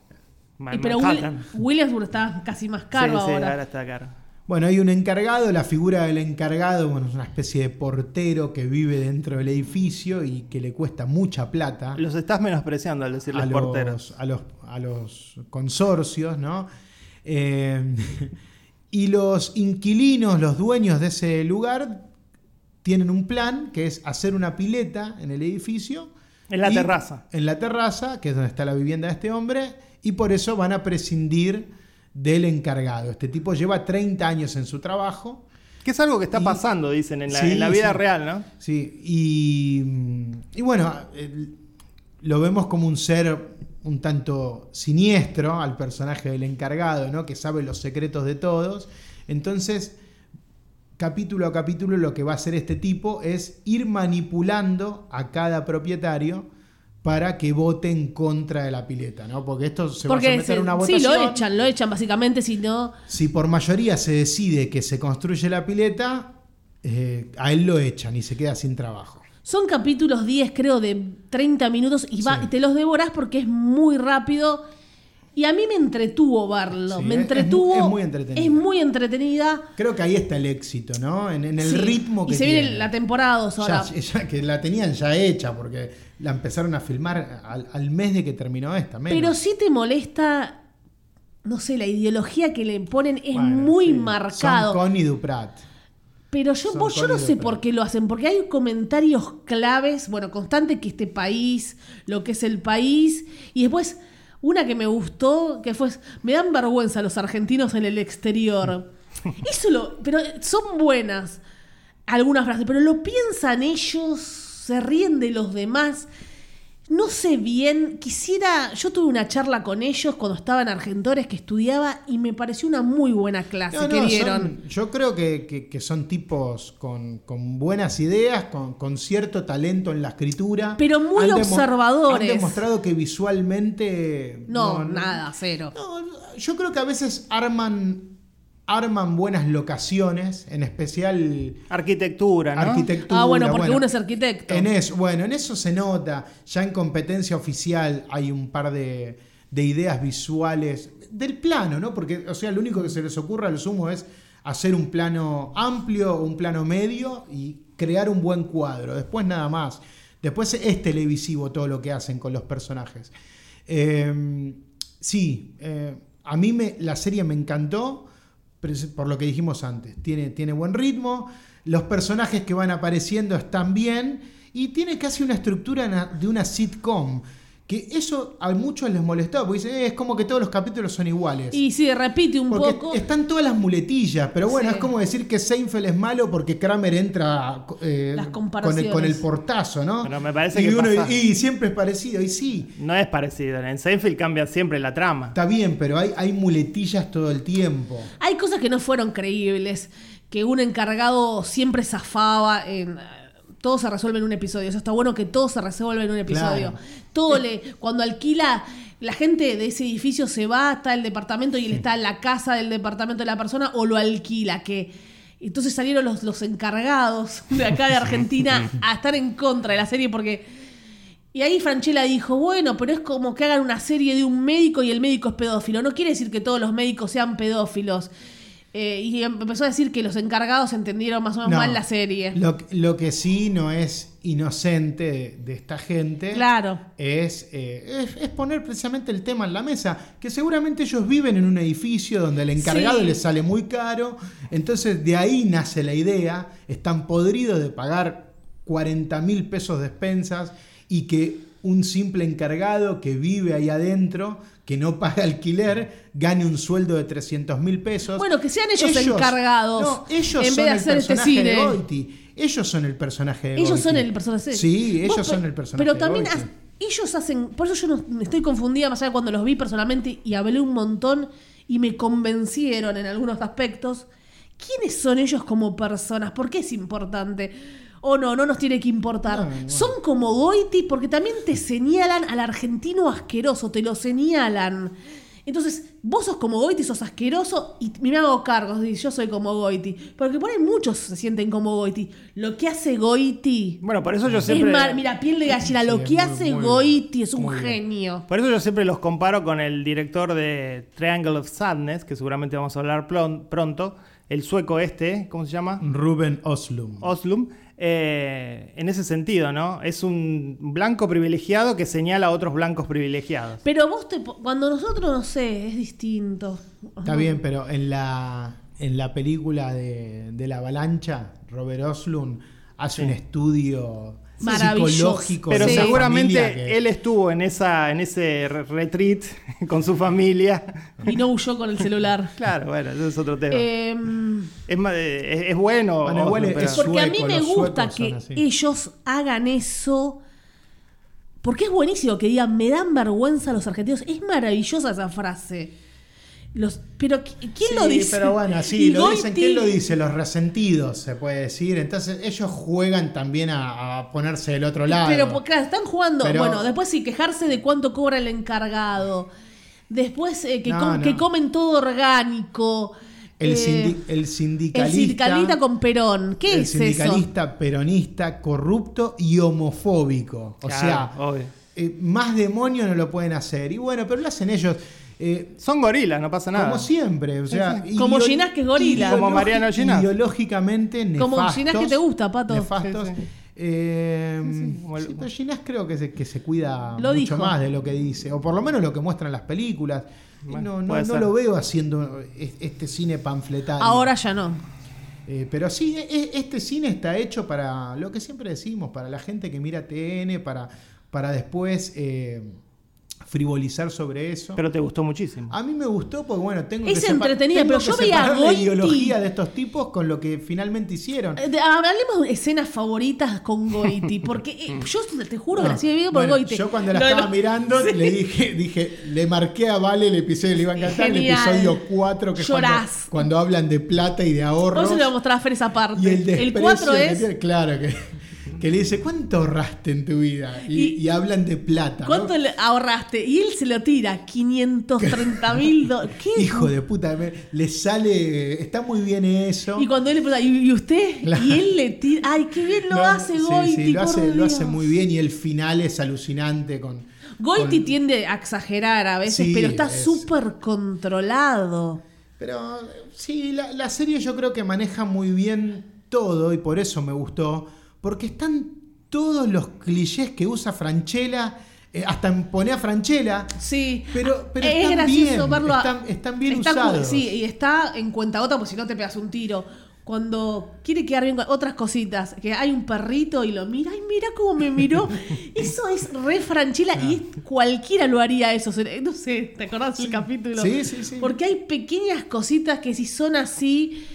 Speaker 3: Ma-
Speaker 4: Y pero
Speaker 3: Manhattan.
Speaker 4: Will- Williamsburg está casi más caro
Speaker 3: Sí, sí,
Speaker 4: ahora.
Speaker 3: está caro.
Speaker 2: Bueno, hay un encargado, la figura del encargado, bueno, es una especie de portero que vive dentro del edificio y que le cuesta mucha plata
Speaker 3: Los estás menospreciando al decirles
Speaker 2: a los,
Speaker 3: porteros.
Speaker 2: a los, a los consorcios, ¿no? Eh, y los inquilinos, los dueños de ese lugar, tienen un plan que es hacer una pileta en el edificio.
Speaker 3: En la
Speaker 2: y-
Speaker 3: terraza.
Speaker 2: En la terraza, que es donde está la vivienda de este hombre, y por eso van a prescindir del encargado. Este tipo lleva 30 años en su trabajo.
Speaker 3: Que es algo que está
Speaker 2: Y-
Speaker 3: pasando, dicen, en la,
Speaker 2: Sí,
Speaker 3: en la vida
Speaker 2: sí.
Speaker 3: real, ¿no?
Speaker 2: Sí, y, y bueno, el- lo vemos como un ser un tanto siniestro al personaje del encargado, ¿no? Que sabe los secretos de todos. Entonces, capítulo a capítulo, lo que va a hacer este tipo es ir manipulando a cada propietario para que vote en contra de la pileta, ¿no? Porque esto se va a
Speaker 4: Porque
Speaker 2: someter
Speaker 4: se-
Speaker 2: a una
Speaker 4: sí,
Speaker 2: votación.
Speaker 4: lo echan, lo echan básicamente, si no...
Speaker 2: Si por mayoría se decide que se construye la pileta, eh, a él lo echan y se queda sin trabajo.
Speaker 4: Son capítulos 10, creo, de 30 minutos y, va-
Speaker 2: Sí.
Speaker 4: y te los devorás porque es muy rápido. Y a mí me entretuvo verlo.
Speaker 2: Sí,
Speaker 4: me
Speaker 2: es- es mu-
Speaker 4: entretuvo.
Speaker 2: es muy entretenida.
Speaker 4: Es muy entretenida.
Speaker 2: Creo que ahí está el éxito, ¿no? En, en el
Speaker 4: Sí.
Speaker 2: ritmo que
Speaker 4: Y se
Speaker 2: tiene.
Speaker 4: viene la temporada 2 ahora.
Speaker 2: ya, ya que la tenían ya hecha, porque la empezaron a filmar al, al mes de que terminó esta. menos.
Speaker 4: Pero sí te molesta... No sé, la ideología que le ponen es
Speaker 2: Bueno,
Speaker 4: muy
Speaker 2: sí.
Speaker 4: marcado.
Speaker 2: Son Connie Duprat.
Speaker 4: Pero yo,
Speaker 2: Son
Speaker 4: vos- yo no
Speaker 2: corridos,
Speaker 4: sé
Speaker 2: pero-
Speaker 4: por qué lo hacen, porque hay comentarios claves, bueno, constante que este país, lo que es el país, y después una que me gustó, que fue, me dan vergüenza los argentinos en el exterior. Eso lo. Pero son buenas algunas frases, pero lo piensan ellos, se ríen de los demás. No sé bien, quisiera. Yo tuve una charla con ellos cuando estaba en Argentores que estudiaba y me pareció una muy buena clase
Speaker 2: No,
Speaker 4: que
Speaker 2: no,
Speaker 4: dieron.
Speaker 2: son- yo creo que, que- que son tipos con, con buenas ideas, con, con cierto talento en la escritura.
Speaker 4: Pero muy
Speaker 2: demo-
Speaker 4: observadores.
Speaker 2: Han demostrado que visualmente.
Speaker 4: No, nada, cero.
Speaker 2: No, yo creo que a veces arman, arman buenas locaciones, en especial
Speaker 3: Arquitectura, ¿no?
Speaker 2: arquitectura.
Speaker 4: ah, bueno, porque uno es arquitecto.
Speaker 2: En eso, bueno, en eso se nota. Ya en competencia oficial hay un par de, de ideas visuales del plano, ¿no? Porque, o sea, lo único que se les ocurra a lo sumo es hacer un plano amplio, un plano medio y crear un buen cuadro. Después nada más. Después es televisivo todo lo que hacen con los personajes. Eh, sí, eh, a mí me, la serie me encantó pero es por lo que dijimos antes. Tiene, tiene buen ritmo, los personajes que van apareciendo están bien y tiene casi una estructura na- de una sitcom. Que eso a muchos les molestó, porque dicen, "Eh, es como que todos los capítulos son iguales.
Speaker 4: Y sí, repite un
Speaker 2: porque
Speaker 4: poco.
Speaker 2: están todas las muletillas, pero bueno,
Speaker 4: Sí.
Speaker 2: es como decir que Seinfeld es malo porque Kramer entra eh,
Speaker 4: Las
Speaker 2: con, el, con el
Speaker 4: comparaciones.
Speaker 2: portazo, ¿no?
Speaker 3: Pero me parece
Speaker 2: y
Speaker 3: que
Speaker 2: uno-
Speaker 3: pasa.
Speaker 2: y siempre es parecido, y sí.
Speaker 3: No es parecido. En Seinfeld cambia siempre la trama.
Speaker 2: Está bien, pero hay, hay muletillas todo el tiempo.
Speaker 4: Hay cosas que no fueron creíbles, que un encargado siempre zafaba en... eh, Todo se resuelve en un episodio. Eso está bueno que todo se resuelve en un episodio.
Speaker 2: Claro.
Speaker 4: Todo le... Cuando alquila, la gente de ese edificio se va, está el departamento y él está en la casa del departamento de la persona o lo alquila, que... Entonces salieron los, los encargados de acá de Argentina a estar en contra de la serie porque... Y ahí Franchella dijo, bueno, pero es como que hagan una serie de un médico y el médico es pedófilo. No quiere decir que todos los médicos sean pedófilos. Eh, y em- empezó a decir que los encargados entendieron más o menos
Speaker 2: No.
Speaker 4: mal la serie.
Speaker 2: Lo, lo que sí no es inocente de, de esta gente
Speaker 4: Claro.
Speaker 2: es, eh, es, es poner precisamente el tema en la mesa, que seguramente ellos viven en un edificio donde el encargado
Speaker 4: Sí.
Speaker 2: les sale muy caro, entonces de ahí nace la idea, están podridos de pagar 40 mil pesos de expensas y que un simple encargado que vive ahí adentro, que no paga alquiler, gane un sueldo de 300 mil pesos.
Speaker 4: Bueno, que sean ellos encargados,
Speaker 2: no, ellos
Speaker 4: en vez
Speaker 2: son
Speaker 4: de
Speaker 2: el
Speaker 4: hacer este
Speaker 2: personaje de
Speaker 4: cine.
Speaker 2: Goiti. Ellos son el personaje de
Speaker 4: Ellos
Speaker 2: Goiti.
Speaker 4: son el personaje.
Speaker 2: Sí,
Speaker 4: Vos,
Speaker 2: ellos
Speaker 4: pe-
Speaker 2: son el personaje
Speaker 4: Pero
Speaker 2: de
Speaker 4: también
Speaker 2: Goiti.
Speaker 4: ha- ellos hacen. Por eso yo no, me estoy confundida más allá de cuando los vi personalmente y hablé un montón y me convencieron en algunos aspectos. ¿Quiénes son ellos como personas? ¿Por qué es importante? O no, no nos tiene que importar.
Speaker 2: No, no.
Speaker 4: Son como Goiti porque también te señalan al argentino asqueroso, te lo señalan. Entonces, vos sos como Goiti, sos asqueroso y me hago cargo, y yo soy como Goiti. Porque por ahí muchos se sienten como Goiti. Lo que hace Goiti
Speaker 3: Bueno, por eso yo siempre.
Speaker 4: es mar- mira, piel de gallina, lo
Speaker 2: Sí,
Speaker 4: que
Speaker 2: muy-
Speaker 4: hace
Speaker 2: muy
Speaker 4: Goiti es un
Speaker 2: muy bien.
Speaker 4: genio.
Speaker 3: Por eso yo siempre los comparo con el director de Triangle of Sadness, que seguramente vamos a hablar plon- pronto, el sueco este, ¿cómo se
Speaker 2: Mm.
Speaker 3: llama?
Speaker 2: Ruben Oslum.
Speaker 3: Oslum. Eh, en ese sentido, ¿no? Es un blanco privilegiado que señala a otros blancos privilegiados.
Speaker 4: Pero vos te po- cuando nosotros no sé, es distinto.
Speaker 2: Está bien, pero en la, en la película de, de la avalancha, Robert Oslum hace un estudio
Speaker 4: Maravilloso.
Speaker 2: psicológico.
Speaker 3: Pero
Speaker 2: de la
Speaker 3: seguramente
Speaker 2: familia que-
Speaker 3: él estuvo en, esa, en ese re- retreat con su familia.
Speaker 4: Y no huyó con el celular.
Speaker 3: Claro, bueno, eso es otro tema.
Speaker 4: Em,
Speaker 3: es, ma- eh, es, es bueno,
Speaker 2: Bueno, igual
Speaker 3: Oslum,
Speaker 2: es-
Speaker 4: porque a mí
Speaker 2: Sueco,
Speaker 4: me
Speaker 2: los
Speaker 4: gusta
Speaker 2: suecos
Speaker 4: que
Speaker 2: son así.
Speaker 4: ellos hagan eso. Porque es buenísimo que digan, me dan vergüenza los argentinos. Es maravillosa esa frase. Los, pero ¿qui- ¿quién
Speaker 2: Sí,
Speaker 4: lo dice?
Speaker 2: Pero bueno,
Speaker 4: Y
Speaker 2: sí, lo dicen.
Speaker 4: Goiti-
Speaker 2: ¿Quién lo dice? Los resentidos, se puede decir. Entonces, ellos juegan también a, a ponerse del otro lado.
Speaker 4: Pero po- claro, están jugando.
Speaker 2: Pero-
Speaker 4: Bueno, después sí, quejarse de cuánto cobra el encargado. Después eh, que,
Speaker 2: No,
Speaker 4: com-
Speaker 2: no.
Speaker 4: que comen todo orgánico.
Speaker 2: el,
Speaker 4: Eh,
Speaker 2: sindi- el
Speaker 4: el
Speaker 2: sindicalista.
Speaker 4: sindicalista con Perón. ¿Qué
Speaker 2: el
Speaker 4: es eso?
Speaker 2: sindicalista peronista, corrupto y homofóbico. O
Speaker 3: Claro,
Speaker 2: sea,
Speaker 3: obvio.
Speaker 2: eh, más demonio no lo pueden hacer. Y bueno, pero lo hacen ellos. eh,
Speaker 3: Son gorilas, no pasa nada.
Speaker 2: como siempre, o sea,
Speaker 4: Sí, sí. Como
Speaker 2: ideo-
Speaker 4: Ginás, que es gorila.
Speaker 3: Como Mariano Ginás.
Speaker 2: Ideológicamente
Speaker 4: Como
Speaker 2: nefastos.
Speaker 4: Ginás, que te gusta, Pato.
Speaker 2: Nefastos.
Speaker 3: Sí, sí.
Speaker 2: Eh,
Speaker 3: Sí, sí, como el-
Speaker 2: sí, pero Ginás creo que se, que se cuida
Speaker 4: Lo
Speaker 2: mucho
Speaker 4: dijo.
Speaker 2: más de lo que dice, o por lo menos lo que muestran las películas.
Speaker 3: Bueno,
Speaker 2: no no,
Speaker 3: puede
Speaker 2: no
Speaker 3: ser.
Speaker 2: lo veo haciendo es- este cine panfletario.
Speaker 4: Ahora ya no.
Speaker 2: Eh, pero sí, e- e- este cine está hecho para lo que siempre decimos, para la gente que mira TN, para, para después eh, frivolizar sobre eso.
Speaker 3: Pero te gustó muchísimo.
Speaker 2: a mí me gustó porque, bueno, tengo
Speaker 4: Es
Speaker 2: que sepa-
Speaker 4: entretenida,
Speaker 2: tengo
Speaker 4: pero
Speaker 2: que
Speaker 4: yo veía a
Speaker 2: separar la
Speaker 4: Goiti.
Speaker 2: ideología de estos tipos con lo que finalmente hicieron.
Speaker 4: Eh, de- Hablemos de escenas favoritas con Goiti, porque eh, yo te juro que
Speaker 2: Ah,
Speaker 4: la sigo viendo por
Speaker 2: bueno,
Speaker 4: Goiti.
Speaker 2: Yo cuando la
Speaker 4: Lo de
Speaker 2: estaba
Speaker 4: los-
Speaker 2: mirando le dije, dije, le marqué a Vale el episodio, le iba a encantar
Speaker 4: Genial.
Speaker 2: el episodio 4 que es cuando,
Speaker 4: Llorás.
Speaker 2: cuando hablan de plata y de ahorros.
Speaker 4: Hoy se lo voy a mostrar a Fer esa parte.
Speaker 2: Y el
Speaker 4: el
Speaker 2: desprecio
Speaker 4: 4
Speaker 2: que
Speaker 4: es.
Speaker 2: tiene- claro, que, que le dice, ¿cuánto ahorraste en tu vida? Y,
Speaker 4: Y-
Speaker 2: y hablan de plata. ¿no?
Speaker 4: ¿Cuánto le ahorraste? Y él se lo tira, 530 mil dólares. ¿Qué?
Speaker 2: Hijo de puta, me- le sale, está muy bien eso.
Speaker 4: Y cuando él le pregunta, ¿y, y usted?
Speaker 2: Claro.
Speaker 4: Y él le tira. ¡Ay, qué bien lo
Speaker 2: No,
Speaker 4: hace
Speaker 2: sí,
Speaker 4: Goiti!
Speaker 2: sí, lo,
Speaker 4: por
Speaker 2: hace, lo
Speaker 4: Dios!
Speaker 2: hace muy bien y el final es alucinante con...
Speaker 4: Goiti
Speaker 2: con-
Speaker 4: tiende a exagerar a veces,
Speaker 2: Sí,
Speaker 4: pero está
Speaker 2: es-
Speaker 4: súper controlado.
Speaker 2: Pero eh, sí, la, la serie yo creo que maneja muy bien todo y por eso me gustó. Porque están todos los clichés que usa Franchella, eh, hasta pone a Franchella.
Speaker 4: Sí.
Speaker 2: Pero, pero
Speaker 4: es
Speaker 2: están
Speaker 4: gracioso
Speaker 2: bien,
Speaker 4: verlo. a-
Speaker 2: Están, están bien
Speaker 4: está como-
Speaker 2: usados.
Speaker 4: Sí, y está en cuenta otra, porque si no te pegas un tiro. Cuando quiere quedar bien con otras cositas, que hay un perrito y lo mira, ay, mira cómo me miró. Eso es re franchila y es- cualquiera lo haría eso. Se- No sé, ¿te acordás del capítulo?
Speaker 2: Ah. Sí, sí, sí.
Speaker 4: Porque hay pequeñas cositas que si son así.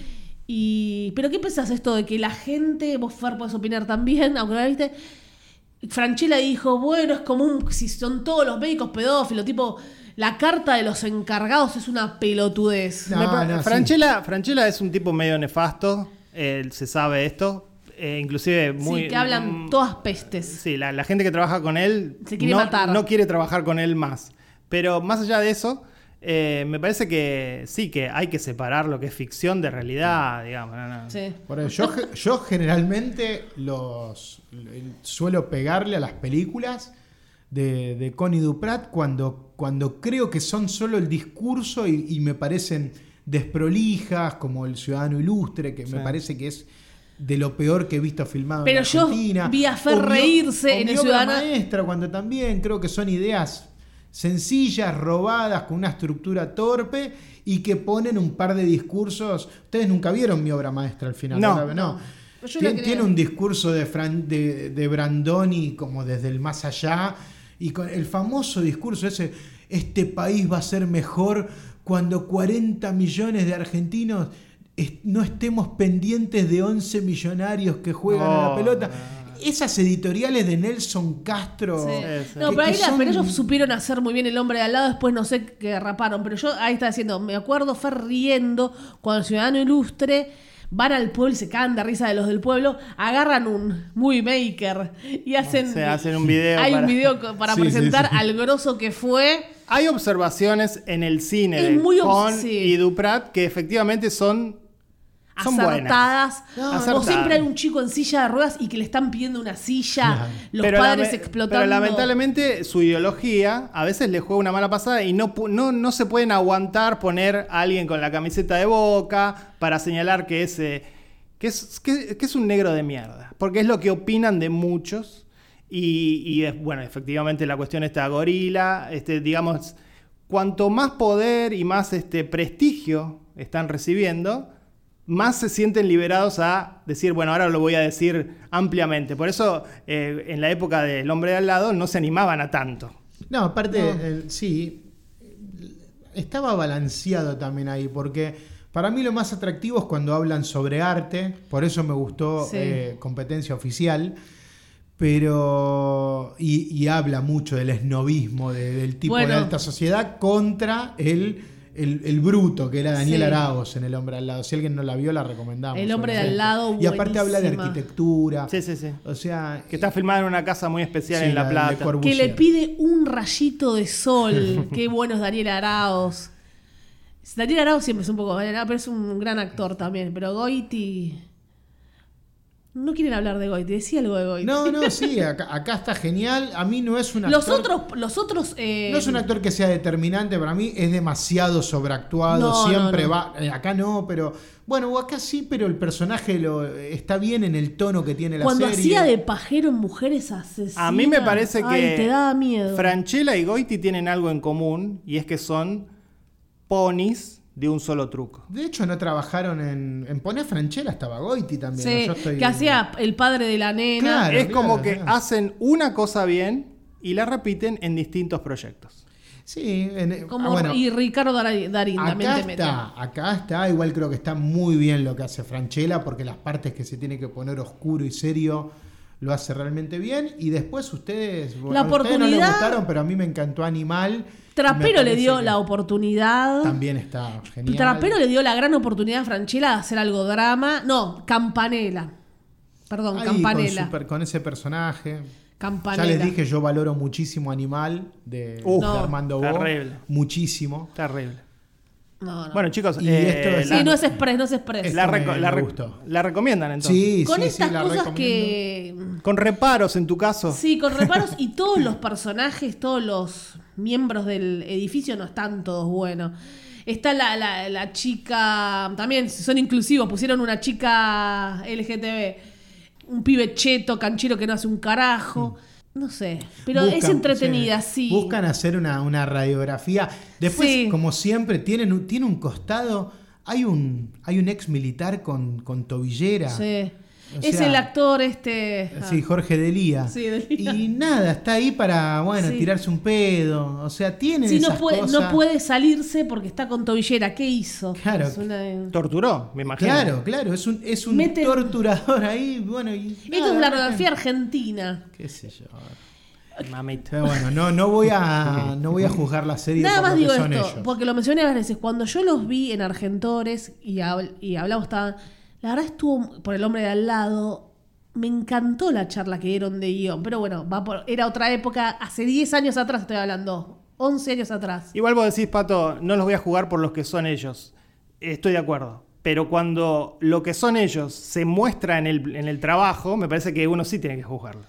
Speaker 4: Y. ¿Pero qué pensás esto de que la gente, vos Fer puedes opinar también, aunque no la viste? Franchella dijo, bueno, es común, si son todos los médicos pedófilos, tipo, la carta de los encargados es una pelotudez.
Speaker 2: No,
Speaker 3: Me pa-
Speaker 2: no, sí.
Speaker 3: Franchella, Franchella es un tipo medio nefasto, él se sabe esto, eh, inclusive muy...
Speaker 4: sí, que hablan
Speaker 3: mm,
Speaker 4: todas pestes.
Speaker 3: Sí, la, la gente que trabaja con él
Speaker 4: Se quiere
Speaker 3: no,
Speaker 4: matar.
Speaker 3: no quiere trabajar con él más. Pero más allá de eso, eh, me parece que sí, que hay que separar lo que es ficción de realidad, digamos. no, no.
Speaker 4: Sí.
Speaker 2: Por eso, yo, ge- yo generalmente los el- suelo pegarle a las películas de, de Connie Duprat cuando, cuando creo que son solo el discurso y, y me parecen desprolijas, como El Ciudadano Ilustre, que
Speaker 3: Sí.
Speaker 2: me parece que es de lo peor que he visto filmado
Speaker 4: Pero
Speaker 2: en
Speaker 4: yo
Speaker 2: Argentina.
Speaker 4: vi a Fer
Speaker 2: O mi o-
Speaker 4: reírse
Speaker 2: o
Speaker 4: en
Speaker 2: mi
Speaker 4: El
Speaker 2: obra
Speaker 4: Ciudadano-
Speaker 2: maestra, cuando también creo que son ideas sencillas, robadas, con una estructura torpe y que ponen un par de discursos. Ustedes nunca vieron mi obra maestra al final,
Speaker 3: No.
Speaker 2: ¿verdad? No.
Speaker 4: Yo la
Speaker 2: Tien-
Speaker 4: quería
Speaker 2: tiene
Speaker 4: ver.
Speaker 2: un discurso de, Fran- de, de Brandoni como desde el más allá y con el famoso discurso ese, este país va a ser mejor cuando 40 millones de argentinos est- no estemos pendientes de 11 millonarios que juegan a la
Speaker 3: Oh,
Speaker 2: pelota.
Speaker 3: no.
Speaker 2: Esas editoriales de Nelson Castro.
Speaker 4: Sí.
Speaker 3: sí.
Speaker 4: No,
Speaker 2: que-
Speaker 4: pero, ahí
Speaker 2: que
Speaker 4: la-
Speaker 2: son-
Speaker 4: pero ellos supieron hacer muy bien el hombre de al lado, después no sé qué raparon, pero yo ahí estaba diciendo, me acuerdo fue riendo cuando el ciudadano ilustre van al pueblo y se cagan de risa de los del pueblo, agarran un movie maker y hacen,
Speaker 3: Ah, Se hacen un video.
Speaker 4: hay
Speaker 3: para-
Speaker 4: un video co- para
Speaker 2: Sí, sí,
Speaker 4: presentar
Speaker 2: sí.
Speaker 4: al grosso que fue.
Speaker 3: Hay observaciones en el cine
Speaker 4: Es
Speaker 3: de
Speaker 4: muy obs-
Speaker 3: Con
Speaker 4: sí.
Speaker 3: y Duprat que efectivamente son, son buenas.
Speaker 4: acertadas.
Speaker 3: No,
Speaker 4: O
Speaker 3: acertadas.
Speaker 4: siempre hay un chico en silla de ruedas y que le están pidiendo una silla,
Speaker 2: Claro.
Speaker 4: los
Speaker 3: Pero
Speaker 4: padres
Speaker 3: lame-
Speaker 4: explotando.
Speaker 3: Pero lamentablemente su ideología a veces le juega una mala pasada y no, pu- no, no se pueden aguantar poner a alguien con la camiseta de boca para señalar que es, eh, que es, que, que es un negro de mierda. Porque es lo que opinan de muchos. Y, y es, bueno, efectivamente la cuestión está gorila, este, digamos, cuanto más poder y más este, prestigio están recibiendo, más se sienten liberados a decir, bueno, ahora lo voy a decir ampliamente. Por eso, eh, en la época del hombre de al lado, no se animaban a tanto.
Speaker 2: No, aparte, el- sí, estaba balanceado también ahí, porque para mí lo más atractivo es cuando hablan sobre arte, por eso me gustó
Speaker 4: Sí.
Speaker 2: eh, competencia oficial, pero... Y, y habla mucho del esnovismo de- del tipo de
Speaker 4: Bueno.
Speaker 2: alta sociedad contra el... el- el bruto que era Daniel
Speaker 4: Sí.
Speaker 2: Araos en El Hombre de al Lado. Si alguien no la vio, la recomendamos.
Speaker 4: El Hombre de al
Speaker 2: obviamente.
Speaker 4: Lado,
Speaker 2: Y aparte habla de
Speaker 4: buenísima.
Speaker 2: arquitectura.
Speaker 3: Sí, sí, sí.
Speaker 2: O sea.
Speaker 3: Que está filmada en una casa muy especial
Speaker 2: sí,
Speaker 3: en La
Speaker 2: de
Speaker 3: Plata.
Speaker 2: Corbusier.
Speaker 4: que le pide un rayito de sol. Qué bueno es Daniel Araos. Daniel Araos siempre es un poco, Daniel Arauz, pero es un gran actor también. Pero Goiti. No quieren hablar de Goiti, decía algo de Goiti.
Speaker 2: No, no, sí, acá, acá está genial. A mí no es un actor.
Speaker 4: los otros, los otros. eh,
Speaker 2: No es un actor que sea determinante para mí, es demasiado sobreactuado,
Speaker 4: No,
Speaker 2: siempre
Speaker 4: no, no.
Speaker 2: va. eh, acá no, pero. Bueno, o acá sí, pero el personaje lo, eh, está bien en el tono que tiene la
Speaker 4: Cuando
Speaker 2: serie.
Speaker 4: hacía de pajero en mujeres asesinas.
Speaker 3: A mí me parece que
Speaker 4: Ay, te daba miedo.
Speaker 3: Franchella y Goiti tienen algo en común y es que son ponis de un solo truco.
Speaker 2: De hecho, no trabajaron en. En Poné Franchella estaba Goiti también.
Speaker 4: Sí,
Speaker 2: ¿no? Yo estoy-
Speaker 4: que hacía el padre de la nena.
Speaker 2: Claro.
Speaker 3: es como
Speaker 2: claro,
Speaker 3: que
Speaker 2: claro.
Speaker 3: hacen una cosa bien y la repiten en distintos proyectos.
Speaker 2: Sí, en-
Speaker 4: Como
Speaker 2: ah, bueno,
Speaker 4: y Ricardo Dari- Darín también
Speaker 2: acá
Speaker 4: te mete.
Speaker 2: está, acá está. Igual creo que está muy bien lo que hace Franchella, porque las partes que se tiene que poner oscuro y serio lo hace realmente bien. Y después ustedes, bueno, a ustedes no les
Speaker 4: oportunidad-
Speaker 2: gustaron, pero a mí me encantó Animal.
Speaker 4: Trapero
Speaker 2: Me
Speaker 4: le
Speaker 2: parece
Speaker 4: dio
Speaker 2: que
Speaker 4: la oportunidad.
Speaker 2: También está genial.
Speaker 4: Trapero le dio la gran oportunidad a Franchella de hacer algo drama. No, Campanela. Perdón,
Speaker 2: Ahí,
Speaker 4: Campanela.
Speaker 2: Con, su per- con ese personaje.
Speaker 4: Campanela.
Speaker 2: Ya les dije, yo valoro muchísimo Animal de,
Speaker 3: Uh,
Speaker 2: de
Speaker 4: No.
Speaker 2: Armando Bo.
Speaker 3: terrible.
Speaker 2: Muchísimo.
Speaker 3: Terrible.
Speaker 4: No, no.
Speaker 3: Bueno, chicos,
Speaker 2: Y
Speaker 3: eh,
Speaker 2: esto es-
Speaker 4: sí,
Speaker 3: la,
Speaker 4: no es express, no es express.
Speaker 2: Es-
Speaker 3: la
Speaker 2: esto me-
Speaker 3: reco- la
Speaker 2: me
Speaker 3: re-
Speaker 2: gustó.
Speaker 3: la recomiendan entonces.
Speaker 2: Sí,
Speaker 4: Con
Speaker 2: sí,
Speaker 4: estas
Speaker 2: sí, la
Speaker 4: cosas
Speaker 2: recomiendo.
Speaker 4: que.
Speaker 3: Con reparos en tu caso.
Speaker 4: Sí, con reparos y todos los personajes, todos los miembros del edificio no están todos buenos. Está la, la- la chica, también son inclusivos, pusieron una chica LGTB, un pibe cheto, canchero que no hace un carajo. No sé, pero es
Speaker 2: Buscan,
Speaker 4: entretenida, sí.
Speaker 2: Buscan hacer una, una radiografía. Después,
Speaker 4: Sí.
Speaker 2: como siempre, tienen un, tiene un costado. Hay un, hay un ex militar con, con tobillera.
Speaker 4: Sí.
Speaker 2: O
Speaker 4: es
Speaker 2: sea,
Speaker 4: el actor este... ah,
Speaker 2: Sí, Jorge Delía.
Speaker 4: Sí, Delía.
Speaker 2: Y nada, está ahí para, bueno,
Speaker 4: Sí.
Speaker 2: tirarse un pedo. O sea, tienen
Speaker 4: sí, no
Speaker 2: esas
Speaker 4: puede,
Speaker 2: cosas.
Speaker 4: no puede salirse porque está con tobillera. ¿Qué hizo?
Speaker 2: Claro.
Speaker 4: Es una-
Speaker 3: Torturó, me imagino.
Speaker 2: Claro, claro, es un, es un
Speaker 4: Meten-
Speaker 2: torturador ahí, bueno, y
Speaker 4: Esto es
Speaker 2: nada,
Speaker 4: una
Speaker 2: meten-
Speaker 4: radiografía argentina.
Speaker 2: Qué sé yo.
Speaker 3: Mamita.
Speaker 2: Pero bueno, no, no voy a no voy a juzgar la serie
Speaker 4: Nada
Speaker 2: por
Speaker 4: más
Speaker 2: lo que
Speaker 4: digo esto,
Speaker 2: son ellos.
Speaker 4: porque lo mencioné varias veces. Cuando yo los vi en Argentores y, habl- y hablamos, estaban. La verdad estuvo por el hombre de al lado. Me encantó la charla que dieron de guión. Pero bueno, va por- era otra época. Hace 10 años atrás estoy hablando. 11 años atrás.
Speaker 3: Igual vos decís, Pato, no los voy a jugar por los que son ellos. Estoy de acuerdo. Pero cuando lo que son ellos se muestra en el, en el trabajo, me parece que uno sí tiene que juzgarlo.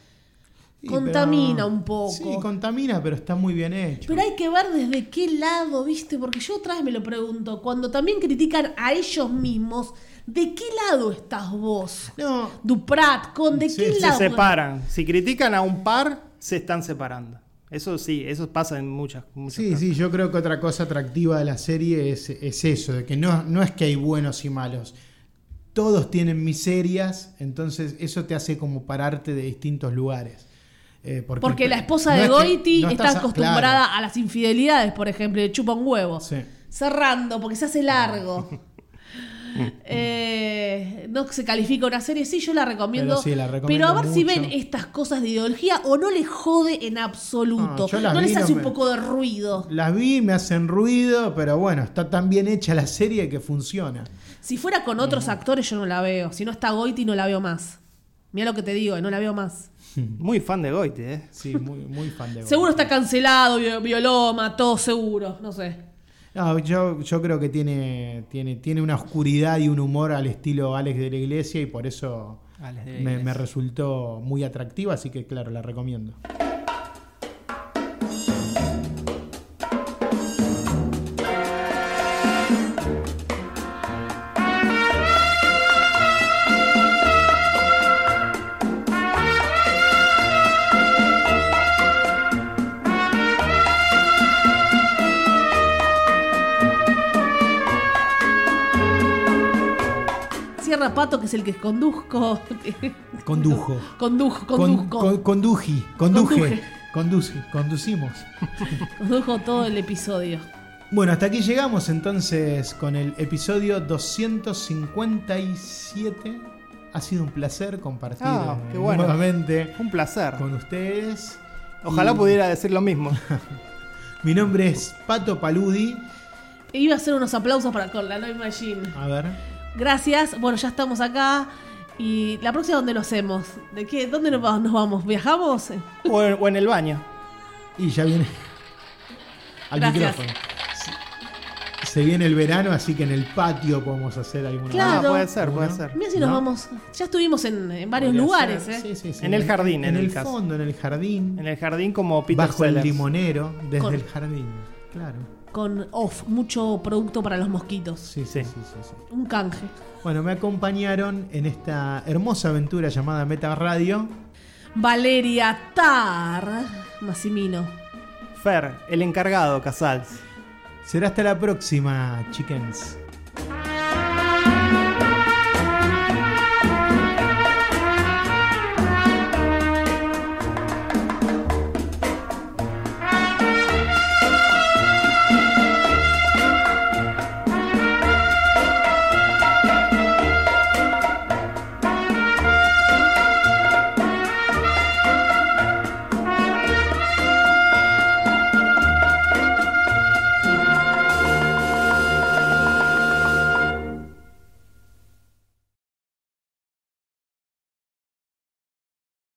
Speaker 2: Sí,
Speaker 4: contamina un poco.
Speaker 2: Sí, contamina, pero está muy bien hecho.
Speaker 4: Pero hay que ver desde qué lado, ¿viste? Porque yo otra vez me lo pregunto. Cuando también critican a ellos mismos, ¿de qué lado estás vos?
Speaker 2: No,
Speaker 4: Duprat, con de
Speaker 2: Sí,
Speaker 4: qué
Speaker 2: se
Speaker 4: lado.
Speaker 3: Se separan. Si critican a un par, se están separando. Eso sí, eso pasa en muchas. muchas
Speaker 2: sí,
Speaker 3: cosas.
Speaker 2: sí, yo creo que otra cosa atractiva de la serie es, es eso, de que no, no es que hay buenos y malos. Todos tienen miserias, entonces eso te hace como pararte de distintos lugares. Eh, porque
Speaker 4: Porque la esposa
Speaker 2: no
Speaker 4: de
Speaker 2: es que-
Speaker 4: Goiti
Speaker 2: no
Speaker 4: está
Speaker 2: estás a-
Speaker 4: acostumbrada
Speaker 2: claro,
Speaker 4: a las infidelidades, por ejemplo, y le chupa un huevo.
Speaker 2: sí.
Speaker 4: Cerrando, porque se hace largo.
Speaker 2: Ah.
Speaker 4: Eh, no se califica una serie, sí, yo la recomiendo.
Speaker 2: Pero sí, la recomiendo
Speaker 4: Pero a ver si
Speaker 2: mucho.
Speaker 4: ven estas cosas de ideología o no les jode en absoluto.
Speaker 2: No, Ah, yo
Speaker 4: No,
Speaker 2: la vi,
Speaker 4: les
Speaker 2: no
Speaker 4: hace un
Speaker 2: me-
Speaker 4: poco de ruido.
Speaker 2: Las vi, me hacen ruido, pero bueno, está tan bien hecha la serie que funciona.
Speaker 4: Si fuera con otros actores, yo no la veo. Si no está Goiti, no la veo más. Mira lo que te digo, eh, no la veo más.
Speaker 3: Muy fan de Goite, ¿eh?
Speaker 2: Sí, muy, muy fan de
Speaker 4: Seguro
Speaker 2: Goldie.
Speaker 4: está cancelado, vi- violó, mató, seguro. No sé.
Speaker 2: No, yo, yo creo que tiene, tiene, tiene una oscuridad y un humor al estilo Alex de la Iglesia y por eso
Speaker 3: Alex de la
Speaker 2: me,
Speaker 3: Iglesia.
Speaker 2: me resultó muy atractiva, así que claro, la recomiendo.
Speaker 4: Cierra Pato, que es el que conduzco.
Speaker 2: Condujo.
Speaker 4: Condujo,
Speaker 2: Con-
Speaker 4: conduzco.
Speaker 2: con- conduji, conduje,
Speaker 4: Conduje.
Speaker 2: conduci, conducimos.
Speaker 4: Condujo todo el episodio.
Speaker 2: Bueno, hasta aquí llegamos entonces con el episodio 257. Ha sido un placer compartir
Speaker 3: Ah, qué
Speaker 2: eh,
Speaker 3: bueno.
Speaker 2: nuevamente
Speaker 3: Un placer.
Speaker 2: con ustedes.
Speaker 3: Ojalá
Speaker 2: Y
Speaker 3: pudiera decir lo mismo.
Speaker 2: Mi nombre es Pato Paludi.
Speaker 4: E Iba a hacer unos aplausos para con la Noise Machine.
Speaker 2: A ver.
Speaker 4: Gracias. Bueno, ya estamos acá. Y la próxima, ¿dónde lo hacemos? ¿De qué? ¿Dónde nos vamos? ¿Nos vamos? ¿Viajamos?
Speaker 3: o, en, o en el baño.
Speaker 2: Y ya viene al
Speaker 4: Gracias.
Speaker 2: micrófono. Se- Se viene el verano, así que en el patio podemos hacer alguna.
Speaker 4: Claro.
Speaker 3: Ah, puede ser, puede
Speaker 2: Bueno.
Speaker 3: ser.
Speaker 4: Mira si nos
Speaker 2: No.
Speaker 4: vamos. Ya estuvimos en, en varios
Speaker 2: Podría
Speaker 4: lugares,
Speaker 2: ser.
Speaker 4: ¿eh?
Speaker 2: Sí, sí, sí.
Speaker 3: En el jardín,
Speaker 2: En
Speaker 3: en
Speaker 2: el
Speaker 3: el caso.
Speaker 2: fondo, en el jardín.
Speaker 3: En el jardín como Peter
Speaker 2: bajo el
Speaker 3: Sellers.
Speaker 2: limonero, desde
Speaker 4: Con-
Speaker 2: el jardín. Claro.
Speaker 4: Con off, mucho producto para los mosquitos.
Speaker 2: Sí sí,
Speaker 3: Sí.
Speaker 2: sí, sí, sí.
Speaker 4: Un canje.
Speaker 2: Bueno, me acompañaron en esta hermosa aventura llamada Meta Radio.
Speaker 4: Valeria Tar Massimino.
Speaker 3: Fer, el encargado, Casals.
Speaker 2: Será hasta la próxima, chickens.